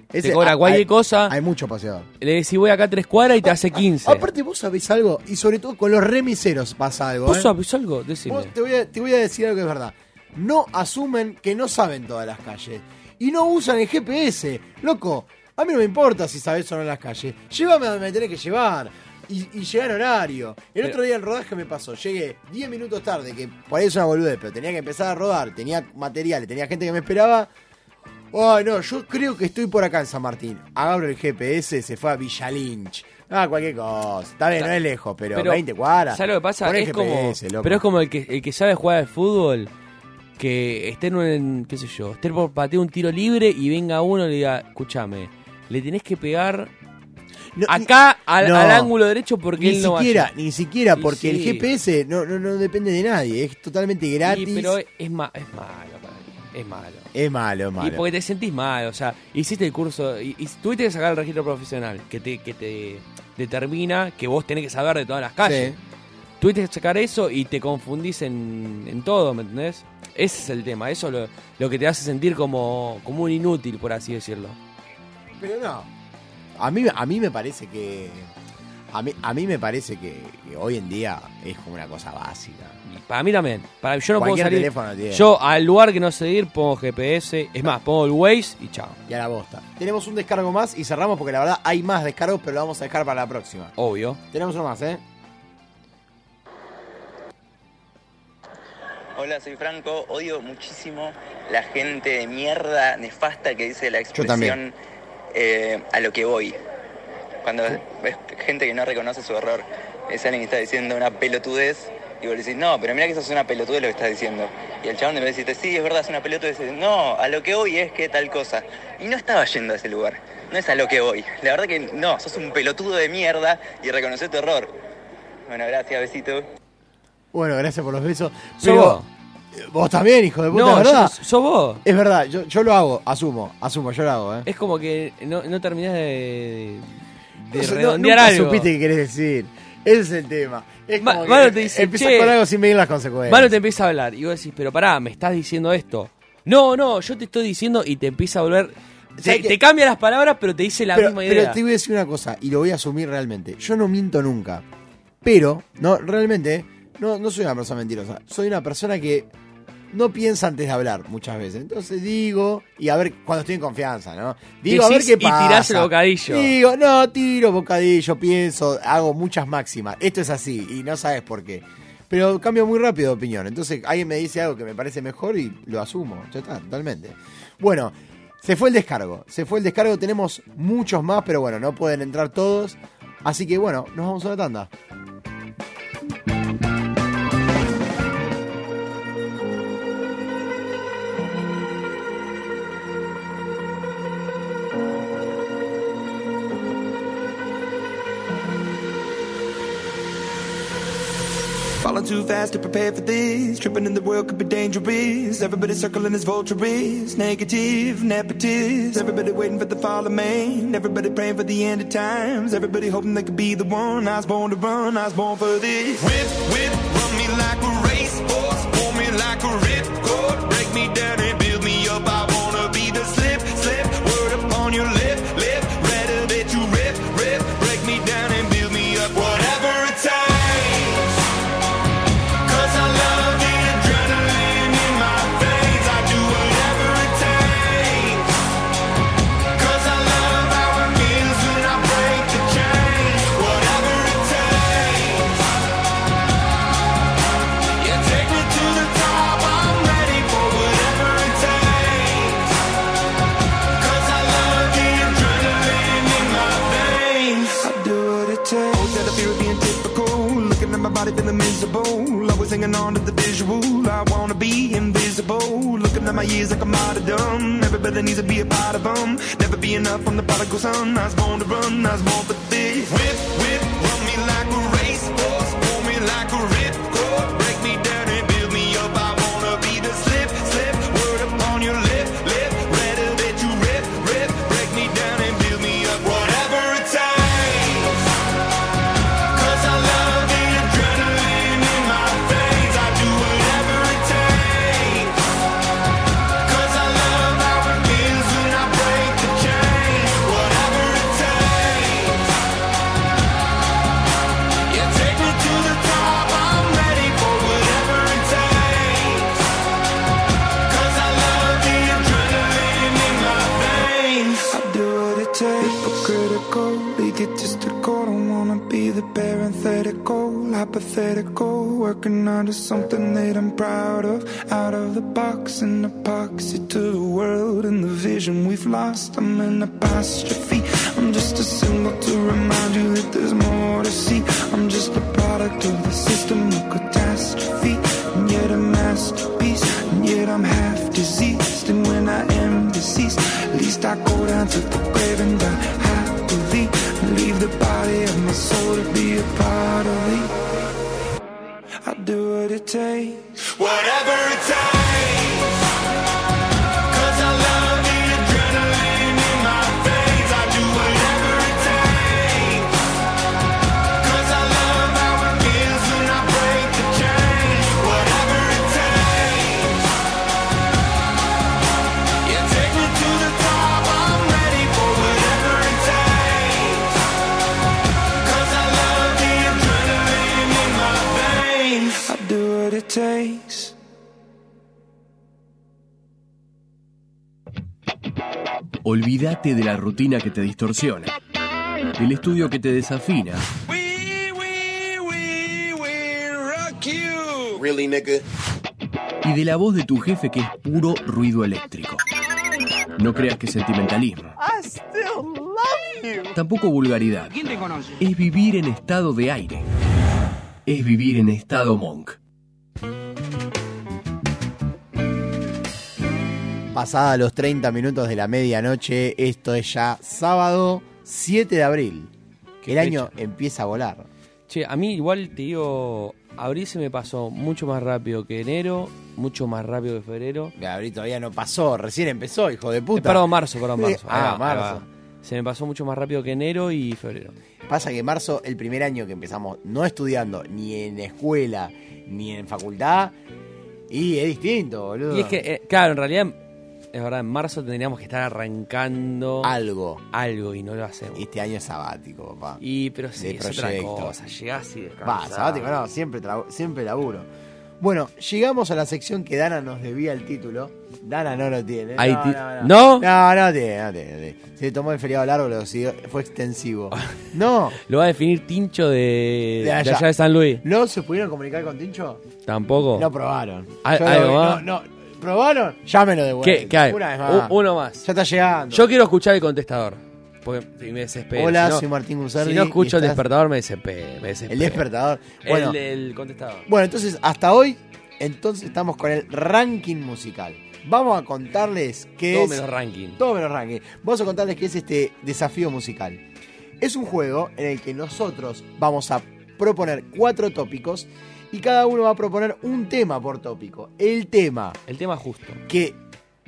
Speaker 7: te cobra
Speaker 4: hay-
Speaker 7: cualquier
Speaker 4: ah, hay-
Speaker 7: cosa.
Speaker 4: Hay mucho paseador.
Speaker 7: Le decís, voy acá tres cuadras y te hace 15.
Speaker 4: Aparte, vos sabés algo, y sobre todo con los remiseros pasa algo.
Speaker 7: ¿Vos
Speaker 4: ¿eh?
Speaker 7: sabés algo? Decime.
Speaker 4: Vos- te, voy a, te voy a decir algo que es verdad. No asumen que no saben todas las calles. Y no usan el GPS. Loco, a mí no me importa si sabés o no las calles. Llévame a donde me tenés que llevar. Y, y llegar a horario. El
Speaker 7: Pero-
Speaker 4: otro día el rodaje me pasó. Llegué 10 minutos tarde, que por ahí es una boludez, pero tenía que empezar a rodar. Tenía materiales, tenía gente que me esperaba. Ay, no, yo creo que estoy por acá en San Martín. Abro el GPS, se fue a Villa Lynch. Ah, cualquier cosa. Está bien, no es lejos, pero, 20 cuadras.
Speaker 7: ¿Sabes lo que pasa?
Speaker 4: Poné
Speaker 7: Es
Speaker 4: GPS,
Speaker 7: como,
Speaker 4: loco.
Speaker 7: Pero es como el que, el que sabe jugar al fútbol, que esté en un, qué sé yo, esté por patear un tiro libre y venga uno y le diga, escúchame, le tenés que pegar acá al,
Speaker 4: no.
Speaker 7: al ángulo derecho porque
Speaker 4: ni
Speaker 7: él no
Speaker 4: siquiera,
Speaker 7: vaya.
Speaker 4: ni siquiera,
Speaker 7: Y
Speaker 4: porque el
Speaker 7: sí.
Speaker 4: GPS no, no, no depende de nadie, es totalmente gratis.
Speaker 7: Sí, pero es, ma- es malo para mí, es malo.
Speaker 4: Es malo, es malo.
Speaker 7: Y porque te sentís mal, o sea, hiciste el curso y, y tuviste que sacar el registro profesional que te, que te determina que vos tenés que saber de todas las calles. Tuviste que sacar eso y te confundís en, en todo, ¿me entendés? Ese es el tema, eso lo, lo que te hace sentir como, como un inútil, por así decirlo.
Speaker 4: Pero no. A mí, a mí me parece que. A mí, a mí me parece que, que hoy en día es como una cosa básica.
Speaker 7: Para mí también. Para, yo no
Speaker 4: Cualquier
Speaker 7: puedo
Speaker 4: teléfono
Speaker 7: salir.
Speaker 4: tiene.
Speaker 7: Yo al lugar que no sé ir pongo GPS, es más, pongo el Waze y chao.
Speaker 4: Y a la bosta. Tenemos un descargo más y cerramos porque la verdad hay más descargos, pero lo vamos a dejar para la próxima.
Speaker 7: Obvio.
Speaker 4: Tenemos uno más, ¿eh?
Speaker 21: Hola, soy Franco. Odio muchísimo la gente de mierda, nefasta que dice la
Speaker 4: también.
Speaker 21: expresión eh, a lo que voy. Cuando ves gente que no reconoce su error, es alguien que está diciendo una pelotudez y vos le decís, no, pero mira que eso es una pelotudez lo que estás diciendo. Y el chabón de vez decirte, sí, es verdad, es una pelotudez, dice, no, a lo que voy es que tal cosa. Y no estaba yendo a ese lugar, no es a lo que voy. La verdad que no, sos un pelotudo de mierda y reconoce tu error. Bueno, gracias, besito.
Speaker 4: Bueno, gracias por los besos.
Speaker 21: Sos
Speaker 4: Pero. eh,
Speaker 21: vos.
Speaker 4: Vos también, hijo de puta,
Speaker 7: No,
Speaker 4: es ¿verdad?
Speaker 7: yo- sos vos.
Speaker 4: Es verdad, yo, yo lo hago, asumo, asumo, yo lo hago, ¿eh?
Speaker 7: Es como que no, no terminás de, de, de
Speaker 4: No sé, no-
Speaker 7: redondear
Speaker 4: nunca
Speaker 7: algo.
Speaker 4: supiste que querés decir. Ese es el tema. Es
Speaker 7: Ma-
Speaker 4: como que
Speaker 7: Mano te dice,
Speaker 4: empiezas
Speaker 7: "Che".
Speaker 4: con algo sin medir las consecuencias.
Speaker 7: Mano te empieza a hablar y vos decís, pero pará, me estás diciendo esto. No, no, yo te estoy diciendo y te empieza a volver. Te,
Speaker 4: ¿Sabés que-
Speaker 7: te cambia las palabras, pero te dice la
Speaker 4: pero,
Speaker 7: misma
Speaker 4: pero
Speaker 7: idea.
Speaker 4: te voy a decir una cosa, y lo voy a asumir realmente. Yo no miento nunca. Pero, no, realmente, ¿eh? no, no soy una persona mentirosa. Soy una persona que no piensa antes de hablar muchas veces. Entonces digo, y a ver, cuando estoy en confianza, ¿no? Digo, a ver
Speaker 7: Decís
Speaker 4: qué
Speaker 7: y
Speaker 4: pasa.
Speaker 7: tirás el bocadillo.
Speaker 4: Digo, no, tiro bocadillo, pienso, hago muchas máximas. Esto es así, y no sabes por qué. Pero cambio muy rápido de opinión. Entonces alguien me dice algo que me parece mejor y lo asumo. Ya está, totalmente. Bueno, se fue el descargo. Se fue el descargo. Tenemos muchos más, pero bueno, no pueden entrar todos. Así que bueno, nos vamos a la tanda.
Speaker 22: Falling too fast to prepare for this. Tripping in the world could be dangerous. Everybody circling as vultures. Negative, nepotist. Everybody waiting for the fall of man. Everybody praying for the end of times. Everybody hoping they could be the one. I was born to run. I was born for this.
Speaker 18: Whip, whip, run me like a racehorse. Pull me like a ripcord. Break
Speaker 22: drawn to the visual. I wanna be invisible. Looking at my years like I'm out of dumb. Everybody needs to be a part of 'em. Never be enough from the prodigal son. I was born to run, I was born for this. Whip, whip, run me like a racehorse. Pull me like a ripcord. Break me down and build me up. I wanna be the slip, slip. Word upon your lip, lip. Letter that you rip, rip. Break me down and build me up. Whatever it takes. Cause I love the adrenaline in my veins. I do whatever it takes. Cause I love how it feels when I break the chains. Whatever it takes. Yeah, take me to the top. I'm ready for whatever it takes. Cause I love the adrenaline in my veins. I do what it takes. Hypocritical, egotistical. Don't wanna be the parenthetical, hypothetical. Working out of something that I'm proud of. Out of the box, an epoxy to the world and the vision we've lost. I'm an apostrophe. I'm just a symbol to remind you that there's more to see. I'm just a product of the system of catastrophe. And yet a masterpiece, and yet I'm half diseased. And when I am deceased, at least I go down to the grave and die happily. And leave the body of my soul to be a part of me. I do what it takes. Whatever it takes. Cause I love the adrenaline in my veins. I do whatever it takes. Cause I love how it feels when I break the chains. Whatever it takes. Yeah, take me to the top. I'm ready for whatever it takes. Cause I love the adrenaline in my veins. I do what it takes.
Speaker 1: Olvídate de la rutina que te distorsiona, del estudio que te desafina,
Speaker 5: Really, nigga?
Speaker 1: y de la voz de tu jefe que es puro ruido eléctrico. No creas que es sentimentalismo,
Speaker 6: I still love you.
Speaker 1: tampoco vulgaridad.
Speaker 6: ¿Quién te conoce?
Speaker 1: Es vivir en estado de aire. Es vivir en estado monk.
Speaker 4: Pasada los 30 minutos de la medianoche, esto es ya sábado 7 de abril.
Speaker 7: Qué
Speaker 4: El año
Speaker 7: fecha.
Speaker 4: empieza a volar.
Speaker 7: Che, a mí igual te digo, abril se me pasó mucho más rápido que enero, mucho más rápido que febrero.
Speaker 4: Abril todavía no pasó, recién empezó, hijo de puta.
Speaker 7: Perdón, marzo, perdón, marzo.
Speaker 4: Eh, ah,
Speaker 7: Ahí va, ahí
Speaker 4: marzo.
Speaker 7: va. Se me pasó mucho más rápido que enero y febrero.
Speaker 4: Pasa que marzo, el primer año que empezamos no estudiando ni en escuela ni en facultad, y es distinto, boludo.
Speaker 7: Y es que, eh, claro, en realidad, es verdad, en marzo tendríamos que estar arrancando
Speaker 4: algo.
Speaker 7: Algo y no lo hacemos.
Speaker 4: Este año es sabático, papá.
Speaker 7: Y, pero sí,
Speaker 4: De
Speaker 7: es otra
Speaker 4: proyectos.
Speaker 7: cosa. Llegás y
Speaker 4: Va,
Speaker 7: descansás.
Speaker 4: sabático no, siempre, tra- siempre laburo. Bueno, llegamos a la sección que Dana nos debía el título. Dana no lo tiene.
Speaker 7: Ahí
Speaker 4: no,
Speaker 7: ti-
Speaker 4: no,
Speaker 7: ¿No?
Speaker 4: no. No, no tiene, no tiene, no tiene. Se tomó el feriado largo, lo siguió- fue extensivo. No.
Speaker 7: Lo va a definir Tincho Ah, de,
Speaker 4: De
Speaker 7: de
Speaker 4: allá.
Speaker 7: allá de San Luis.
Speaker 4: ¿No se pudieron comunicar con Tincho?
Speaker 7: Tampoco.
Speaker 4: No probaron.
Speaker 7: Al-
Speaker 4: Yo lo
Speaker 7: algo
Speaker 4: vi-
Speaker 7: más.
Speaker 4: No, no. ¿Probaron? Llámelo de vuelta.
Speaker 7: ¿Qué- qué hay?
Speaker 4: Una vez más.
Speaker 7: U- uno más.
Speaker 4: Ya está llegando.
Speaker 7: Yo quiero escuchar el contestador. Porque me desespero.
Speaker 4: Hola,
Speaker 7: Si no-
Speaker 4: soy Martín Guzardi
Speaker 7: Si no escucho
Speaker 4: y
Speaker 7: el
Speaker 4: estás-
Speaker 7: despertador, me desespero. me desespero.
Speaker 4: El despertador.
Speaker 7: El-
Speaker 4: Bueno,
Speaker 7: el contestador.
Speaker 4: Bueno, entonces hasta hoy, entonces estamos con el ranking musical. Vamos a contarles qué
Speaker 7: Todo
Speaker 4: es.
Speaker 7: menos ranking.
Speaker 4: Todo menos ranking. Vamos a contarles qué es este desafío musical. Es un juego en el que nosotros vamos a proponer cuatro tópicos y cada uno va a proponer un tema por tópico. El tema
Speaker 7: El tema justo.
Speaker 4: que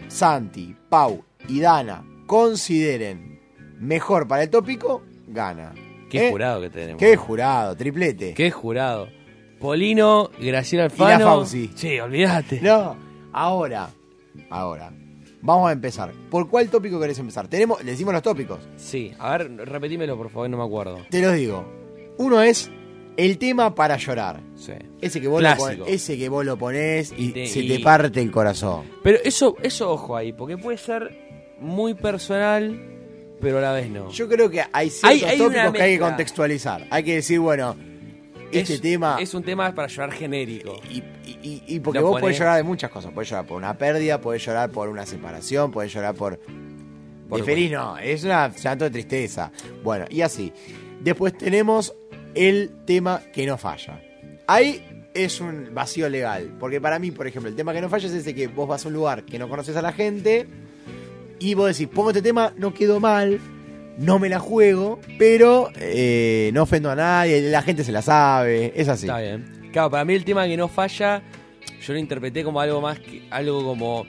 Speaker 4: Santi, Pau y Dana consideren mejor para el tópico, gana.
Speaker 7: Qué
Speaker 4: ¿Eh?
Speaker 7: jurado que tenemos.
Speaker 4: Qué jurado, triplete.
Speaker 7: Qué jurado. Polino, Graciela Alfano.
Speaker 4: Y la Fauci.
Speaker 7: Sí, olvídate.
Speaker 4: No, ahora, ahora. Vamos a empezar. ¿Por cuál tópico querés empezar? Tenemos, le decimos los tópicos.
Speaker 7: Sí, a ver, repetímelo por favor, no me acuerdo.
Speaker 4: Te los digo. Uno es el tema para llorar.
Speaker 7: Sí.
Speaker 4: Ese que vos, lo,
Speaker 7: Clásico.
Speaker 4: pon- ese que vos lo ponés y,
Speaker 7: Y te-
Speaker 4: se
Speaker 7: y-
Speaker 4: te parte el corazón.
Speaker 7: Pero eso, eso ojo ahí, porque puede ser muy personal, pero a la vez no.
Speaker 4: Yo creo que hay
Speaker 7: Hay-
Speaker 4: ciertos
Speaker 7: hay una
Speaker 4: tópicos que hay que
Speaker 7: mezcla.
Speaker 4: contextualizar. Hay que decir, bueno, este
Speaker 7: es,
Speaker 4: tema.
Speaker 7: Es un tema para llorar genérico.
Speaker 4: Y, Y porque
Speaker 7: Lo
Speaker 4: vos podés
Speaker 7: ponés-
Speaker 4: llorar de muchas cosas. Podés llorar por una pérdida, podés llorar por una separación, podés llorar por.
Speaker 7: Por-
Speaker 4: de feliz no, es una llanto de tristeza. Bueno, y así. Después tenemos el tema que no falla. Ahí es un vacío legal. Porque para mí, por ejemplo, el tema que no falla es ese que vos vas a un lugar que no conoces a la gente y vos decís, pongo este tema, no quedo mal, no me la juego, pero eh, no ofendo a nadie, la gente se la sabe, es así.
Speaker 7: Está bien. Claro, para mí el tema que no falla, yo lo interpreté como algo más que algo como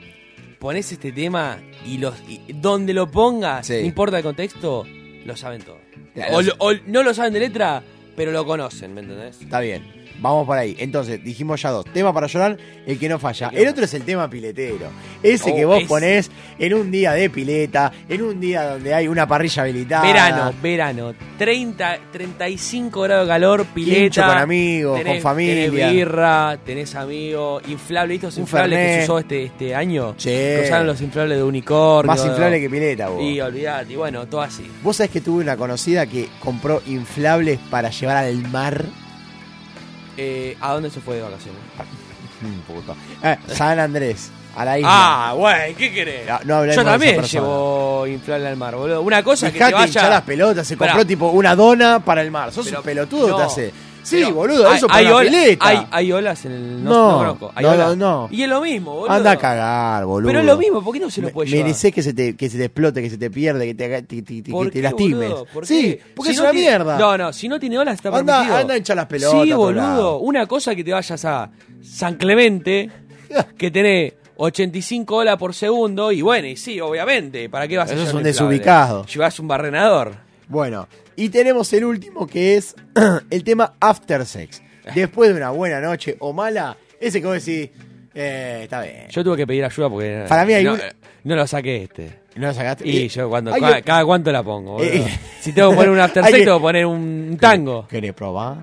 Speaker 7: pones este tema y los y donde lo pongas, no importa el contexto, lo saben todo.
Speaker 4: Claro.
Speaker 7: O, lo- o no lo saben de letra, pero lo conocen, ¿me entendés?
Speaker 4: Está bien, vamos por ahí. Entonces, dijimos ya dos. Tema para llorar, el que no falla. El otro es el tema piletero. Ese
Speaker 7: Oh,
Speaker 4: que vos
Speaker 7: ese.
Speaker 4: ponés en un día de pileta, en un día donde hay una parrilla habilitada.
Speaker 7: Verano, verano, 30, 35 grados de calor, pileta.
Speaker 4: Quincho con amigos, con familia.
Speaker 7: Tenés birra, tenés amigos, inflable, estos
Speaker 4: Un
Speaker 7: inflables que
Speaker 4: Fernet.
Speaker 7: se usó este, este año.
Speaker 4: Che.
Speaker 7: Que usaron los inflables de unicornio.
Speaker 4: Más inflable que pileta, vos.
Speaker 7: Y olvidate, y bueno, todo así.
Speaker 4: Vos sabés que tuve una conocida que compró inflables para llevar al mar.
Speaker 7: Eh, ¿A dónde se fue de vacaciones?
Speaker 4: Mm, puta. Eh, San Andrés, a la isla.
Speaker 7: Ah, güey, ¿qué querés?
Speaker 4: No, no hablemos
Speaker 7: Yo
Speaker 4: de esa
Speaker 7: también
Speaker 4: persona.
Speaker 7: llevo inflable al mar, boludo. Una cosa es que
Speaker 4: Dejate
Speaker 7: te vaya...
Speaker 4: hinchar las pelotas, se compró
Speaker 7: Pará.
Speaker 4: tipo una dona para el mar. Sos
Speaker 7: Pero-
Speaker 4: un pelotudo
Speaker 7: no,
Speaker 4: te hace. Sí, boludo, eso para
Speaker 7: hay,
Speaker 4: la
Speaker 7: ola-
Speaker 4: pileta.
Speaker 7: hay, hay olas en el... No,
Speaker 4: No,
Speaker 7: no conozco. Hay
Speaker 4: no,
Speaker 7: olas.
Speaker 4: no, no.
Speaker 7: Y es lo mismo, boludo.
Speaker 4: Anda a cagar, boludo.
Speaker 7: Pero es lo mismo, ¿por qué no se lo puede llevar?
Speaker 4: Mereces que se, te, que se te explote, que se te pierda, que te, haga- te, te- te-
Speaker 7: ¿Por
Speaker 4: que te
Speaker 7: qué,
Speaker 4: lastimes.
Speaker 7: boludo? ¿Por
Speaker 4: sí,
Speaker 7: qué?
Speaker 4: porque
Speaker 7: Si
Speaker 4: es
Speaker 7: no
Speaker 4: una
Speaker 7: tiene-
Speaker 4: mierda.
Speaker 7: No, no, si no tiene olas está
Speaker 4: Anda-
Speaker 7: permitido.
Speaker 4: anda a hinchar las pelotas
Speaker 7: Sí,
Speaker 4: a otro lado.
Speaker 7: boludo. Una cosa que te vayas a San Clemente, que tenés 85 olas por segundo, y bueno, y sí, obviamente, ¿para qué vas a
Speaker 4: Eso es
Speaker 7: llevar
Speaker 4: un
Speaker 7: inflable?
Speaker 4: desubicado.
Speaker 7: Llevas un barrenador.
Speaker 4: Bueno, y tenemos el último que es el tema after sex. Después de una buena noche o mala, ese que vos decís, eh, está bien.
Speaker 7: Yo tuve que pedir ayuda porque
Speaker 4: Para mí hay
Speaker 7: no,
Speaker 4: un-
Speaker 7: no lo saqué este.
Speaker 4: ¿No lo sacaste?
Speaker 7: Y
Speaker 4: Eh,
Speaker 7: yo cuando
Speaker 4: hay
Speaker 7: cua-
Speaker 4: un-
Speaker 7: cada cuánto la pongo. boludo.
Speaker 4: Eh,
Speaker 7: si tengo que poner un after
Speaker 4: hay
Speaker 7: sex,
Speaker 4: que-
Speaker 7: tengo que poner un tango.
Speaker 4: ¿Querés probar?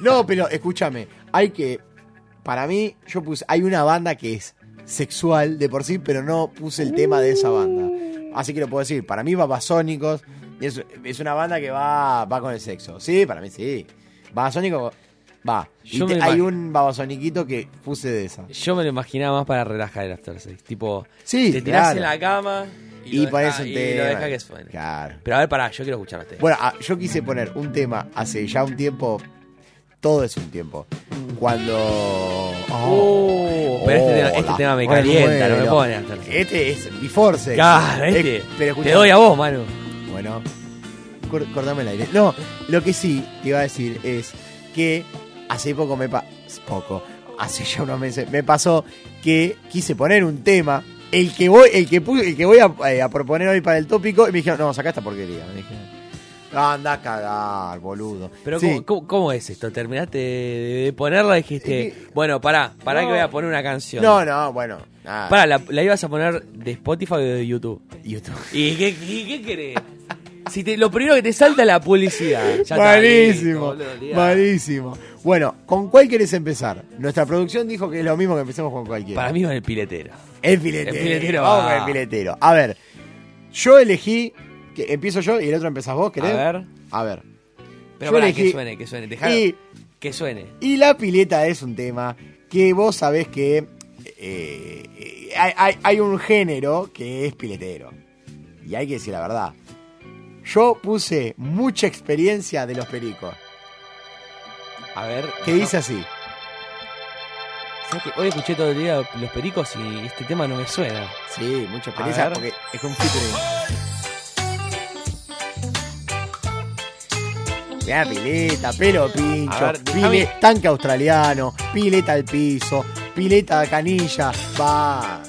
Speaker 4: No, pero escúchame, hay que. Para mí, yo puse. Hay una banda que es sexual de por sí, pero no puse el tema de esa banda. Así que lo puedo decir. Para mí, Babasónicos es, es una banda que va, va con el sexo. Sí, para mí sí. Babasónicos va. Y
Speaker 7: Yo
Speaker 4: te-
Speaker 7: me
Speaker 4: hay
Speaker 7: imag-
Speaker 4: un Babasoniquito que puse de esa.
Speaker 7: Yo me lo imaginaba más para relajar el after sex. Tipo,
Speaker 4: Sí,
Speaker 7: te tirás
Speaker 4: claro.
Speaker 7: en la cama y,
Speaker 4: Y
Speaker 7: lo
Speaker 4: ponés
Speaker 7: deja-
Speaker 4: un
Speaker 7: y
Speaker 4: tema.
Speaker 7: lo deja que suene.
Speaker 4: Claro.
Speaker 7: Pero a ver, pará, yo quiero escuchar este. a ustedes.
Speaker 4: Bueno, ah, yo quise poner un tema hace ya un tiempo. Todo es un tiempo. Cuando. Oh.
Speaker 7: pero este tema- este
Speaker 4: la-
Speaker 7: tema me
Speaker 4: bueno,
Speaker 7: calienta, no me
Speaker 4: bueno.
Speaker 7: pone hasta el-
Speaker 4: Este es Before Sex.
Speaker 7: Claro, este.
Speaker 4: Eh, pero escuchá.
Speaker 7: Te doy a vos, mano.
Speaker 4: Bueno, cor- cortame el aire. No, lo que sí te iba a decir es que hace poco me pasó. Poco. Hace ya unos meses me pasó que quise poner un tema. El que voy, el que pu- el que voy a, eh, a proponer hoy para el tópico. Y me dijeron, no, saca esta porquería. Me dijeron, anda a cagar, boludo.
Speaker 7: Pero
Speaker 4: Sí.
Speaker 7: ¿cómo- ¿cómo, cómo es esto? ¿Terminaste de, de ponerla y dijiste, bueno, pará, pará
Speaker 4: Eh, No.
Speaker 7: que voy a poner una canción?
Speaker 4: No, no, bueno. nada.
Speaker 7: Pará, la, la ibas a poner de Spotify o de YouTube.
Speaker 4: YouTube.
Speaker 7: ¿Y qué, y qué querés? Si te- lo primero que te salta es la publicidad. Ya está, listo,
Speaker 4: Malísimo,
Speaker 7: boludo, olvidá.
Speaker 4: malísimo. Bueno, ¿con cuál querés empezar? Nuestra producción dijo que es lo mismo que empecemos con cualquiera.
Speaker 7: Para mí con el piletero.
Speaker 4: El filetero.
Speaker 7: El filetero
Speaker 4: Vamos
Speaker 7: va.
Speaker 4: con el filetero. A ver, yo elegí. Que empiezo yo y el otro empezás vos, ¿querés?
Speaker 7: A ver.
Speaker 4: A ver.
Speaker 7: Pero
Speaker 4: Yo
Speaker 7: pará,
Speaker 4: elegí-
Speaker 7: que suene, que suene. Dejá,
Speaker 4: Y-
Speaker 7: que suene.
Speaker 4: Y la pileta es un tema que vos sabés que. eh, eh, hay, hay- hay un género que es piletero. Y hay que decir la verdad. Yo puse mucha experiencia de los pericos.
Speaker 7: A ver.
Speaker 4: Que
Speaker 7: no.
Speaker 4: dice así.
Speaker 7: ¿Sabes que hoy escuché todo el día Los Pericos y este tema no me suena?
Speaker 4: Sí, mucha experiencia porque es un featuring. Mirá, pileta, pelo pincho,
Speaker 7: A ver, déjame-
Speaker 4: pile- tanque australiano, pileta al piso, pileta a canilla, va.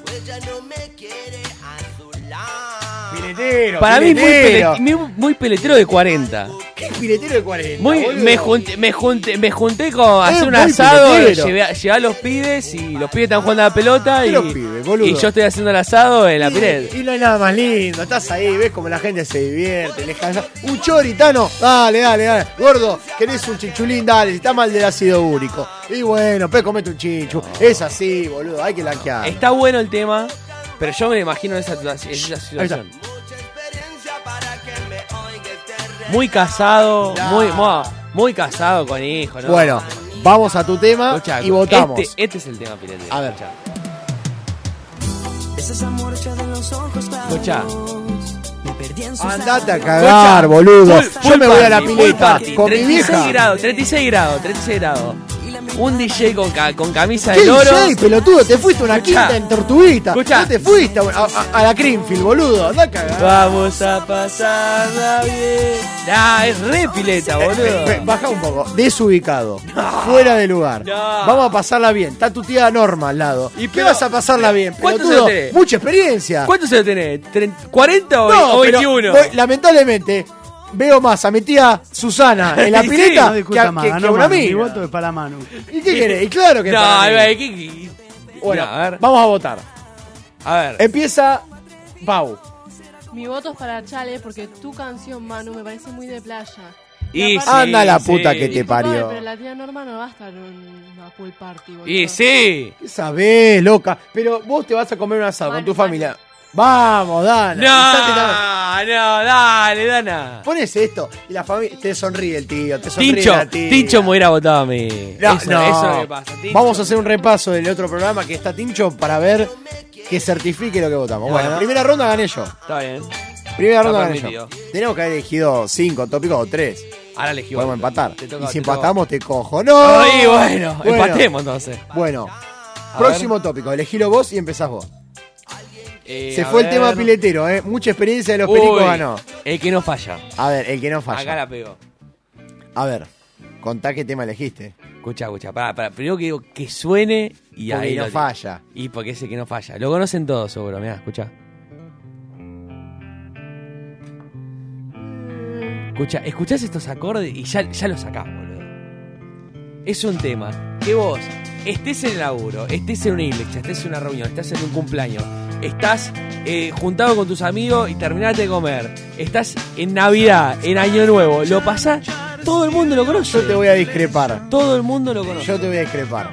Speaker 4: Piletero,
Speaker 7: Para mí muy,
Speaker 4: piletero.
Speaker 7: pele- muy- muy peletero de 40.
Speaker 4: ¿Qué es piletero de 40?
Speaker 7: Muy,
Speaker 4: boludo?
Speaker 7: me, junté, me, junté, me junté con hacer un
Speaker 4: muy
Speaker 7: asado, eh,
Speaker 4: piletero.
Speaker 7: llevé, a- llevé a los pibes y los pibes están jugando a la pelota y,
Speaker 4: los pibes, boludo?
Speaker 7: y yo estoy haciendo el asado en la pileta.
Speaker 4: Y, y no hay nada más lindo, estás ahí, ves como la gente se divierte, les cansa. Un choritano, dale, dale, dale. Gordo, querés un chichulín, dale, si está mal del ácido úrico. Y bueno, pues comete un chichu. Es así, boludo, hay que lanquear.
Speaker 7: Está bueno el tema, pero yo me lo imagino en esa, situa- en esa situación. Muy casado, muy, muy, muy casado con hijos. ¿no?
Speaker 4: Bueno, vamos a tu tema y votamos.
Speaker 7: Este, este es el tema piletero.
Speaker 4: A ver.
Speaker 7: Escuchá.
Speaker 6: Es esa morcha de los ojos para
Speaker 7: Escuchá.
Speaker 6: Me perdí en sus
Speaker 4: Andate a
Speaker 6: labios.
Speaker 4: cagar, boludo.
Speaker 7: Full- full
Speaker 4: Yo me voy a la
Speaker 7: party, full
Speaker 4: pileta
Speaker 7: party.
Speaker 4: con mi
Speaker 7: 36
Speaker 4: vieja.
Speaker 7: grados, 36 grados, 36 grados. Un DJ con, ca- con camisa
Speaker 4: ¿Qué
Speaker 7: de oro.
Speaker 4: DJ, pelotudo? Te fuiste a una
Speaker 7: Escuchá.
Speaker 4: quinta en Tortuguita. No te fuiste a, a- a la Greenfield, boludo. Andá a cagar.
Speaker 7: Vamos a pasarla bien. Ah, es re pileta, boludo.
Speaker 4: Eh, Baja un poco. Desubicado. Fuera de lugar. Vamos a pasarla bien. Está tu tía Norma al lado. ¿Y qué vas a pasarla bien?
Speaker 7: ¿cuántos
Speaker 4: pelotudo?
Speaker 7: años tenés?
Speaker 4: Mucha experiencia.
Speaker 7: ¿Cuántos años tenés? ¿Tren- ¿40 o,
Speaker 4: No,
Speaker 7: o
Speaker 4: pero
Speaker 7: 21?
Speaker 4: voy- lamentablemente, veo más a mi tía Susana en la
Speaker 7: Sí,
Speaker 4: pileta
Speaker 7: no
Speaker 4: que,
Speaker 7: discuta
Speaker 4: a-
Speaker 7: más,
Speaker 4: que-
Speaker 7: ganó
Speaker 4: que a una
Speaker 7: Manu.
Speaker 4: mina.
Speaker 2: Mi voto es para Manu.
Speaker 4: ¿Y qué querés? Y claro que
Speaker 7: No,
Speaker 4: para mí.
Speaker 7: eh, ¿qué- qué-
Speaker 4: Bueno,
Speaker 7: Mira, a ver.
Speaker 4: vamos a votar.
Speaker 7: A ver.
Speaker 4: Empieza Pau.
Speaker 8: Mi voto es para Chale porque tu canción, Manu, me parece muy de playa.
Speaker 7: Y
Speaker 8: aparte-
Speaker 4: Anda la puta que te
Speaker 8: Disculpame,
Speaker 4: parió.
Speaker 8: Pero la tía Norma no va a estar en una pool party, boludo.
Speaker 7: Y sí.
Speaker 4: ¿Qué sabés, loca? Pero vos te vas a comer un asado con tu familia. Vamos, Dana. Pensate también.
Speaker 7: No, no, dale, Dana.
Speaker 4: Pones esto y la familia te sonríe el tío, te sonríe
Speaker 7: Tincho,
Speaker 4: la tía.
Speaker 7: Tincho me hubiera votado a mí.
Speaker 4: No,
Speaker 7: eso,
Speaker 4: no.
Speaker 7: eso es lo que pasa. Tincho.
Speaker 4: Vamos a hacer un repaso del otro programa que está Tincho para ver que certifique lo que votamos. Bueno,
Speaker 7: Bueno.
Speaker 4: primera ronda gané yo.
Speaker 7: Está bien.
Speaker 4: Primera
Speaker 7: Está
Speaker 4: ronda gané yo.
Speaker 7: permitido.
Speaker 4: Tenemos que haber elegido cinco tópicos o tres.
Speaker 7: Ahora elegí
Speaker 4: Podemos
Speaker 7: vos.
Speaker 4: empatar.
Speaker 7: Te toca-
Speaker 4: y si
Speaker 7: te toca.
Speaker 4: empatamos, te cojo. ¡No!
Speaker 7: Ay, Oh, bueno, empatemos entonces.
Speaker 4: Bueno, próximo tópico. Elegilo vos y empezás vos.
Speaker 7: Eh,
Speaker 4: Se
Speaker 7: a
Speaker 4: fue el
Speaker 7: ver.
Speaker 4: tema piletero, ¿eh? Mucha experiencia de los
Speaker 7: Uy,
Speaker 4: pericos ganó.
Speaker 7: El que no falla.
Speaker 4: A ver, el que no
Speaker 7: Acá
Speaker 4: falla.
Speaker 7: la pegó.
Speaker 4: A ver, contá qué tema elegiste.
Speaker 7: Escucha, escucha. Pará, pará. Primero que digo que suene y
Speaker 4: Porque
Speaker 7: ahí.
Speaker 4: no
Speaker 7: lo-
Speaker 4: falla.
Speaker 7: Y porque es el que no falla. Lo conocen todos, seguro. Mirá, escucha. Escucha, escuchás estos acordes y ya, ya los sacás, boludo. Es un tema que vos estés en el laburo, estés en una iglesia, estés en una reunión, estás en un cumpleaños, estás eh, juntado con tus amigos y terminaste de comer, estás en Navidad, en Año Nuevo, lo pasás, todo el mundo lo conoce. Yo te
Speaker 4: voy a discrepar.
Speaker 7: Todo el mundo lo conoce.
Speaker 4: Yo te voy a discrepar.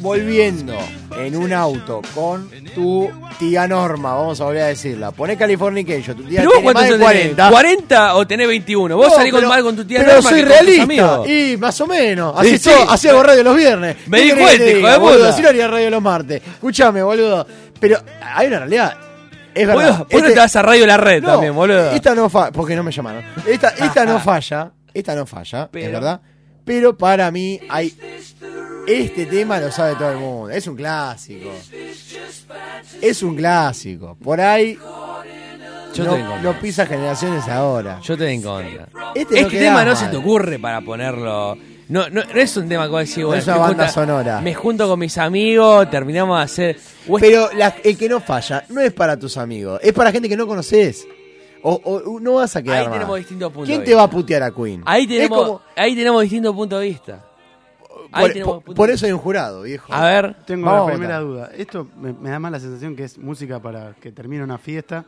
Speaker 4: Volviendo en un auto con tu tía Norma, vamos a volver a decirla. Poné Californication, tu tía
Speaker 7: Pero vos
Speaker 4: tiene
Speaker 7: cuántos
Speaker 4: más de
Speaker 7: años tenés?
Speaker 4: 40.
Speaker 7: 40 o tenés 21. Vos
Speaker 4: No,
Speaker 7: salís con
Speaker 4: pero-
Speaker 7: mal con tu tía
Speaker 4: Pero
Speaker 7: Norma
Speaker 4: soy
Speaker 7: que con tus
Speaker 4: realista.
Speaker 7: amigos.
Speaker 4: Y más o menos.
Speaker 7: Sí,
Speaker 4: Así,
Speaker 7: sí.
Speaker 4: todo- así hago radio los viernes.
Speaker 7: Me
Speaker 4: ¿Qué
Speaker 7: di
Speaker 4: querés
Speaker 7: cuenta,
Speaker 4: que te
Speaker 7: hijo
Speaker 4: diga,
Speaker 7: de
Speaker 4: boludo?
Speaker 7: puta.
Speaker 4: Así lo haría radio los martes. Escuchame, boludo. Pero hay una realidad. Es
Speaker 7: Vos-
Speaker 4: verdad. Este-
Speaker 7: vos no te vas a Radio La Red
Speaker 4: No,
Speaker 7: también, boludo.
Speaker 4: Esta no falla. Porque no me llamaron. Esta, esta no falla. Esta no falla, es
Speaker 7: Pero-
Speaker 4: verdad. Pero para mí hay. Este tema lo sabe todo el mundo. Es un clásico. Es un clásico. Por ahí.
Speaker 7: Yo
Speaker 4: no,
Speaker 7: estoy en contra.
Speaker 4: no pisa generaciones ahora.
Speaker 7: Yo te en contra.
Speaker 4: Este
Speaker 7: Este,
Speaker 4: no queda
Speaker 7: tema no
Speaker 4: mal.
Speaker 7: se te ocurre para ponerlo. No, no, no es un tema como decir,
Speaker 4: No
Speaker 7: bueno,
Speaker 4: es una
Speaker 7: me
Speaker 4: banda sonora.
Speaker 7: Me junto con mis amigos, terminamos de hacer.
Speaker 4: Pero la- el que no falla no es para tus amigos, es para gente que no conoces. O, o no vas a quedar
Speaker 7: Ahí
Speaker 4: mal.
Speaker 7: tenemos distintos puntos
Speaker 4: ¿Quién
Speaker 7: de
Speaker 4: te va a putear a Queen?
Speaker 7: Ahí
Speaker 4: Es
Speaker 7: tenemos,
Speaker 4: como-
Speaker 7: ahí tenemos distintos puntos de vista. Ahí
Speaker 4: por,
Speaker 7: tenemos
Speaker 4: por-
Speaker 7: puntos
Speaker 4: por
Speaker 7: de
Speaker 4: eso hay un jurado, viejo.
Speaker 7: A ver.
Speaker 2: Tengo
Speaker 4: Vamos
Speaker 2: la
Speaker 4: a
Speaker 2: primera duda. Esto me, me da más la sensación que es música para que termine una fiesta.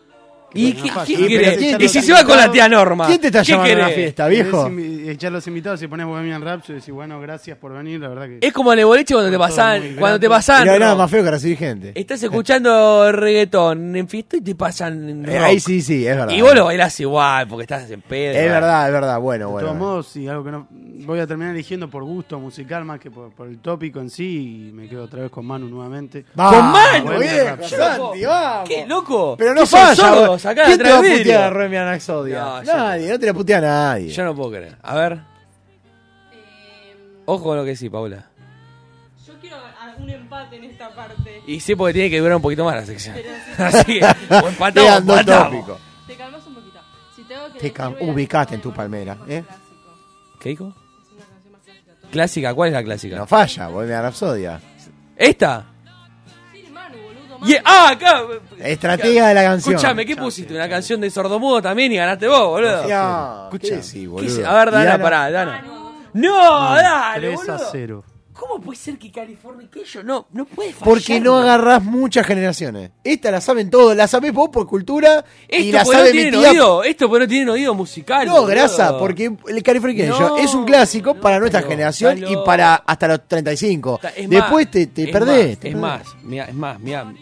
Speaker 7: ¿Y
Speaker 2: que
Speaker 7: qué-
Speaker 2: no falla.
Speaker 7: qué
Speaker 2: Pero
Speaker 7: querés?
Speaker 2: echar
Speaker 7: ¿Y
Speaker 2: los
Speaker 7: si se va con la
Speaker 2: invitados-
Speaker 7: tía Norma? ¿Quién te está ¿Qué llamando a una querés? fiesta, viejo?
Speaker 2: Querés invi- Echar los invitados y pones Bohemian Rhapsody y decís, bueno, gracias por venir, la verdad que...
Speaker 7: Es como en el boliche cuando te
Speaker 2: Todo
Speaker 7: pasan,
Speaker 2: muy grato.
Speaker 7: cuando te pasan,
Speaker 4: Mirá, nada
Speaker 7: no,
Speaker 4: más feo que recibir gente.
Speaker 7: estás escuchando reggaetón en fiesta y te pasan
Speaker 4: Eh,
Speaker 7: rock.
Speaker 4: ahí sí, sí, es verdad.
Speaker 7: Y vos lo bailás igual porque estás en pedo.
Speaker 4: Es verdad, es verdad. Bueno,
Speaker 2: De todos
Speaker 4: bueno.
Speaker 2: modos, y algo que no. Voy a terminar eligiendo por gusto musical más que por, por el tópico en sí. Y me quedo otra vez con Manu nuevamente.
Speaker 4: Vamos,
Speaker 2: ¡Con Manu!
Speaker 4: viejo,
Speaker 2: Bohemian Rhapsody.
Speaker 4: Santi, vamos.
Speaker 7: ¿Qué, loco?
Speaker 4: Pero no
Speaker 7: ¿Qué sos
Speaker 4: falla.
Speaker 7: sordo?
Speaker 4: boludo.
Speaker 7: Sacá
Speaker 4: ¿Quién te
Speaker 7: atrás
Speaker 4: va a
Speaker 7: vidrio.
Speaker 4: putear a Remy Anaxodia?
Speaker 7: No, Ah, yo-
Speaker 4: nadie, no te la putea nadie.
Speaker 7: Yo no puedo creer. A ver. Ojo con lo que sí, Paula.
Speaker 5: Yo quiero a- un empate en esta parte.
Speaker 7: Y sí, porque tiene que durar un poquito más la sección.
Speaker 5: Pero sí.
Speaker 7: Así que, o empatamos,
Speaker 4: Quedan dos
Speaker 7: empatamos.
Speaker 4: tópicos.
Speaker 5: Te calmas un poquito. Si tengo que
Speaker 4: Te
Speaker 5: elegir,
Speaker 4: cam-
Speaker 5: voy a-
Speaker 4: ubicaste en tu palmera, ¿eh?
Speaker 7: ¿Qué dijo? Clásica, ¿cuál es la clásica?
Speaker 4: No falla, Bohemian Rhapsodia.
Speaker 7: ¿Esta? Y- ah, acá.
Speaker 4: Estratega de la canción.
Speaker 7: Escuchame, ¿qué pusiste? Una canción de sordomudo también y ganaste vos, boludo.
Speaker 4: No, ah, ¿qué
Speaker 7: Escuchá.
Speaker 4: decís,
Speaker 7: ¿Qué
Speaker 4: boludo?
Speaker 7: se- A ver,
Speaker 4: Y
Speaker 7: Dana,
Speaker 4: Ana-
Speaker 7: pará,
Speaker 5: Ah,
Speaker 7: Dana. No,
Speaker 4: Ah,
Speaker 7: dale,
Speaker 2: 3 a
Speaker 7: boludo.
Speaker 2: 0.
Speaker 7: ¿Cómo puede ser que Californication no, no puede fallar?
Speaker 4: Porque no agarrás muchas generaciones. Esta la saben todos, la sabés vos por cultura y
Speaker 7: Esto
Speaker 4: la
Speaker 7: porque no
Speaker 4: sabe mi
Speaker 7: tienen
Speaker 4: tía.
Speaker 7: oído, esto porque no tienen oído musical.
Speaker 4: No,
Speaker 7: boludo.
Speaker 4: grasa, porque el Californication
Speaker 7: No,
Speaker 4: es un clásico para nuestra generación
Speaker 7: está
Speaker 4: y
Speaker 7: loco.
Speaker 4: para hasta los 35.
Speaker 7: Es más,
Speaker 4: Después te, te
Speaker 7: es
Speaker 4: perdés.
Speaker 7: más,
Speaker 4: te
Speaker 7: es
Speaker 4: perdés.
Speaker 7: más, mirá, es más, mirá.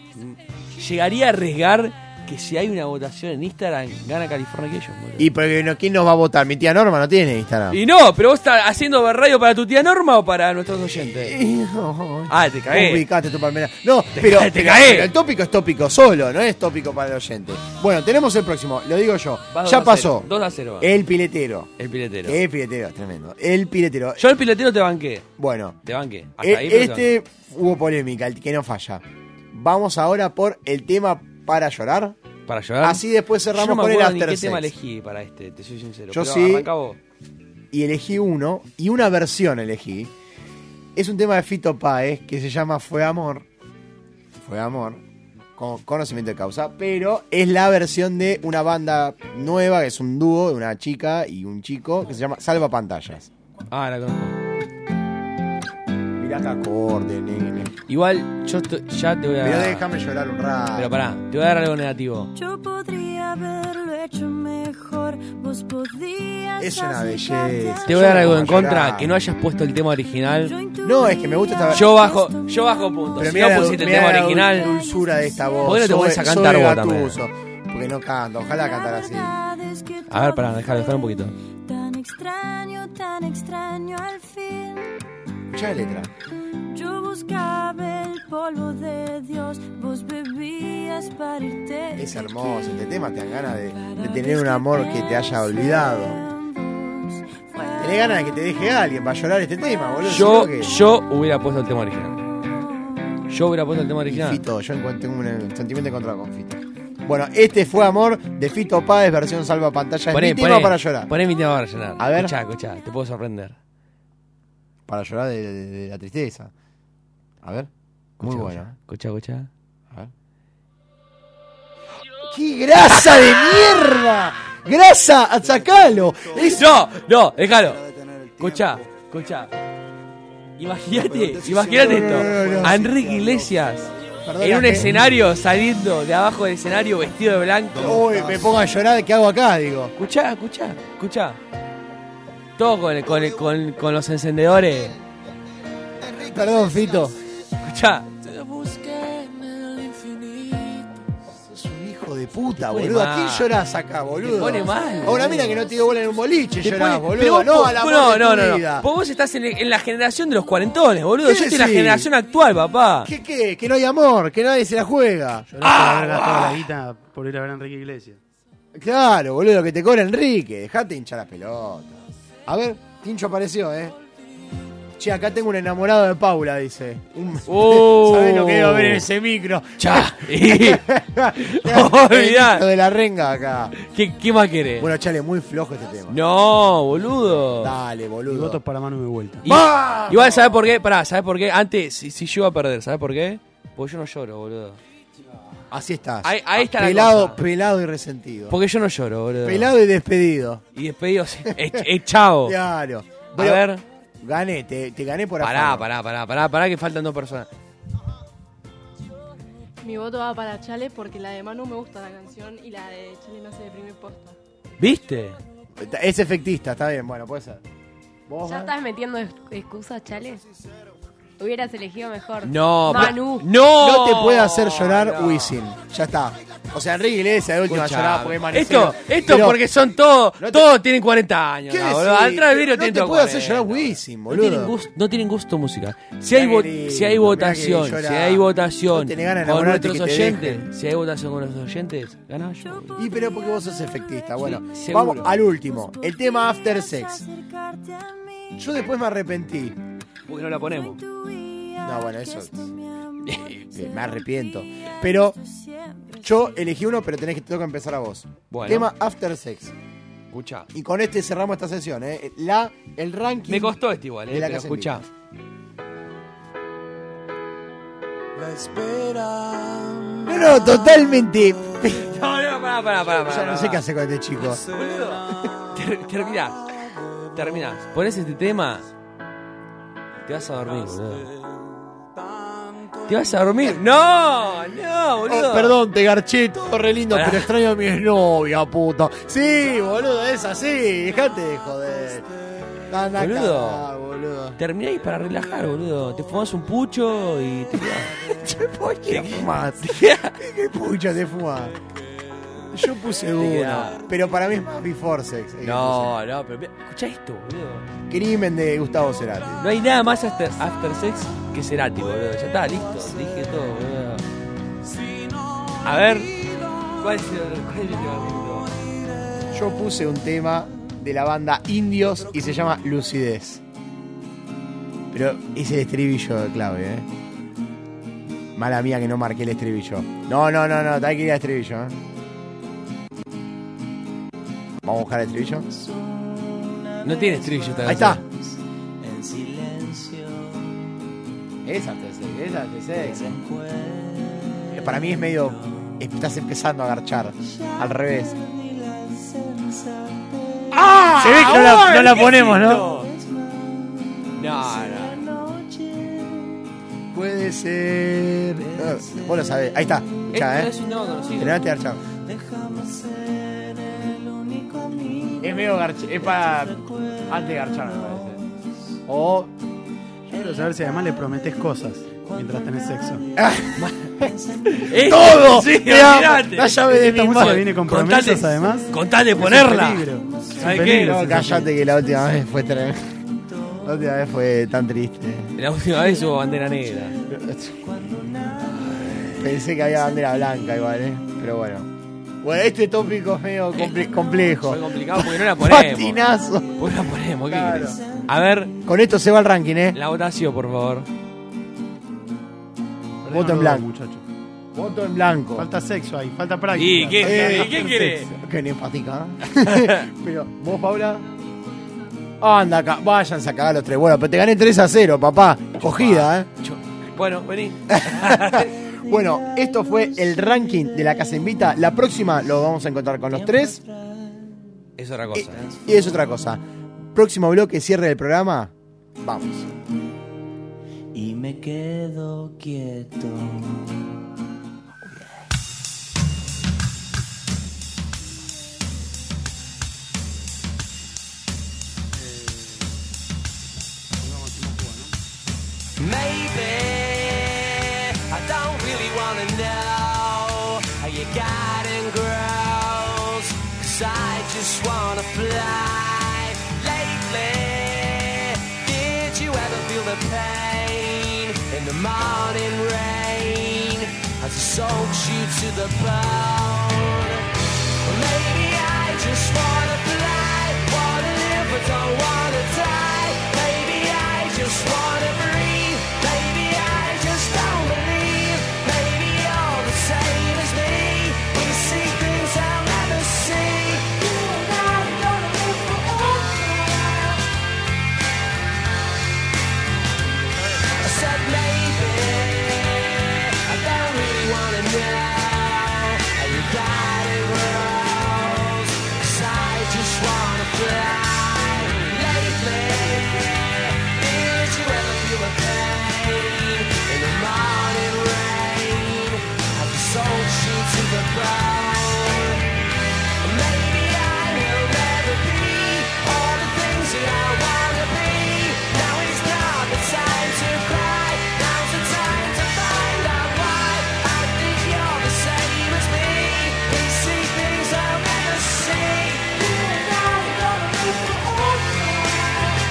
Speaker 7: Llegaría a arriesgar que si hay una votación en Instagram, gana Californication, boludo.
Speaker 4: Y porque no, ¿quién nos va a votar? Mi tía Norma no tiene Instagram.
Speaker 7: Y no, pero vos estás haciendo radio para tu tía Norma o para nuestros oyentes. Ah, te cagué.
Speaker 4: Ubicate tu palmera. No,
Speaker 7: Te
Speaker 4: pero,
Speaker 7: cae, te
Speaker 4: pero-
Speaker 7: cae.
Speaker 4: pero el tópico es tópico solo, no es tópico para el oyente. Bueno, tenemos el próximo, lo digo yo.
Speaker 7: Va dos
Speaker 4: ya
Speaker 7: a
Speaker 4: pasó.
Speaker 7: cero, dos a cero va.
Speaker 4: El piletero.
Speaker 7: El piletero.
Speaker 4: El piletero, es tremendo. El piletero.
Speaker 7: Yo el piletero te banqué.
Speaker 4: Bueno.
Speaker 7: Te banqué. Hasta
Speaker 4: Eh,
Speaker 7: ahí, pero te
Speaker 4: este hubo polémica, el que no falla. Vamos ahora por el tema para llorar.
Speaker 7: banqué. Para llorar.
Speaker 4: Así después pues cerramos
Speaker 7: Yo no me
Speaker 4: con el
Speaker 7: acuerdo ni
Speaker 4: after
Speaker 7: ¿Qué
Speaker 4: sex.
Speaker 7: tema elegí para este? Te soy sincero.
Speaker 4: Yo
Speaker 7: pero
Speaker 4: sí.
Speaker 7: arrancá vos.
Speaker 4: Y elegí uno, y una versión elegí. Es un tema de Fito Páez que se llama Fue Amor. Fue Amor. Con conocimiento de causa. Pero es la versión de una banda nueva, que es un dúo de una chica y un chico, que se llama Salva Pantallas.
Speaker 7: Ah, la conozco.
Speaker 4: Mirá que acorde, nene.
Speaker 7: Igual, yo te- ya te voy a.
Speaker 4: Pero déjame llorar un rato.
Speaker 7: Pero pará, te voy a dar algo negativo.
Speaker 3: Yo podría haberlo hecho mejor. Vos podías.
Speaker 4: Es una belleza.
Speaker 7: Te voy a dar
Speaker 4: Yo
Speaker 7: algo
Speaker 4: no
Speaker 7: en
Speaker 4: voy a
Speaker 7: contra,
Speaker 4: llorar.
Speaker 7: que no hayas puesto el tema original.
Speaker 4: No, es que me gusta esta
Speaker 7: Yo bajo, yo bajo puntos.
Speaker 4: Pero
Speaker 7: Si no
Speaker 4: mira
Speaker 7: pusiste el tema
Speaker 4: la
Speaker 7: original.
Speaker 4: dulzura de esta voz.
Speaker 7: ¿Por qué no te
Speaker 4: Soy-
Speaker 7: pones a
Speaker 4: soy
Speaker 7: cantar vos también?
Speaker 4: Gattuso. Porque no canto, ojalá cantara así.
Speaker 7: A ver, pará, dejar, dejar un poquito.
Speaker 3: Tan extraño, tan extraño al fin.
Speaker 4: Escucha la letra.
Speaker 3: Yo buscaba el polvo de Dios. Vos bebías para irte.
Speaker 4: Es hermoso este tema, te dan ganas de, de tener un amor que te haya olvidado. Tenés ganas de que te deje alguien para llorar este tema, boludo.
Speaker 7: Yo,
Speaker 4: sino que-
Speaker 7: yo hubiera puesto el tema original. Yo hubiera puesto el tema
Speaker 4: Y
Speaker 7: original.
Speaker 4: Fito, yo encuentro- tengo un eh, sentimiento contra con Fito. Bueno, este fue Amor de Fito Páez, versión salva pantalla.
Speaker 7: Poné,
Speaker 4: es mi tema
Speaker 7: poné,
Speaker 4: para llorar.
Speaker 7: Poné mi tema para llorar.
Speaker 4: A ver.
Speaker 7: Escuchá, escuchá, te puedo sorprender.
Speaker 4: Para llorar de, de- de la tristeza. A ver. Muy bueno.
Speaker 7: Escuchá, escuchá.
Speaker 4: ¡Qué grasa de mierda! ¡Grasa! ¡Sacalo! Es-
Speaker 7: No, no, déjalo. Escuchá, escuchá. Imagínate, imagínate esto. A Enrique Iglesias en un
Speaker 4: que-
Speaker 7: escenario saliendo de abajo del escenario vestido de blanco.
Speaker 4: Uy, me pongo a llorar, ¿qué hago acá? Digo.
Speaker 7: Escuchá, escuchá, escuchá. Todo con, el- con, el- con, con los encendedores.
Speaker 4: Perdón, Fito.
Speaker 7: Escuchá.
Speaker 6: Te busqué en el infinito.
Speaker 4: Sos un hijo de puta,
Speaker 7: pone
Speaker 4: boludo. ¿A quién
Speaker 7: mal.
Speaker 4: llorás acá, boludo?
Speaker 7: Te pone mal.
Speaker 4: A una mina que no te dio bola en un boliche
Speaker 7: Te
Speaker 4: llorás,
Speaker 7: pone- pero
Speaker 4: boludo.
Speaker 7: vos-
Speaker 4: No, a la
Speaker 7: vos-
Speaker 4: no,
Speaker 7: no, no, no. Vos, vos estás en, en la generación de los cuarentones, boludo.
Speaker 4: ¿Qué
Speaker 7: Yo estoy en la
Speaker 4: decís?
Speaker 7: generación actual, papá.
Speaker 4: ¿Qué qué? Que no hay amor, que nadie se la juega.
Speaker 2: Ah, haber gastado la guita por ir a ver a Enrique Iglesias.
Speaker 4: Claro, boludo, lo que te cobra Enrique. Dejate hinchar las pelotas. A ver, Tincho apareció, eh. Che, acá tengo un enamorado de Paula, dice. Un-
Speaker 7: Oh.
Speaker 4: ¿Sabés lo que debo ver en ese micro?
Speaker 7: Cha.
Speaker 4: Lo
Speaker 7: Olvidá.
Speaker 4: de la renga acá.
Speaker 7: ¿Qué, qué más querés?
Speaker 4: Bueno, chale, muy flojo este tema.
Speaker 7: No, boludo.
Speaker 4: Dale, boludo.
Speaker 2: Votos para mano de vuelta.
Speaker 7: Y- igual, ¿sabes por qué? Pará, ¿sabes por qué? Antes, si, si yo iba a perder, ¿sabes por qué? Porque yo no lloro, boludo.
Speaker 4: Así estás.
Speaker 7: Ahí- ahí está la
Speaker 4: pelado,
Speaker 7: cosa.
Speaker 4: pelado y resentido.
Speaker 7: Porque yo no lloro, boludo.
Speaker 4: Pelado y despedido.
Speaker 7: Y despedidos. Eh, eh, chao. A
Speaker 4: Claro. Pero
Speaker 7: ver.
Speaker 4: Gané, te, te gané por
Speaker 7: Pará,
Speaker 4: afano.
Speaker 7: pará, pará, pará, pará, que faltan dos personas.
Speaker 8: Mi voto va para Chale porque la de Manu me gusta la canción y la de Chale me hace deprimir posta.
Speaker 7: ¿Viste?
Speaker 4: Es efectista, está bien, bueno, puede ser. ¿Vos,
Speaker 23: ¿Ya
Speaker 4: Gaby?
Speaker 23: estás metiendo ex- excusas, Chale? Hubieras elegido mejor.
Speaker 7: No,
Speaker 23: Manu.
Speaker 4: No te puede hacer llorar Wisin. Ya está. O sea, Enrique Iglesias de última
Speaker 7: Escuchá,
Speaker 4: lloraba porque es
Speaker 7: esto,
Speaker 4: manicero.
Speaker 7: esto
Speaker 4: Pero,
Speaker 7: porque son todos, todos tienen 40 años.
Speaker 4: ¿Qué
Speaker 7: no,
Speaker 4: decís?
Speaker 7: boludo. Atrás del vidrio
Speaker 4: no
Speaker 7: tienen
Speaker 4: te
Speaker 7: todos
Speaker 4: puede hacer
Speaker 7: 40.
Speaker 4: llorar Wisin,
Speaker 7: No tienen,
Speaker 4: boludo.
Speaker 7: gusto, no tienen gusto musical. Si hay, vo-
Speaker 4: lindo,
Speaker 7: si hay
Speaker 4: mirá
Speaker 7: votación,
Speaker 4: que
Speaker 7: si
Speaker 4: llora.
Speaker 7: hay votación
Speaker 4: No tenés ganas de
Speaker 7: con
Speaker 4: enamorarte
Speaker 7: nuestros
Speaker 4: que te
Speaker 7: oyentes, si hay votación con nuestros oyentes, ganás yo.
Speaker 4: Y pero porque vos sos efectista. Bueno,
Speaker 7: Sí, seguro.
Speaker 4: vamos al último. El tema After Sex. Yo después me arrepentí.
Speaker 7: Porque no la ponemos.
Speaker 4: No, Ah, bueno, eso. Sí, me arrepiento. Pero yo elegí uno, pero tenés que tengo que empezar a vos.
Speaker 7: Bueno.
Speaker 4: Tema After Sex.
Speaker 7: Escuchá.
Speaker 4: Y con este cerramos esta sesión, ¿eh? La, el ranking.
Speaker 7: Me costó este igual, eh,
Speaker 4: de la
Speaker 7: pero
Speaker 4: casa
Speaker 7: escuchá.
Speaker 6: La espera.
Speaker 4: No, no, totalmente.
Speaker 7: No, no, pará, pará, pará. pará,
Speaker 4: Ya no sé
Speaker 7: pará.
Speaker 4: qué hacer con este chico.
Speaker 7: Ter- terminás. Terminás. Pones este tema. Te vas a dormir, boludo. Te vas a dormir. No, no, boludo.
Speaker 4: Oh, perdón, te garché todo re lindo,
Speaker 7: Pará.
Speaker 4: pero extraño a mi novia, puta. Sí, boludo, es así, dejate de joder. Tan acá,
Speaker 7: Boludo.
Speaker 4: boludo.
Speaker 7: Termináis para relajar, boludo. Te fumás un pucho y te quedás.
Speaker 4: ¿Qué pucha te fumás? ¿Qué pucha te fumás? Yo puse
Speaker 7: queda.
Speaker 4: uno, pero para mí es más Before Sex. eh, el que
Speaker 7: ah. No, no, pero escucha esto, boludo.
Speaker 4: puse. Crimen de Gustavo Cerati.
Speaker 7: No hay nada más after, after sex que Cerati, boludo. Ya está, listo. Dije todo, boludo. A ver, ¿cuál es el, cuál es el levantamiento?
Speaker 4: Yo puse un tema de la banda Indios y se llama Lucidez. Pero es el estribillo de clave, ¿eh? Mala mía que no marqué el estribillo. No, no, no, no, hay que ir al estribillo, ¿eh? Vamos a buscar el estribillo.
Speaker 7: No tiene estribillo esta
Speaker 4: Ahí está.
Speaker 7: canción.
Speaker 6: En silencio.
Speaker 4: Esa te esa te Eh, Para mí es medio. Estás empezando a agarchar. Al revés.
Speaker 6: ¡Ah!
Speaker 4: Se ve que no la, no la ponemos, ¿no?
Speaker 7: No,
Speaker 4: Puede ser. No, vos lo sabés. Ahí está. Escuchá,
Speaker 6: Esto
Speaker 4: ¿eh?
Speaker 6: es un tema conocido.
Speaker 4: Terminaste de agarchar.
Speaker 6: Déjame ser el único amigo.
Speaker 4: Es medio garch- es para antes de garchar, me parece. O
Speaker 2: Quiero saber si además le prometes cosas mientras tenés sexo.
Speaker 4: ¡Todo!
Speaker 2: Este, Sí,
Speaker 4: Te amo.
Speaker 2: olvidate.
Speaker 4: La llave de
Speaker 2: Esta
Speaker 4: mi
Speaker 2: música
Speaker 4: mano.
Speaker 2: viene con promesas,
Speaker 4: Contate-
Speaker 2: además.
Speaker 7: Contale
Speaker 2: Es un
Speaker 7: ponerla.
Speaker 2: peligro. Es un
Speaker 7: ¿Sabes qué?
Speaker 2: peligro.
Speaker 4: No, cállate que la última vez fue tremendo. La última vez fue tan triste.
Speaker 7: La última vez hubo bandera negra.
Speaker 4: Pensé que había bandera blanca igual, ¿eh? Pero bueno. Bueno, este tópico es medio comple- complejo.
Speaker 7: Fue complicado porque no la ponemos.
Speaker 4: Patinazo.
Speaker 7: Porque no la ponemos, ¿qué
Speaker 4: Claro.
Speaker 7: querés? A ver,
Speaker 4: Con esto se va el ranking, ¿eh?
Speaker 7: la votación, por favor.
Speaker 4: Voto en
Speaker 2: los
Speaker 4: blanco.
Speaker 2: muchacho.
Speaker 4: Voto en blanco.
Speaker 2: Falta sexo ahí, falta práctica.
Speaker 7: ¿Y qué- y qué querés?
Speaker 4: Que ni patica. pero, ¿vos, Paula? Anda acá, váyanse a cagar los tres. Bueno, pero te gané 3 a 0, papá. Cogida, ¿eh?
Speaker 7: Bueno, vení.
Speaker 4: Bueno, esto fue el ranking de la casa invita. La próxima lo vamos a encontrar con los tres.
Speaker 7: Es otra cosa.
Speaker 4: Y es otra cosa. Próximo bloque, cierre del programa. Vamos.
Speaker 6: Y me quedo quieto. Maybe I don't really wanna know how you got in grows. Cause I just wanna fly lately. Did you ever feel the pain in the morning rain? As it soaks you to the bone. Maybe I just wanna fly, wanna live but don't wanna die. Maybe I just wanna breathe. Maybe I just don't believe. Maybe you're the same as me. We see things I'll never see. You and I are gonna live forever. I said maybe I don't really wanna know how you got it wrong. 'Cause I just wanna fly lately. Did you ever feel the pain in the morning rain? Have you sold you to the bone? Maybe I will never be all the things that I wanna be. Now is not the time to cry. Now's the time to find out why. I think you're the same as me. We see things I'll never see. You and I are gonna be forever. Maybe I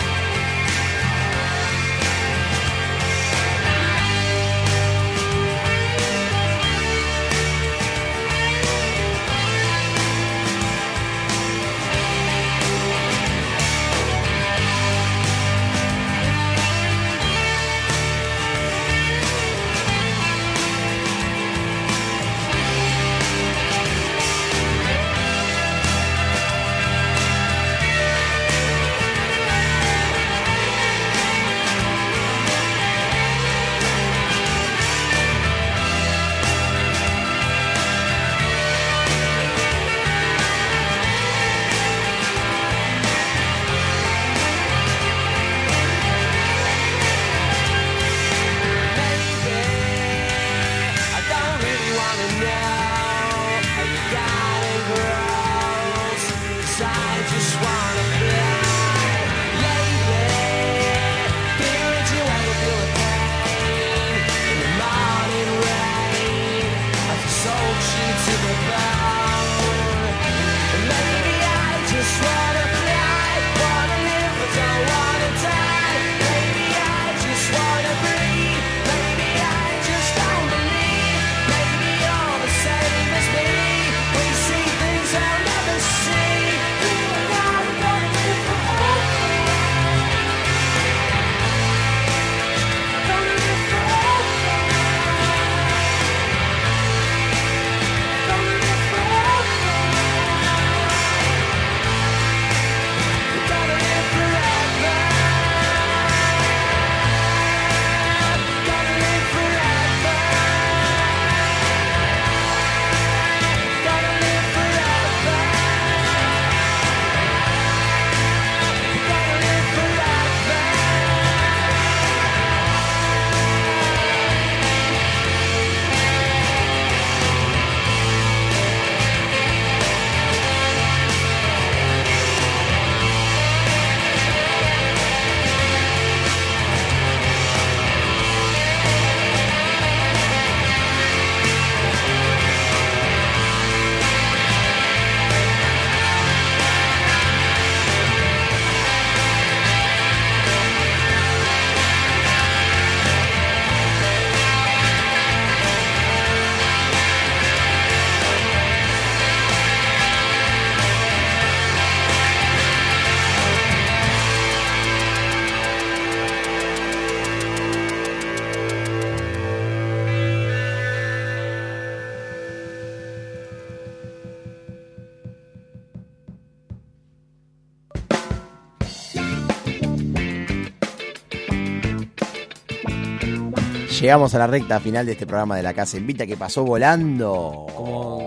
Speaker 4: Llegamos a la recta final de este programa de la Casa Invita que pasó volando.
Speaker 7: Como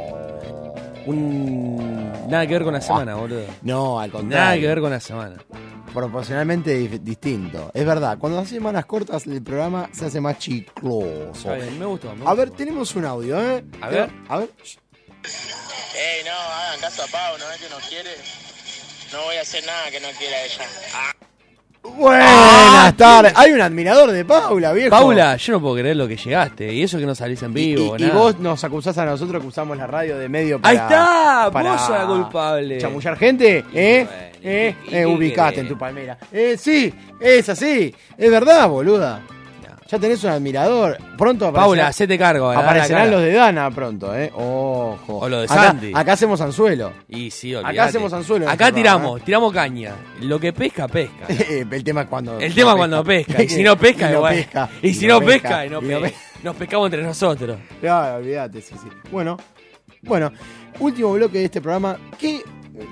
Speaker 7: un... Nada que ver con la semana, boludo.
Speaker 4: No, al contrario.
Speaker 7: Nada que ver con la semana.
Speaker 4: Proporcionalmente dif- distinto. Es verdad, cuando hace semanas cortas el programa se hace más chicloso.
Speaker 7: Está bien, me gustó. me
Speaker 4: A ver, tenemos un audio, ¿eh?
Speaker 7: A ver.
Speaker 4: A ver.
Speaker 9: Ey, no, hagan caso a Pau, no es que no quiere. No voy a hacer nada que no quiera ella.
Speaker 4: Buenas tardes. Hay un admirador de Paula, viejo.
Speaker 7: Ah, Paula, yo no puedo creer lo que llegaste. Y eso que no salís en
Speaker 4: Y,
Speaker 7: vivo,
Speaker 4: y
Speaker 7: nada.
Speaker 4: vos nos acusás a nosotros que usamos la radio de medio para.
Speaker 7: Ahí está,
Speaker 4: para
Speaker 7: vos sos la culpable.
Speaker 4: ¿Chamullar gente? ¿Eh? ¿Eh?
Speaker 7: y- y
Speaker 4: Eh,
Speaker 7: qué
Speaker 4: ubicate
Speaker 7: querés?
Speaker 4: en tu palmera. Eh, sí, es así. Es verdad, boluda. Ya tenés un admirador. Pronto aparecerá-
Speaker 7: Paula, hacete cargo. la- la
Speaker 4: Aparecerán
Speaker 7: cara.
Speaker 4: los de Dana pronto, ¿eh? Ojo.
Speaker 7: O los de
Speaker 4: acá,
Speaker 7: Sandy.
Speaker 4: Acá hacemos anzuelo.
Speaker 7: Y sí,
Speaker 4: Acá
Speaker 7: olvidate.
Speaker 4: hacemos anzuelo en
Speaker 7: Acá
Speaker 4: este
Speaker 7: tiramos,
Speaker 4: programa,
Speaker 7: tiramos caña. Lo que pesca, pesca.
Speaker 4: El tema es cuando.
Speaker 7: El tema es cuando pesca. Y si no pesca,
Speaker 4: Y no
Speaker 7: igual.
Speaker 4: pesca.
Speaker 7: Y, si no pesca, y no
Speaker 4: y
Speaker 7: pesca. Nos pescamos entre nosotros.
Speaker 4: Claro, olvídate, sí, sí. Bueno, bueno, último bloque de este programa. ¿Qué,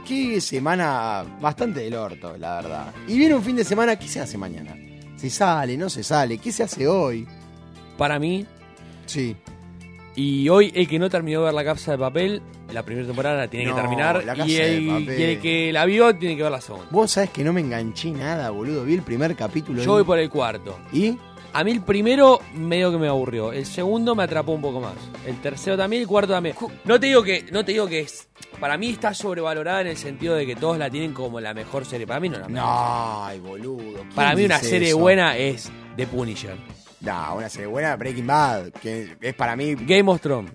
Speaker 4: qué semana bastante del orto, la verdad. Y viene un fin de semana, ¿qué se hace mañana? ¿Se sale, no se sale? ¿Qué se hace hoy?
Speaker 7: Para mí.
Speaker 4: Sí.
Speaker 7: Y hoy el que no terminó de ver la casa de papel, la primera temporada la tiene
Speaker 4: No,
Speaker 7: que terminar.
Speaker 4: La
Speaker 7: y,
Speaker 4: Casa de
Speaker 7: el,
Speaker 4: Papel.
Speaker 7: y el que la vio tiene que ver la segunda.
Speaker 4: Vos sabés que no me enganché nada, boludo. Vi el primer capítulo.
Speaker 7: Yo voy por el cuarto.
Speaker 4: ¿Y?
Speaker 7: A mí el primero medio que me aburrió. El segundo me atrapó un poco más. El tercero también, el cuarto también. No te digo que, no te digo que es. Para mí está sobrevalorada en el sentido de que todos la tienen como la mejor serie. Para mí no es la mejor.
Speaker 4: No, ay, boludo. ¿quién
Speaker 7: Para mí una
Speaker 4: dice
Speaker 7: serie
Speaker 4: eso?
Speaker 7: buena es The Punisher.
Speaker 4: No, una serie buena, Breaking Bad, que es para mí...
Speaker 7: Game of Thrones.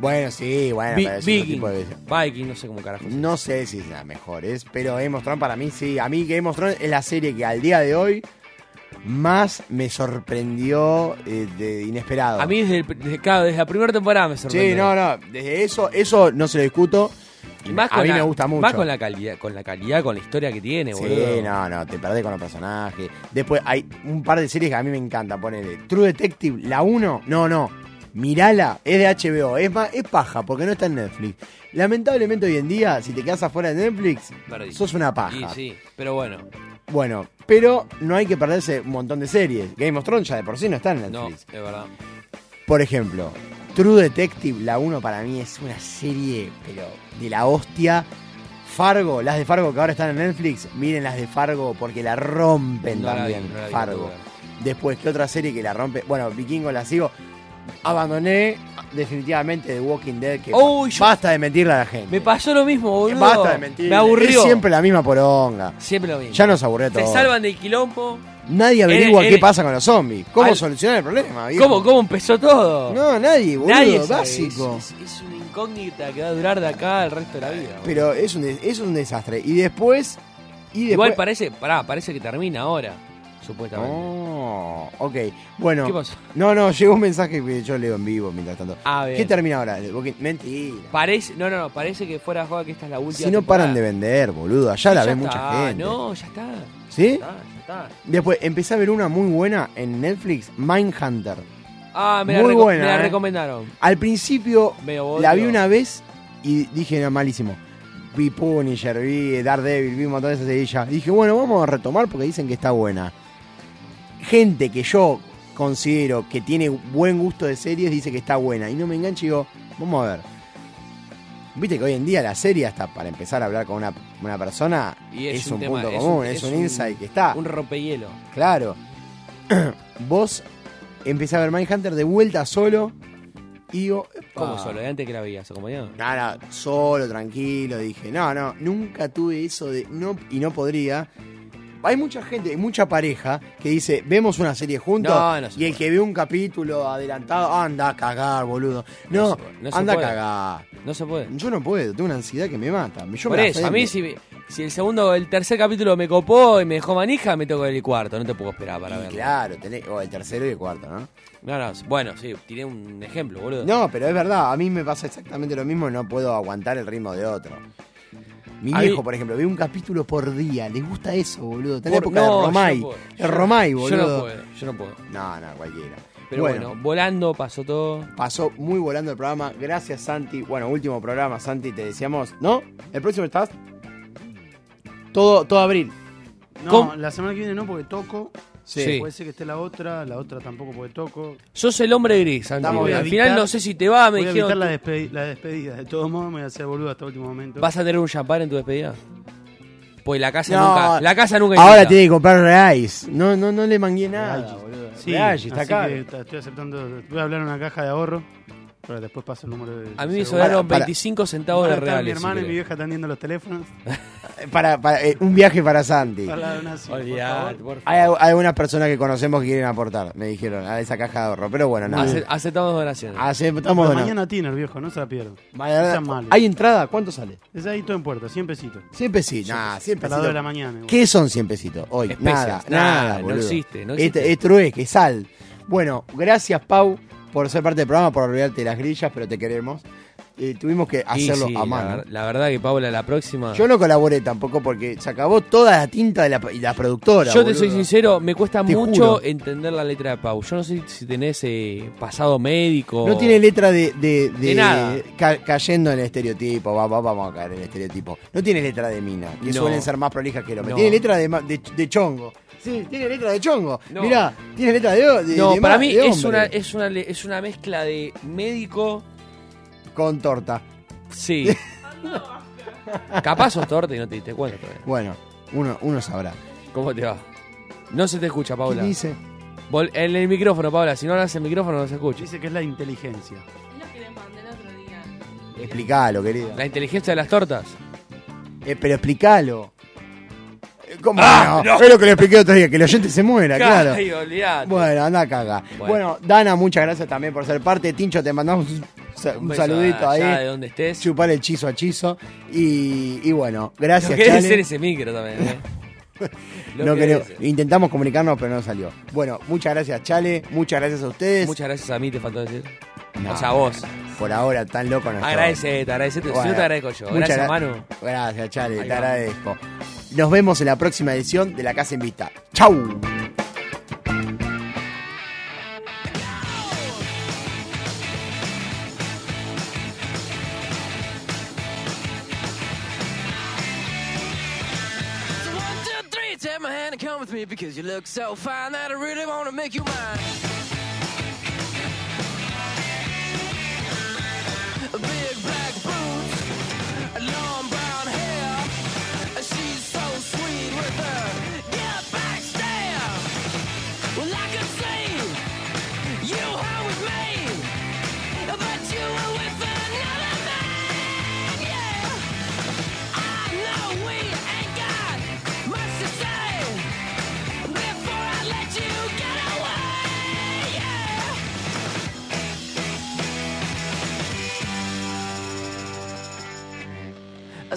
Speaker 4: Bueno, sí, bueno,
Speaker 7: Vi-
Speaker 4: pero es otro
Speaker 7: Viking,
Speaker 4: tipo de-
Speaker 7: Viking, no sé cómo carajo.
Speaker 4: No sé si es la mejor, es, pero Game of Thrones para mí sí. A mí Game of Thrones es la serie que al día de hoy más me sorprendió eh, de inesperado.
Speaker 7: A mí desde, el- desde- claro, desde la primera temporada me sorprendió.
Speaker 4: sí, no, no, desde eso, eso no se lo discuto.
Speaker 7: Y más
Speaker 4: a
Speaker 7: con
Speaker 4: mí
Speaker 7: la-
Speaker 4: me gusta mucho.
Speaker 7: Más con la calidad, con la calidad, con la historia que tiene, boludo.
Speaker 4: Sí, no, no, te perdés con los personajes. Después hay un par de series que a mí me encantan, ponele. True Detective, la 1, no, no. Mirala, es de HBO, es más, es paja, porque no está en Netflix. Lamentablemente hoy en día, si te quedas afuera de Netflix,
Speaker 7: Perdí.
Speaker 4: sos una paja.
Speaker 7: Sí, sí, pero bueno.
Speaker 4: Bueno, pero no hay que perderse un montón de series. Game of Thrones ya de por sí no está en Netflix.
Speaker 7: No, es verdad.
Speaker 4: Por ejemplo, True Detective, la 1 para mí es una serie, pero de la hostia. Fargo, las de Fargo que ahora están en Netflix, miren las de Fargo porque la rompen
Speaker 7: No la
Speaker 4: también.
Speaker 7: vi, no la vi, no
Speaker 4: Fargo.
Speaker 7: la vi.
Speaker 4: Después, ¿qué otra serie que la rompe? Bueno, Vikingo la sigo. Abandoné definitivamente The Walking Dead. Que
Speaker 7: Uy, yo-
Speaker 4: basta de mentirle a la gente.
Speaker 7: Me pasó lo mismo, boludo.
Speaker 4: Basta de mentir.
Speaker 7: Me aburrió.
Speaker 4: Es siempre la misma poronga.
Speaker 7: Siempre lo mismo.
Speaker 4: Ya nos aburrió todo.
Speaker 7: Se salvan del quilombo.
Speaker 4: Nadie averigua
Speaker 7: En- en-
Speaker 4: qué pasa con los zombies. ¿Cómo
Speaker 7: Al-
Speaker 4: solucionar el problema? viejo?
Speaker 7: ¿Cómo, ¿Cómo empezó todo?
Speaker 4: No, nadie, boludo.
Speaker 7: Nadie sabe.
Speaker 4: básico.
Speaker 7: Es, es- es una incógnita que va a durar de acá el resto de la vida. boludo.
Speaker 4: Pero es un, des- es un desastre. Y después. Y después...
Speaker 7: Igual parece, pará, parece que termina ahora, supuestamente.
Speaker 4: Oh, ok. Bueno.
Speaker 7: ¿Qué pasó?
Speaker 4: No, no, llegó un mensaje que yo leo en vivo mientras tanto.
Speaker 7: Ah, bien.
Speaker 4: ¿Qué termina ahora? El Walking- Mentira.
Speaker 7: Parece, no, no, no, parece que fuera de joda que esta es la última.
Speaker 4: Si no
Speaker 7: temporada.
Speaker 4: paran de vender, boludo. Allá la
Speaker 7: Ya
Speaker 4: ve
Speaker 7: está,
Speaker 4: mucha gente.
Speaker 7: No, ya está.
Speaker 4: ¿Sí?
Speaker 7: Ya está, ya está.
Speaker 4: Después empecé a ver una muy buena en Netflix, Mindhunter.
Speaker 7: Ah, me, la,
Speaker 4: Muy
Speaker 7: reco-
Speaker 4: buena,
Speaker 7: me la
Speaker 4: eh.
Speaker 7: recomendaron.
Speaker 4: Al principio
Speaker 7: Medio bodrio.
Speaker 4: la vi una vez y dije, no, malísimo. Vi Punisher, vi Daredevil, vi un montón de esas series. Dije, bueno, vamos a retomar porque dicen que está buena. Gente que yo considero que tiene buen gusto de series dice que está buena. Y no me engancho y digo, vamos a ver. Viste que hoy en día la serie, hasta para empezar a hablar con una, una persona,
Speaker 7: Y
Speaker 4: es,
Speaker 7: es
Speaker 4: un,
Speaker 7: un tema,
Speaker 4: punto
Speaker 7: es
Speaker 4: común,
Speaker 7: un-
Speaker 4: es,
Speaker 7: es
Speaker 4: un,
Speaker 7: un-
Speaker 4: insight que está.
Speaker 7: Un rompehielo.
Speaker 4: Claro. Vos empecé a ver Mindhunter de vuelta solo y digo, "Epa".
Speaker 7: ¿Cómo solo? ¿De antes que la veías acompañado?
Speaker 4: Nada, solo, tranquilo, dije, no, no, nunca tuve eso de no y no podría. Hay mucha gente, hay mucha pareja que dice, vemos una serie juntos
Speaker 7: No, no se
Speaker 4: y el que ve un capítulo adelantado, anda a cagar, boludo.
Speaker 7: No
Speaker 4: No,
Speaker 7: se puede, no se
Speaker 4: anda
Speaker 7: puede.
Speaker 4: a cagar.
Speaker 7: No se puede.
Speaker 4: Yo no puedo, tengo una ansiedad que me mata. Yo
Speaker 7: Por
Speaker 4: me
Speaker 7: eso, a
Speaker 4: afecto.
Speaker 7: mí si, si el segundo, el tercer capítulo me copó y me dejó manija, me toco el cuarto, no te puedo esperar para verlo.
Speaker 4: Claro, tenés, o el tercero y el cuarto, ¿no?
Speaker 7: No, no, bueno, sí, tiré un ejemplo, boludo.
Speaker 4: No, pero es verdad, a mí me pasa exactamente lo mismo, no puedo aguantar el ritmo de otro. Mi
Speaker 7: A mí-
Speaker 4: viejo, por ejemplo, ve un capítulo por día, le gusta eso, boludo. Está en la
Speaker 7: Por-
Speaker 4: época
Speaker 7: no, yo
Speaker 4: de
Speaker 7: no
Speaker 4: Romay.
Speaker 7: puedo. Yo-
Speaker 4: el Romay, boludo.
Speaker 7: Yo no puedo, yo no puedo.
Speaker 4: No, no, cualquiera.
Speaker 7: Pero bueno, volando pasó todo.
Speaker 4: pasó muy volando el programa. Gracias, Santi. Bueno, último programa, Santi, te decíamos, ¿no? ¿El próximo estás? Todo, todo abril.
Speaker 2: No,
Speaker 4: ¿Cómo?
Speaker 2: la semana que viene no, porque toco
Speaker 7: Sí.
Speaker 2: Puede ser que esté la otra, la otra tampoco porque toco.
Speaker 7: Sos el hombre gris, Santi.
Speaker 2: Voy a
Speaker 7: Al
Speaker 2: evitar-
Speaker 7: final no sé si te va, me
Speaker 2: voy a
Speaker 7: dijeron.
Speaker 2: evitar la, despedi- la despedida. De todos modos, me voy a hacer boludo hasta el último momento.
Speaker 7: ¿Vas a tener un champán en tu despedida? Pues la casa
Speaker 2: No,
Speaker 7: nunca. La casa nunca
Speaker 4: Ahora
Speaker 7: invita.
Speaker 4: tiene que comprar Reais. No, no, no le mangué nada, boludo.
Speaker 2: Sí,
Speaker 4: Reais, está
Speaker 2: así
Speaker 4: acá.
Speaker 2: que ta- estoy aceptando. Voy a hablar en una caja de ahorro. Pero después paso el número de.
Speaker 7: A mí me
Speaker 2: seguro.
Speaker 7: sobraron
Speaker 2: Para-
Speaker 7: 25 centavos
Speaker 2: Van a
Speaker 7: de
Speaker 2: estar Mi
Speaker 7: reales.
Speaker 2: hermana y mi vieja atendiendo los teléfonos.
Speaker 4: Para, para, eh, un viaje para Santi.
Speaker 2: Para la donación, por favor.
Speaker 4: Hay al- algunas personas que conocemos que quieren aportar, me dijeron, a esa caja de ahorro. Pero bueno, nada.
Speaker 7: Ace- aceptamos donaciones.
Speaker 4: Aceptamos
Speaker 2: Pero
Speaker 4: donaciones.
Speaker 2: Mañana tiner, viejo, no se la pierdo.
Speaker 4: Mañana-
Speaker 2: Sean malos.
Speaker 4: ¿Hay entrada? ¿Cuánto sale?
Speaker 2: Es ahí todo en puerta, 100 pesitos.
Speaker 4: Siempre sí, nada, siempre
Speaker 2: A las 2 de la mañana. igual.
Speaker 4: ¿Qué son 100 pesitos? Hoy,
Speaker 2: Especias,
Speaker 4: nada,
Speaker 2: nada,
Speaker 4: nada,
Speaker 2: no
Speaker 4: boludo.
Speaker 2: existe, no
Speaker 4: Es-
Speaker 2: existe.
Speaker 4: Es, trueque, es sal. Bueno, gracias, Pau, por ser parte del programa, por olvidarte de las grillas, pero te queremos. Eh, tuvimos que
Speaker 7: Y
Speaker 4: hacerlo
Speaker 7: sí,
Speaker 4: a
Speaker 7: la
Speaker 4: mano.
Speaker 7: ver- La, verdad que Paula, la próxima.
Speaker 4: Yo no colaboré tampoco porque se acabó toda la tinta de la, y la productora.
Speaker 7: Yo te
Speaker 4: boludo.
Speaker 7: soy sincero, me cuesta
Speaker 4: Te
Speaker 7: mucho
Speaker 4: juro.
Speaker 7: entender la letra de Pau. Yo no sé si tenés eh, pasado médico.
Speaker 4: No tiene letra de, de,
Speaker 7: De nada.
Speaker 4: ca- cayendo en el estereotipo, va- va- vamos a caer en el estereotipo. No tiene letra de mina, que
Speaker 7: No.
Speaker 4: suelen ser más prolijas que los
Speaker 7: No.
Speaker 4: Tiene letra de, ma- de, de chongo. Sí, tiene letra de chongo.
Speaker 7: No.
Speaker 4: Mirá, tiene letra de... de-
Speaker 7: no,
Speaker 4: de
Speaker 7: para
Speaker 4: ma-
Speaker 7: mí
Speaker 4: de
Speaker 7: es
Speaker 4: hombre.
Speaker 7: una, es, una, le- es una mezcla de médico.
Speaker 4: Con torta.
Speaker 7: Sí. Capaz sos torta y no te diste cuenta todavía.
Speaker 4: Bueno, uno, uno sabrá.
Speaker 7: ¿Cómo te va? No se te escucha, Paula.
Speaker 4: ¿Qué dice?
Speaker 7: Vol- en el micrófono, Paula. Si no hablas el micrófono, no se escucha.
Speaker 2: Dice que es la inteligencia.
Speaker 4: Explicalo, querida.
Speaker 7: ¿La inteligencia de las tortas?
Speaker 4: Eh, pero explicalo. Eh, ¿Cómo
Speaker 7: Ah,
Speaker 4: no?
Speaker 7: no.
Speaker 4: Es lo que le expliqué el otro día, que el oyente se muera, claro.
Speaker 7: Ay, olvidate.
Speaker 4: Bueno, anda caga. Bueno.
Speaker 7: Bueno.
Speaker 4: Dana, muchas gracias también por ser parte. Tincho, te mandamos un, sa- un
Speaker 7: beso
Speaker 4: saludito
Speaker 7: allá
Speaker 4: ahí.
Speaker 7: de donde estés.
Speaker 4: Chupar el hechizo a hechizo. Y, y bueno, gracias,
Speaker 7: no querés
Speaker 4: Chale.
Speaker 7: ser ese micro también, ¿eh? Lo
Speaker 4: No
Speaker 7: que
Speaker 4: queremos-
Speaker 7: debe
Speaker 4: Intentamos comunicarnos, pero no salió. Bueno, muchas gracias, Chale. Muchas gracias a ustedes.
Speaker 7: Muchas gracias a mí, te faltó decir.
Speaker 4: No.
Speaker 7: O sea, vos.
Speaker 4: Por ahora, tan loco no estoy.
Speaker 7: Agradecete, agradecete. Si no, te agradezco yo.
Speaker 4: muchas
Speaker 7: Gracias,
Speaker 4: gra-
Speaker 7: Manu.
Speaker 4: Gracias, Chale,
Speaker 7: Ahí
Speaker 4: te
Speaker 7: va.
Speaker 4: agradezco. Nos vemos en la próxima edición de La Casa en Vista. ¡Chau!
Speaker 6: So one, two, three, take my hand and come with me because you look so fine that I really want to make you mine. Big black boots, long brown hair. She's so sweet with her get back stare. Well, I could see you were with me, but you were with another man. Yeah. I know we ain't got much to say before I let you get away. Yeah. I